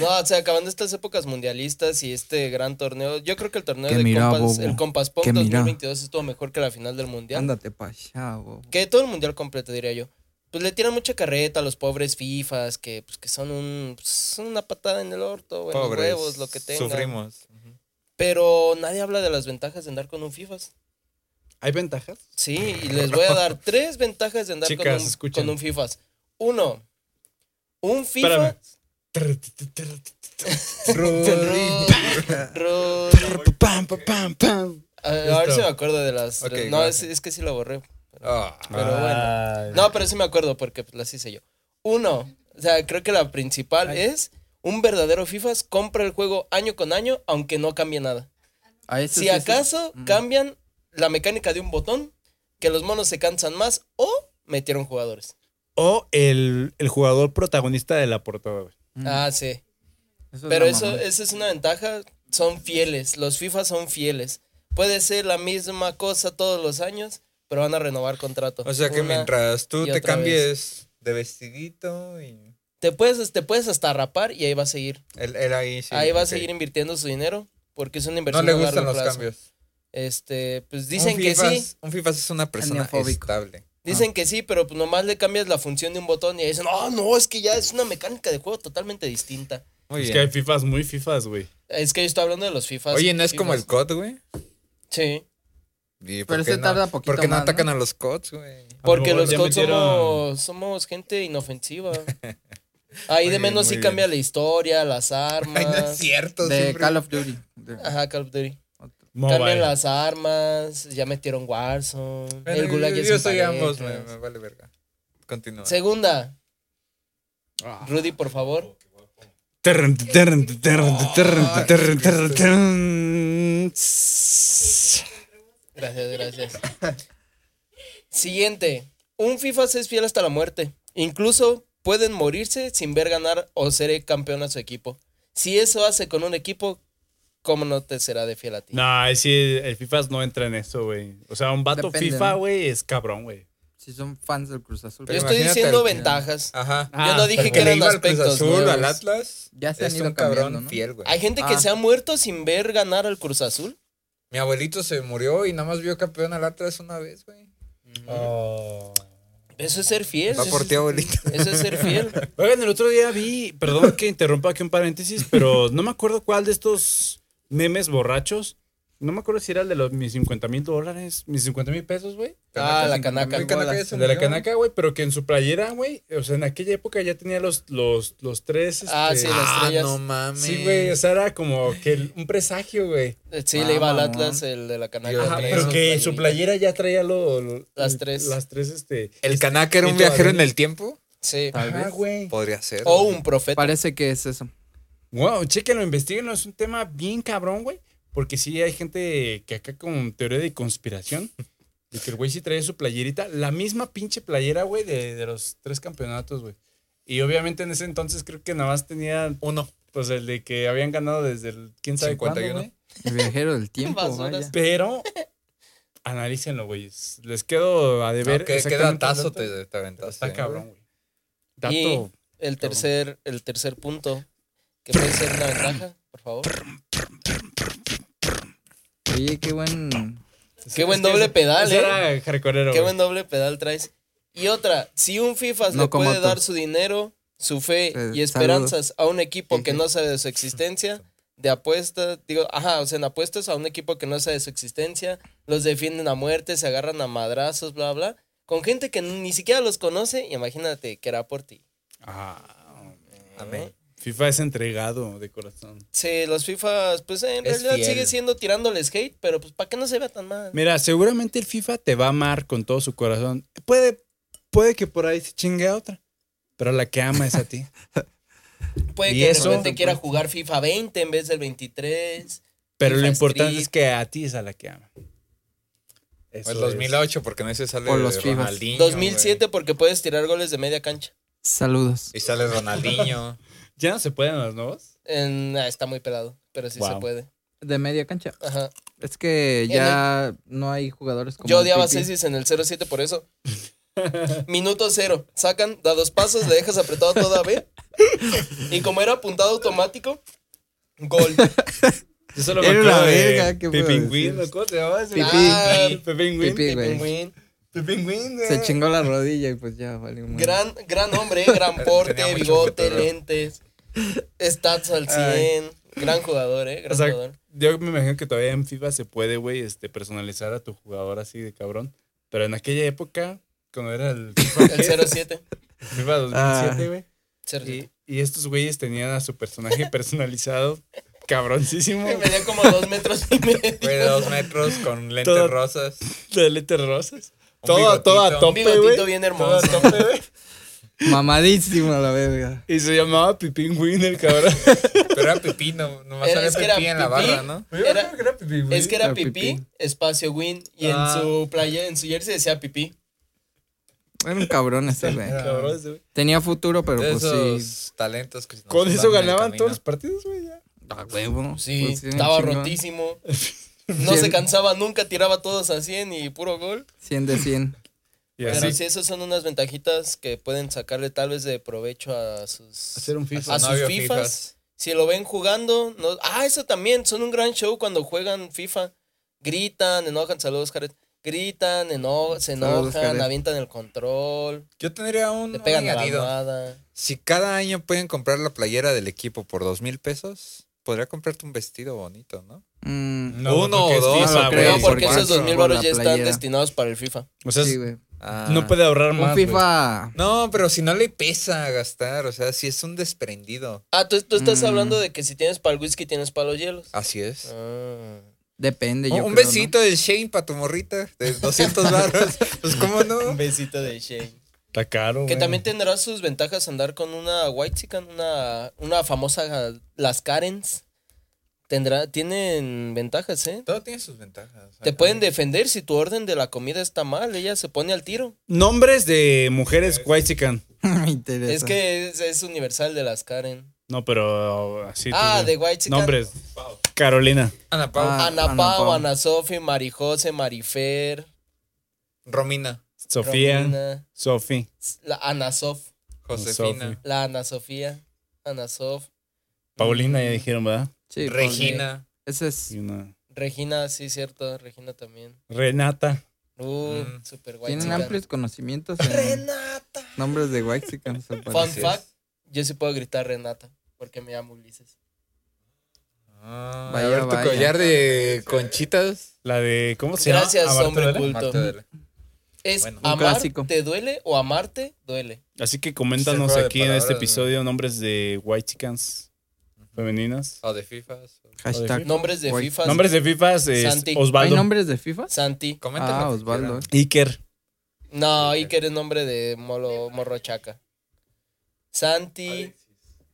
[SPEAKER 4] No, o sea, acabando estas épocas mundialistas y este gran torneo, yo creo que el torneo
[SPEAKER 2] Que
[SPEAKER 4] de
[SPEAKER 2] mira,
[SPEAKER 4] Compas,
[SPEAKER 2] bobo.
[SPEAKER 4] el Compas Pop
[SPEAKER 2] Que mira.
[SPEAKER 4] 2022 estuvo mejor que la final del mundial.
[SPEAKER 2] Ándate pa' allá, bobo.
[SPEAKER 4] Que todo el mundial completo, diría yo. Pues le tiran mucha carreta a los pobres FIFAs, que, pues, que son un, pues, una patada en el orto, o en los
[SPEAKER 1] Pobres.
[SPEAKER 4] huevos, lo que tengan.
[SPEAKER 1] Sufrimos. Ujú.
[SPEAKER 4] Pero nadie habla de las ventajas de andar con un FIFAs.
[SPEAKER 3] ¿Hay ventajas?
[SPEAKER 4] Sí, y les voy a dar tres ventajas de andar
[SPEAKER 3] Chicas,
[SPEAKER 4] con, un,
[SPEAKER 3] escuchen.
[SPEAKER 4] con un FIFAs. Uno, un FIFA.
[SPEAKER 3] Espérame.
[SPEAKER 4] Rudy, Rudy.
[SPEAKER 3] Pam, pam, pam, pam.
[SPEAKER 4] A a ver
[SPEAKER 1] Listo.
[SPEAKER 4] si me acuerdo de las.
[SPEAKER 1] Ok,
[SPEAKER 4] no,
[SPEAKER 1] va.
[SPEAKER 4] es, es que sí lo borré.
[SPEAKER 1] Ah,
[SPEAKER 4] Pero bueno. No, pero sí me acuerdo porque pues, las hice yo. Uno, o sea, creo que la principal es un verdadero FIFAs compra el juego año con año, aunque no cambie nada.
[SPEAKER 2] A eso
[SPEAKER 4] si
[SPEAKER 2] sí, sí.
[SPEAKER 4] acaso
[SPEAKER 2] Mm.
[SPEAKER 4] cambian la mecánica de un botón, que los monos se cansan más o metieron jugadores.
[SPEAKER 3] O el, el jugador protagonista de la portada, güey.
[SPEAKER 2] Mm.
[SPEAKER 4] Ah, sí.
[SPEAKER 2] es
[SPEAKER 4] Pero
[SPEAKER 2] la
[SPEAKER 4] eso,
[SPEAKER 2] mamá.
[SPEAKER 4] esa es una ventaja. Son fieles. Los FIFA son fieles. Puede ser la misma cosa todos los años, pero van a renovar contrato.
[SPEAKER 1] O sea que
[SPEAKER 4] Una-
[SPEAKER 1] mientras tú
[SPEAKER 4] y
[SPEAKER 1] te
[SPEAKER 4] otra
[SPEAKER 1] cambies de vestidito y
[SPEAKER 4] Te puedes, te puedes hasta rapar y ahí va a seguir.
[SPEAKER 1] él, él ahí sí,
[SPEAKER 4] ahí va a
[SPEAKER 1] ok.
[SPEAKER 4] seguir invirtiendo su dinero porque es una
[SPEAKER 1] No
[SPEAKER 4] inversión
[SPEAKER 1] le
[SPEAKER 4] a largo
[SPEAKER 1] gustan los
[SPEAKER 4] plazo.
[SPEAKER 1] cambios.
[SPEAKER 4] Este, pues dicen
[SPEAKER 1] Un
[SPEAKER 4] que
[SPEAKER 1] Fifas-
[SPEAKER 4] sí,
[SPEAKER 1] Un FIFA es Ah. una persona
[SPEAKER 2] Neofóbico.
[SPEAKER 1] estable.
[SPEAKER 4] dicen que sí, pero pues nomás le cambias la función de un botón y ahí dicen, "Ah, no, es que ya es una mecánica de juego totalmente distinta."
[SPEAKER 1] Muy
[SPEAKER 3] es
[SPEAKER 1] bien.
[SPEAKER 3] que hay FIFAs muy FIFAs, güey.
[SPEAKER 4] Es que yo estoy hablando de los FIFAs.
[SPEAKER 1] Oye, ¿no es como el
[SPEAKER 4] Fifas.
[SPEAKER 1] COD, güey?
[SPEAKER 4] Sí,
[SPEAKER 1] ¿Y por
[SPEAKER 2] Pero
[SPEAKER 1] qué
[SPEAKER 2] ese
[SPEAKER 1] no?
[SPEAKER 2] tarda poquito
[SPEAKER 1] ¿Por qué no
[SPEAKER 2] más, ¿no?
[SPEAKER 1] atacan a los CODs, güey?
[SPEAKER 4] porque
[SPEAKER 3] mejor
[SPEAKER 4] los
[SPEAKER 3] ya
[SPEAKER 4] cods
[SPEAKER 3] metieron-
[SPEAKER 4] somos somos gente inofensiva.
[SPEAKER 1] Muy
[SPEAKER 4] Ahí de
[SPEAKER 1] bien,
[SPEAKER 4] menos
[SPEAKER 1] muy
[SPEAKER 4] sí cambia
[SPEAKER 1] bien.
[SPEAKER 4] la historia, las
[SPEAKER 1] Ay, no es
[SPEAKER 4] armas.
[SPEAKER 1] cierto.
[SPEAKER 2] De
[SPEAKER 1] siempre-
[SPEAKER 2] Call of Duty. De-
[SPEAKER 4] Ajá, Call of Duty.
[SPEAKER 3] Mobile.
[SPEAKER 4] Cambian las armas, ya metieron Warzone.
[SPEAKER 1] Bueno,
[SPEAKER 4] el Gulag
[SPEAKER 1] yo,
[SPEAKER 4] ya es
[SPEAKER 1] yo
[SPEAKER 4] en
[SPEAKER 1] soy ambos, me,
[SPEAKER 4] parejas.
[SPEAKER 1] me vale verga. Continúa.
[SPEAKER 4] Segunda.
[SPEAKER 1] Ah.
[SPEAKER 4] Rudy, por favor.
[SPEAKER 3] Terren, terren, terren, terren, terren, terren, terren. Tss.
[SPEAKER 4] Gracias, gracias. Siguiente. Un FIFA es fiel hasta la muerte. Incluso pueden morirse sin ver ganar o ser campeón a su equipo. Si eso hace con un equipo, ¿cómo no te será de fiel a ti?
[SPEAKER 3] No, es que el FIFAs no entra en eso, güey. O sea, un vato
[SPEAKER 2] Depende,
[SPEAKER 3] FIFA,
[SPEAKER 2] ¿no?
[SPEAKER 3] güey, es cabrón, güey.
[SPEAKER 2] Si son fans del Cruz Azul.
[SPEAKER 4] Yo
[SPEAKER 1] Pero
[SPEAKER 4] estoy
[SPEAKER 1] imagínate
[SPEAKER 4] diciendo
[SPEAKER 1] al-
[SPEAKER 4] ventajas.
[SPEAKER 1] Ajá.
[SPEAKER 4] Yo no dije
[SPEAKER 1] El
[SPEAKER 4] que
[SPEAKER 1] que le
[SPEAKER 4] eran
[SPEAKER 1] iba al Cruz
[SPEAKER 4] aspectos
[SPEAKER 1] Azul,
[SPEAKER 4] nuevos.
[SPEAKER 1] al Atlas,
[SPEAKER 2] Ya se han
[SPEAKER 1] es
[SPEAKER 2] ido
[SPEAKER 1] un cabrón
[SPEAKER 2] cambiando, ¿no?
[SPEAKER 1] fiel, güey.
[SPEAKER 4] Hay gente que
[SPEAKER 2] Ah.
[SPEAKER 4] se ha muerto sin ver ganar al Cruz Azul.
[SPEAKER 1] Mi abuelito se murió y nada más vio campeón al Atlas una vez, güey.
[SPEAKER 3] Oh.
[SPEAKER 4] Eso es ser fiel.
[SPEAKER 1] Va
[SPEAKER 4] eso
[SPEAKER 1] por
[SPEAKER 4] es-
[SPEAKER 1] ti, abuelito.
[SPEAKER 4] Eso es ser fiel.
[SPEAKER 3] Oigan, el otro día vi, perdón que interrumpa aquí un paréntesis, pero no me acuerdo cuál de estos memes borrachos. No me acuerdo si era el de los mis 50 mil dólares, mis 50 mil pesos, güey.
[SPEAKER 4] Ah, la canaca.
[SPEAKER 1] El canaca ya se
[SPEAKER 3] El de la
[SPEAKER 1] murió.
[SPEAKER 3] canaca, güey, pero que en su playera, güey, o sea, en aquella época ya tenía los, los, los tres.
[SPEAKER 4] Ah,
[SPEAKER 3] este,
[SPEAKER 4] sí, las
[SPEAKER 1] Ah,
[SPEAKER 4] estrellas.
[SPEAKER 1] no mames.
[SPEAKER 3] Sí, güey, o sea, era como que el- un presagio, güey.
[SPEAKER 4] Sí, le iba al
[SPEAKER 2] Mamón.
[SPEAKER 4] Atlas, el de la canaca.
[SPEAKER 1] Dios
[SPEAKER 3] Ajá,
[SPEAKER 1] mío.
[SPEAKER 4] traía
[SPEAKER 3] pero
[SPEAKER 4] sus
[SPEAKER 3] que en su
[SPEAKER 4] playeritas.
[SPEAKER 3] playera ya traía lo, lo-
[SPEAKER 4] Las
[SPEAKER 3] el-
[SPEAKER 4] tres.
[SPEAKER 3] Las tres, este.
[SPEAKER 1] ¿El canaca era
[SPEAKER 3] Y
[SPEAKER 1] un viajero en
[SPEAKER 3] todavía-
[SPEAKER 1] el tiempo?
[SPEAKER 4] Sí.
[SPEAKER 2] Tal
[SPEAKER 3] Ajá,
[SPEAKER 2] vez.
[SPEAKER 3] güey.
[SPEAKER 1] Podría ser.
[SPEAKER 4] O
[SPEAKER 1] güey.
[SPEAKER 4] un profeta.
[SPEAKER 2] Parece que es eso.
[SPEAKER 3] Wow, chéquenlo, investiguenlo. Es un tema bien cabrón, güey. Porque sí hay gente que acá con teoría de conspiración. De que el güey sí trae su playerita. La misma pinche playera, güey, de, de los tres campeonatos, güey. Y obviamente en ese entonces creo que nada más tenía uno. Pues el de que habían ganado desde el quién sabe cuándo,
[SPEAKER 1] 51.
[SPEAKER 3] güey.
[SPEAKER 2] El viajero del tiempo,
[SPEAKER 4] Basuras.
[SPEAKER 2] vaya.
[SPEAKER 3] Pero analícenlo, güey. es- Les quedo a deber.
[SPEAKER 1] No, ¿Qué, qué
[SPEAKER 3] exactamente el
[SPEAKER 1] datazo
[SPEAKER 3] dato.
[SPEAKER 1] te, te aventaste?
[SPEAKER 3] Está
[SPEAKER 1] eh,
[SPEAKER 3] cabrón, güey. Dato.
[SPEAKER 4] Y-
[SPEAKER 3] Cabrón.
[SPEAKER 4] El tercer, el tercer punto, que puede ser una ventaja, por favor.
[SPEAKER 2] Oye, qué buen.
[SPEAKER 4] Qué buen doble pedal,
[SPEAKER 3] ese
[SPEAKER 4] eh.
[SPEAKER 3] Era hardcoreero,
[SPEAKER 4] Qué
[SPEAKER 3] güey.
[SPEAKER 4] buen doble pedal traes. Y otra, si un FIFA
[SPEAKER 2] No
[SPEAKER 4] le
[SPEAKER 2] como
[SPEAKER 4] puede
[SPEAKER 2] tú.
[SPEAKER 4] dar su dinero, su fe
[SPEAKER 2] Eh,
[SPEAKER 4] y esperanzas a un equipo que no sabe de su existencia, de apuestas, digo, ajá, o sea, en apuestas a un equipo que no sabe de su existencia, los defienden a muerte, se agarran a madrazos, bla, bla, con gente que ni siquiera los conoce, imagínate que era por ti.
[SPEAKER 3] Ah,
[SPEAKER 1] Amén.
[SPEAKER 3] FIFA es entregado de corazón.
[SPEAKER 4] Sí, los FIFA, pues en
[SPEAKER 1] Es
[SPEAKER 4] realidad
[SPEAKER 1] fiel.
[SPEAKER 4] sigue siendo tirándoles hate, pero pues para que no se vea tan mal.
[SPEAKER 3] Mira, seguramente el FIFA te va a amar con todo su corazón. Puede, puede que por ahí se chingue a otra, pero la que ama es a ti.
[SPEAKER 4] Puede
[SPEAKER 3] Y
[SPEAKER 4] que
[SPEAKER 3] eso-
[SPEAKER 4] de repente quiera jugar FIFA 20 en vez del 23.
[SPEAKER 3] Pero lo
[SPEAKER 4] FIFA
[SPEAKER 3] importante
[SPEAKER 4] Street.
[SPEAKER 3] es que a ti es a la que ama.
[SPEAKER 2] Pues
[SPEAKER 3] Eso
[SPEAKER 1] el
[SPEAKER 3] es.
[SPEAKER 1] 2008, porque en ese sale
[SPEAKER 2] O los Fifas.
[SPEAKER 1] Ronaldinho.
[SPEAKER 4] 2007
[SPEAKER 1] güey.
[SPEAKER 4] porque puedes tirar goles de media cancha.
[SPEAKER 2] Saludos.
[SPEAKER 1] Y sale Ronaldinho.
[SPEAKER 3] ¿Ya no se pueden los nuevos?
[SPEAKER 4] En- ah, está muy pelado, pero sí se
[SPEAKER 3] Wow.
[SPEAKER 4] puede.
[SPEAKER 2] De media cancha.
[SPEAKER 4] Ajá.
[SPEAKER 2] Es que
[SPEAKER 4] En
[SPEAKER 2] ya no hay jugadores como.
[SPEAKER 4] Yo odiaba a
[SPEAKER 2] Pipi.
[SPEAKER 4] Cesis en el 07 por eso. Minuto cero. Sacan, da dos pasos, le dejas apretado toda B. Y como era apuntado automático, gol.
[SPEAKER 3] Yo solo
[SPEAKER 2] Era
[SPEAKER 3] acuerdo
[SPEAKER 2] una
[SPEAKER 3] de
[SPEAKER 2] verga, ¿qué puedo
[SPEAKER 3] Pepingüín,
[SPEAKER 2] decir?
[SPEAKER 3] ¿cómo te llamabas?
[SPEAKER 2] Pipí.
[SPEAKER 4] Ah,
[SPEAKER 3] Pepingüín.
[SPEAKER 2] Pipí, güey.
[SPEAKER 4] Pingüín.
[SPEAKER 3] Pepingüín, güey.
[SPEAKER 2] Se chingó la rodilla y pues ya valió madre.
[SPEAKER 4] Gran, gran hombre, eh, gran porte,
[SPEAKER 1] Tenía mucho
[SPEAKER 4] bigote,
[SPEAKER 1] futuro.
[SPEAKER 4] lentes, stats al 100. Gran jugador, eh. Gran
[SPEAKER 3] O sea,
[SPEAKER 4] jugador.
[SPEAKER 3] Yo me imagino que todavía en FIFA se puede, güey, este, personalizar a tu jugador así de cabrón. Pero en aquella época, cuando era el FIFA,
[SPEAKER 4] El 07.
[SPEAKER 3] FIFA 2007, güey.
[SPEAKER 4] 07.
[SPEAKER 3] y, y estos güeyes tenían a su personaje personalizado, cabroncísimo,
[SPEAKER 4] Me medía como dos metros y
[SPEAKER 1] Güey,
[SPEAKER 4] medio.
[SPEAKER 1] dos metros con lentes
[SPEAKER 3] Todo-
[SPEAKER 1] rosas.
[SPEAKER 3] de letras rosas.
[SPEAKER 1] Un
[SPEAKER 3] Todo,
[SPEAKER 1] bigotito.
[SPEAKER 3] todo a
[SPEAKER 4] Un
[SPEAKER 3] tope, güey.
[SPEAKER 4] bigotito bien
[SPEAKER 3] Todo a
[SPEAKER 4] hermoso.
[SPEAKER 3] tope, güey.
[SPEAKER 2] Mamadísimo la verga.
[SPEAKER 3] Y se llamaba Pipín Win el cabrón.
[SPEAKER 1] Pero era pepino. Nomás
[SPEAKER 4] Era-
[SPEAKER 1] sale
[SPEAKER 4] es que era
[SPEAKER 1] pepí en la
[SPEAKER 4] pipí.
[SPEAKER 1] barra, ¿no?
[SPEAKER 4] Era- Es que era
[SPEAKER 2] Ah,
[SPEAKER 4] pipí,
[SPEAKER 2] pipí.
[SPEAKER 4] espacio win, y
[SPEAKER 3] Ah.
[SPEAKER 4] en su playa, en su jersey decía pipí.
[SPEAKER 2] Era un cabrón ese, güey.
[SPEAKER 3] Cabrón ese, güey.
[SPEAKER 2] Tenía futuro, pero
[SPEAKER 1] De
[SPEAKER 2] pues
[SPEAKER 1] esos
[SPEAKER 2] sí.
[SPEAKER 1] talentos que nos
[SPEAKER 3] Con
[SPEAKER 1] dan
[SPEAKER 3] eso
[SPEAKER 1] en el
[SPEAKER 3] ganaban
[SPEAKER 1] camino.
[SPEAKER 3] todos los partidos, güey. ya.
[SPEAKER 2] A huevo.
[SPEAKER 4] Sí,
[SPEAKER 2] Pues,
[SPEAKER 4] estaba
[SPEAKER 2] chingón.
[SPEAKER 4] rotísimo. No se
[SPEAKER 2] Bien.
[SPEAKER 4] cansaba nunca, tiraba todos a 100 y puro gol.
[SPEAKER 2] 100 de 100.
[SPEAKER 3] Y
[SPEAKER 4] Pero
[SPEAKER 3] así,
[SPEAKER 4] sí, esas son unas ventajitas que pueden sacarle tal vez de provecho a sus,
[SPEAKER 3] hacer un FIFA.
[SPEAKER 4] a sus
[SPEAKER 1] novio
[SPEAKER 4] FIFAs.
[SPEAKER 1] fifas.
[SPEAKER 4] Si lo ven jugando, no- ah, eso también, son un gran show cuando juegan FIFA. Gritan, enojan, saludos, Jared. Gritan, eno- se
[SPEAKER 2] Saludos,
[SPEAKER 4] enojan,
[SPEAKER 2] Jared.
[SPEAKER 4] avientan el control,
[SPEAKER 1] Yo tendría un,
[SPEAKER 4] le
[SPEAKER 1] un
[SPEAKER 4] pegan a la
[SPEAKER 1] añadido.
[SPEAKER 4] almohada.
[SPEAKER 1] Si cada año pueden comprar la playera del equipo por dos mil pesos, podría comprarte un vestido bonito, ¿no?
[SPEAKER 2] Mm,
[SPEAKER 1] Uno
[SPEAKER 3] porque
[SPEAKER 1] o
[SPEAKER 3] es
[SPEAKER 1] dos,
[SPEAKER 3] FIFA,
[SPEAKER 2] no lo
[SPEAKER 3] güey.
[SPEAKER 2] creo,
[SPEAKER 4] No, porque
[SPEAKER 2] por
[SPEAKER 4] esos
[SPEAKER 2] eso,
[SPEAKER 4] dos mil
[SPEAKER 2] por
[SPEAKER 4] baros
[SPEAKER 2] la
[SPEAKER 4] ya están
[SPEAKER 2] playera.
[SPEAKER 4] destinados para el FIFA.
[SPEAKER 3] O sea,
[SPEAKER 2] sí, güey.
[SPEAKER 1] Ah.
[SPEAKER 3] no puede ahorrar más.
[SPEAKER 2] Un
[SPEAKER 3] güey.
[SPEAKER 2] FIFA.
[SPEAKER 1] No, pero si no le pesa gastar, o sea, si es un desprendido.
[SPEAKER 4] Ah, tú, tú estás
[SPEAKER 2] Mm.
[SPEAKER 4] hablando de que si tienes para el whisky, tienes para los hielos.
[SPEAKER 1] Así es.
[SPEAKER 4] Ah.
[SPEAKER 2] Depende.
[SPEAKER 1] Un-
[SPEAKER 2] yo
[SPEAKER 1] un
[SPEAKER 2] creo, ¿no?
[SPEAKER 1] besito de Shane para tu morrita de 200 baros. pues, ¿cómo
[SPEAKER 4] Un
[SPEAKER 1] no?
[SPEAKER 4] besito de Shane.
[SPEAKER 3] Está caro,
[SPEAKER 4] Que
[SPEAKER 3] güey.
[SPEAKER 4] también tendrá sus ventajas andar con una white chican, una, una famosa, las Karens. Tendrá, tienen ventajas, ¿eh?
[SPEAKER 1] Todo tiene sus ventajas.
[SPEAKER 4] Te pueden defender si tu orden de la comida está mal, ella se pone al tiro.
[SPEAKER 3] Nombres de mujeres white chican.
[SPEAKER 2] Me interesa.
[SPEAKER 4] Es que es, es universal de las Karen.
[SPEAKER 3] No, pero así.
[SPEAKER 4] ah,
[SPEAKER 3] tú,
[SPEAKER 4] de
[SPEAKER 3] güey.
[SPEAKER 4] white chican.
[SPEAKER 3] Nombres. Carolina.
[SPEAKER 1] Ana Pau,
[SPEAKER 2] Ah.
[SPEAKER 4] Ana
[SPEAKER 2] Ana
[SPEAKER 4] Pau,
[SPEAKER 2] Pau.
[SPEAKER 4] Ana Sofi, Marijose, Marifer.
[SPEAKER 1] Romina,
[SPEAKER 3] Sofía.
[SPEAKER 4] Romina,
[SPEAKER 3] Sofi.
[SPEAKER 4] la Ana Sof.
[SPEAKER 1] Josefina,
[SPEAKER 3] Sofi.
[SPEAKER 4] La Ana Sofía, Ana Sof,
[SPEAKER 3] Paulina, ya dijeron, ¿verdad?
[SPEAKER 2] Sí, pues,
[SPEAKER 1] Regina.
[SPEAKER 2] Ese es.
[SPEAKER 3] Y una-
[SPEAKER 4] Regina, sí, cierto, Regina también.
[SPEAKER 3] Renata.
[SPEAKER 4] Uh,
[SPEAKER 1] Mm.
[SPEAKER 4] super guay.
[SPEAKER 2] Tienen
[SPEAKER 4] chica.
[SPEAKER 2] amplios conocimientos en
[SPEAKER 4] Renata.
[SPEAKER 2] nombres de Waxicans. al
[SPEAKER 4] Fun
[SPEAKER 2] parecer.
[SPEAKER 4] fact, yo sí puedo gritar Renata, porque me llamo Ulises.
[SPEAKER 1] Ah,
[SPEAKER 2] Vaya,
[SPEAKER 1] a ver tu
[SPEAKER 2] vaya.
[SPEAKER 1] collar de conchitas.
[SPEAKER 3] La de. ¿Cómo se
[SPEAKER 4] Gracias,
[SPEAKER 3] llama? Amarte
[SPEAKER 4] hombre pues.
[SPEAKER 3] duele.
[SPEAKER 4] culto.
[SPEAKER 1] Marta Adela.
[SPEAKER 4] Es
[SPEAKER 1] Bueno. Un
[SPEAKER 4] amar
[SPEAKER 2] clásico.
[SPEAKER 4] te duele o amarte duele.
[SPEAKER 3] Así que
[SPEAKER 1] Es
[SPEAKER 3] coméntanos
[SPEAKER 1] el juego de
[SPEAKER 3] aquí en este
[SPEAKER 1] palabras,
[SPEAKER 3] episodio nombres de white chicans femeninas.
[SPEAKER 1] O de FIFAs.
[SPEAKER 2] Hashtag.
[SPEAKER 4] Nombres de
[SPEAKER 2] Guay.
[SPEAKER 4] FIFA.
[SPEAKER 3] Nombres de FIFA es
[SPEAKER 4] Santi.
[SPEAKER 2] ¿Hay
[SPEAKER 3] Osvaldo.
[SPEAKER 2] nombres de FIFA?
[SPEAKER 4] Santi.
[SPEAKER 1] Comenta
[SPEAKER 2] Ah, Osvaldo.
[SPEAKER 3] Iker.
[SPEAKER 4] No, ahí que eres nombre de molo, morro chaca. Santi,
[SPEAKER 2] eh.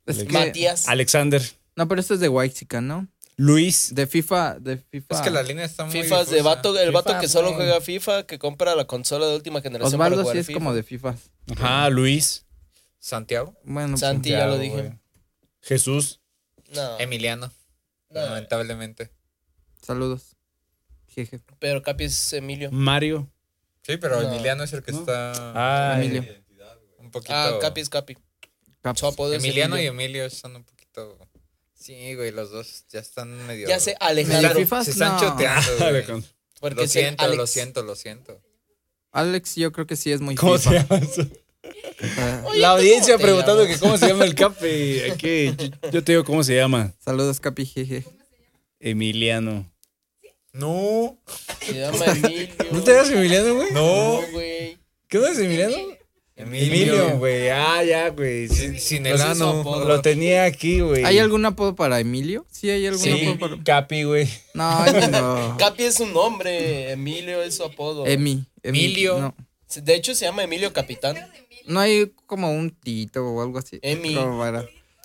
[SPEAKER 2] Es que-
[SPEAKER 4] Matías.
[SPEAKER 3] Alexander.
[SPEAKER 2] no, pero esto es de Waxican, ¿no?
[SPEAKER 3] Luis.
[SPEAKER 2] De FIFA, de FIFA.
[SPEAKER 1] Es que la línea está muy
[SPEAKER 4] Fifas de
[SPEAKER 1] difusa.
[SPEAKER 4] vato, el vato
[SPEAKER 3] FIFA,
[SPEAKER 4] que solo
[SPEAKER 3] güey.
[SPEAKER 4] juega FIFA, que compra la consola de última generación para
[SPEAKER 2] Osvaldo
[SPEAKER 4] jugar
[SPEAKER 2] sí es
[SPEAKER 4] FIFA.
[SPEAKER 2] como de FIFA.
[SPEAKER 3] Ajá, Luis.
[SPEAKER 1] Santiago,
[SPEAKER 2] Bueno, pues,
[SPEAKER 4] Santi, ya lo
[SPEAKER 3] Santiago,
[SPEAKER 4] dije.
[SPEAKER 3] güey. Jesús.
[SPEAKER 4] No,
[SPEAKER 1] Emiliano,
[SPEAKER 4] no,
[SPEAKER 1] lamentablemente.
[SPEAKER 2] saludos. Jeje.
[SPEAKER 4] pero Capi es Emilio.
[SPEAKER 3] Mario.
[SPEAKER 1] Sí, pero
[SPEAKER 4] No.
[SPEAKER 1] Emiliano es el que
[SPEAKER 3] No.
[SPEAKER 1] está
[SPEAKER 3] Ah,
[SPEAKER 2] Emilio.
[SPEAKER 1] un poquito. Ah,
[SPEAKER 4] Ah, Capi es Capi.
[SPEAKER 2] Caps.
[SPEAKER 4] Su apodo es
[SPEAKER 1] Emiliano y
[SPEAKER 4] Emilio.
[SPEAKER 1] Emilio están un poquito. Sí, güey, los dos ya están medio.
[SPEAKER 4] Ya sé,
[SPEAKER 2] Claro.
[SPEAKER 4] Alejandro.
[SPEAKER 2] FIFA. Fifas,
[SPEAKER 1] Se están
[SPEAKER 2] no.
[SPEAKER 1] choteando.
[SPEAKER 3] Ah,
[SPEAKER 1] güey.
[SPEAKER 4] Porque
[SPEAKER 1] Lo
[SPEAKER 4] es el
[SPEAKER 1] siento,
[SPEAKER 4] Alex.
[SPEAKER 1] lo siento, lo siento.
[SPEAKER 2] Alex, yo creo que sí es muy
[SPEAKER 3] ¿Cómo se
[SPEAKER 2] FIFA.
[SPEAKER 3] llama eso?
[SPEAKER 2] Ah,
[SPEAKER 4] Oye,
[SPEAKER 3] La
[SPEAKER 4] ¿tú
[SPEAKER 3] audiencia
[SPEAKER 4] cómo te
[SPEAKER 3] preguntando
[SPEAKER 4] llamas?
[SPEAKER 3] que cómo se llama el capi. Aquí, yo, yo te digo cómo se llama.
[SPEAKER 2] saludos, Capi, jeje.
[SPEAKER 3] Emiliano.
[SPEAKER 1] No,
[SPEAKER 4] Se llama Emilio.
[SPEAKER 3] ¿No te llamas Emiliano, güey?
[SPEAKER 1] no.
[SPEAKER 4] No, güey.
[SPEAKER 3] ¿Qué no es Emiliano? Emilio, güey. Ah, ya, güey.
[SPEAKER 1] Sin, sin
[SPEAKER 3] Lo
[SPEAKER 1] el
[SPEAKER 3] hizo
[SPEAKER 1] ano.
[SPEAKER 4] apodo.
[SPEAKER 3] Lo tenía aquí, güey.
[SPEAKER 2] ¿Hay algún apodo para Emilio? Sí, hay algún
[SPEAKER 3] Sí,
[SPEAKER 2] apodo para.
[SPEAKER 3] Capi, güey.
[SPEAKER 2] No, Emi no.
[SPEAKER 4] Capi es un nombre, Emilio es su apodo.
[SPEAKER 3] Em-
[SPEAKER 2] Emi. Emi,
[SPEAKER 1] Emilio.
[SPEAKER 2] No.
[SPEAKER 4] De hecho se llama Emilio Capitán.
[SPEAKER 2] No hay como un Tito o algo así.
[SPEAKER 4] Emi.
[SPEAKER 2] Como para-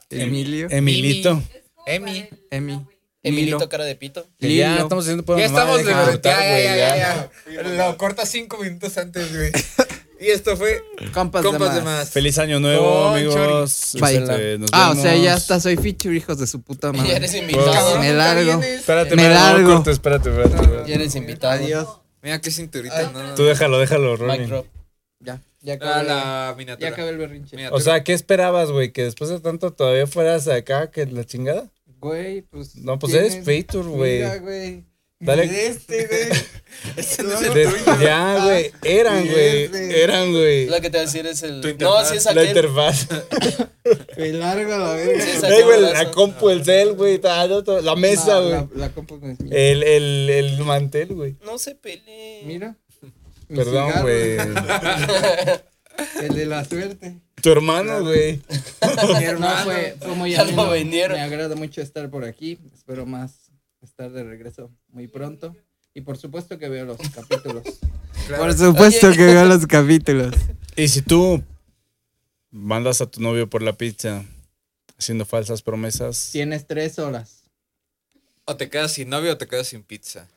[SPEAKER 2] Emilio.
[SPEAKER 3] Emilito.
[SPEAKER 1] Emi.
[SPEAKER 2] Emi.
[SPEAKER 4] Emilito
[SPEAKER 2] Lilo.
[SPEAKER 4] cara de pito.
[SPEAKER 3] Que ya
[SPEAKER 2] Lilo.
[SPEAKER 3] estamos haciendo pura
[SPEAKER 5] Ya estamos
[SPEAKER 3] mamada,
[SPEAKER 5] de
[SPEAKER 3] deja de
[SPEAKER 5] verdad. Ya,
[SPEAKER 3] cortar, güey,
[SPEAKER 5] ya,
[SPEAKER 3] ya.
[SPEAKER 5] ya, ya. Lo corta cinco minutos antes, güey.
[SPEAKER 1] Y esto fue
[SPEAKER 2] Compas,
[SPEAKER 1] Compas
[SPEAKER 2] de
[SPEAKER 1] de
[SPEAKER 2] más.
[SPEAKER 1] Más.
[SPEAKER 3] Feliz año nuevo,
[SPEAKER 1] Con
[SPEAKER 3] amigos.
[SPEAKER 2] Bye.
[SPEAKER 3] Este, nos
[SPEAKER 2] Ah, o sea, ya
[SPEAKER 3] vemos.
[SPEAKER 2] está, soy feature, hijos de su puta madre.
[SPEAKER 4] Ya eres
[SPEAKER 3] Pues,
[SPEAKER 4] invitado.
[SPEAKER 2] Me largo.
[SPEAKER 3] Espérate,
[SPEAKER 2] Me
[SPEAKER 3] espérate, no
[SPEAKER 2] largo.
[SPEAKER 3] cortes, espérate, espérate, espérate.
[SPEAKER 4] Ya eres invitado.
[SPEAKER 2] Adiós.
[SPEAKER 1] Mira qué cinturita, ¿no?
[SPEAKER 3] Tú déjalo, déjalo,
[SPEAKER 4] Mic
[SPEAKER 3] Ronnie.
[SPEAKER 4] drop.
[SPEAKER 2] Ya, ya acabé,
[SPEAKER 1] Ah, la
[SPEAKER 2] ya
[SPEAKER 1] miniatura.
[SPEAKER 2] acabé el berrinche.
[SPEAKER 1] Miniatura.
[SPEAKER 3] O sea, ¿qué esperabas, güey? ¿Que después de tanto todavía fueras acá que la chingada?
[SPEAKER 2] Güey, pues.
[SPEAKER 3] No, pues eres
[SPEAKER 2] tienes-
[SPEAKER 3] Peitur, güey.
[SPEAKER 2] Mira, güey.
[SPEAKER 3] Dale.
[SPEAKER 2] Mira Este, güey. Este no es
[SPEAKER 3] De- Ya, güey. Eran, güey. Eran, güey.
[SPEAKER 4] Lo que te voy a decir es el. No,
[SPEAKER 1] interfaz.
[SPEAKER 4] si es
[SPEAKER 3] La
[SPEAKER 4] aquel.
[SPEAKER 3] interfaz.
[SPEAKER 2] Me largo a la verga.
[SPEAKER 4] Sí,
[SPEAKER 2] güey.
[SPEAKER 4] esa-
[SPEAKER 3] Ey, güey,
[SPEAKER 4] Sacabalazo.
[SPEAKER 3] la compu, el cel, güey. ta- ta- ta- La mesa,
[SPEAKER 2] No,
[SPEAKER 3] güey. Eh,
[SPEAKER 2] La, la compu con el-
[SPEAKER 3] El, el, el mantel, güey.
[SPEAKER 4] No se peleen.
[SPEAKER 2] Mira. Mi
[SPEAKER 3] Perdón,
[SPEAKER 2] cigarro,
[SPEAKER 3] güey.
[SPEAKER 2] El de la suerte.
[SPEAKER 3] Tu hermano, güey.
[SPEAKER 2] Mi hermano fue, fue muy
[SPEAKER 4] Ya lo
[SPEAKER 2] ameno.
[SPEAKER 4] vendieron.
[SPEAKER 2] Me agrada mucho estar por aquí. Espero más estar de regreso muy pronto. Y por supuesto que veo los capítulos. Por supuesto
[SPEAKER 4] Oye.
[SPEAKER 2] que veo los capítulos.
[SPEAKER 3] Y si tú mandas a tu novio por la pizza haciendo falsas promesas,
[SPEAKER 2] Tienes tres horas.
[SPEAKER 1] O te quedas sin novio o te quedas sin pizza.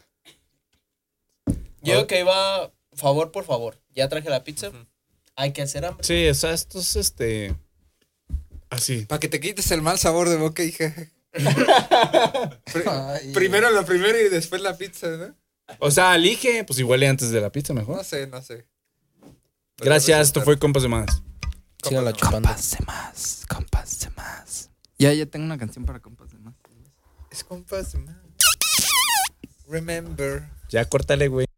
[SPEAKER 4] Yo creo que iba. Favor por favor. Ya traje la pizza. Hay que hacer hambre.
[SPEAKER 3] Sí, o sea, esto es este. Así.
[SPEAKER 1] Para que te quites el mal sabor de boca, hija.
[SPEAKER 2] Ay.
[SPEAKER 1] Primero lo primero y después la pizza, ¿no?
[SPEAKER 3] O sea, elige, pues igual y antes de la pizza mejor.
[SPEAKER 1] No sé, no sé.
[SPEAKER 3] Gracias, esto fue Compas de Más.
[SPEAKER 4] Síganla chupando.
[SPEAKER 2] Compas de más, compas de más. Ya, ya tengo una canción para compas de más.
[SPEAKER 1] Es compas, man. Remember.
[SPEAKER 3] Ya córtale, güey.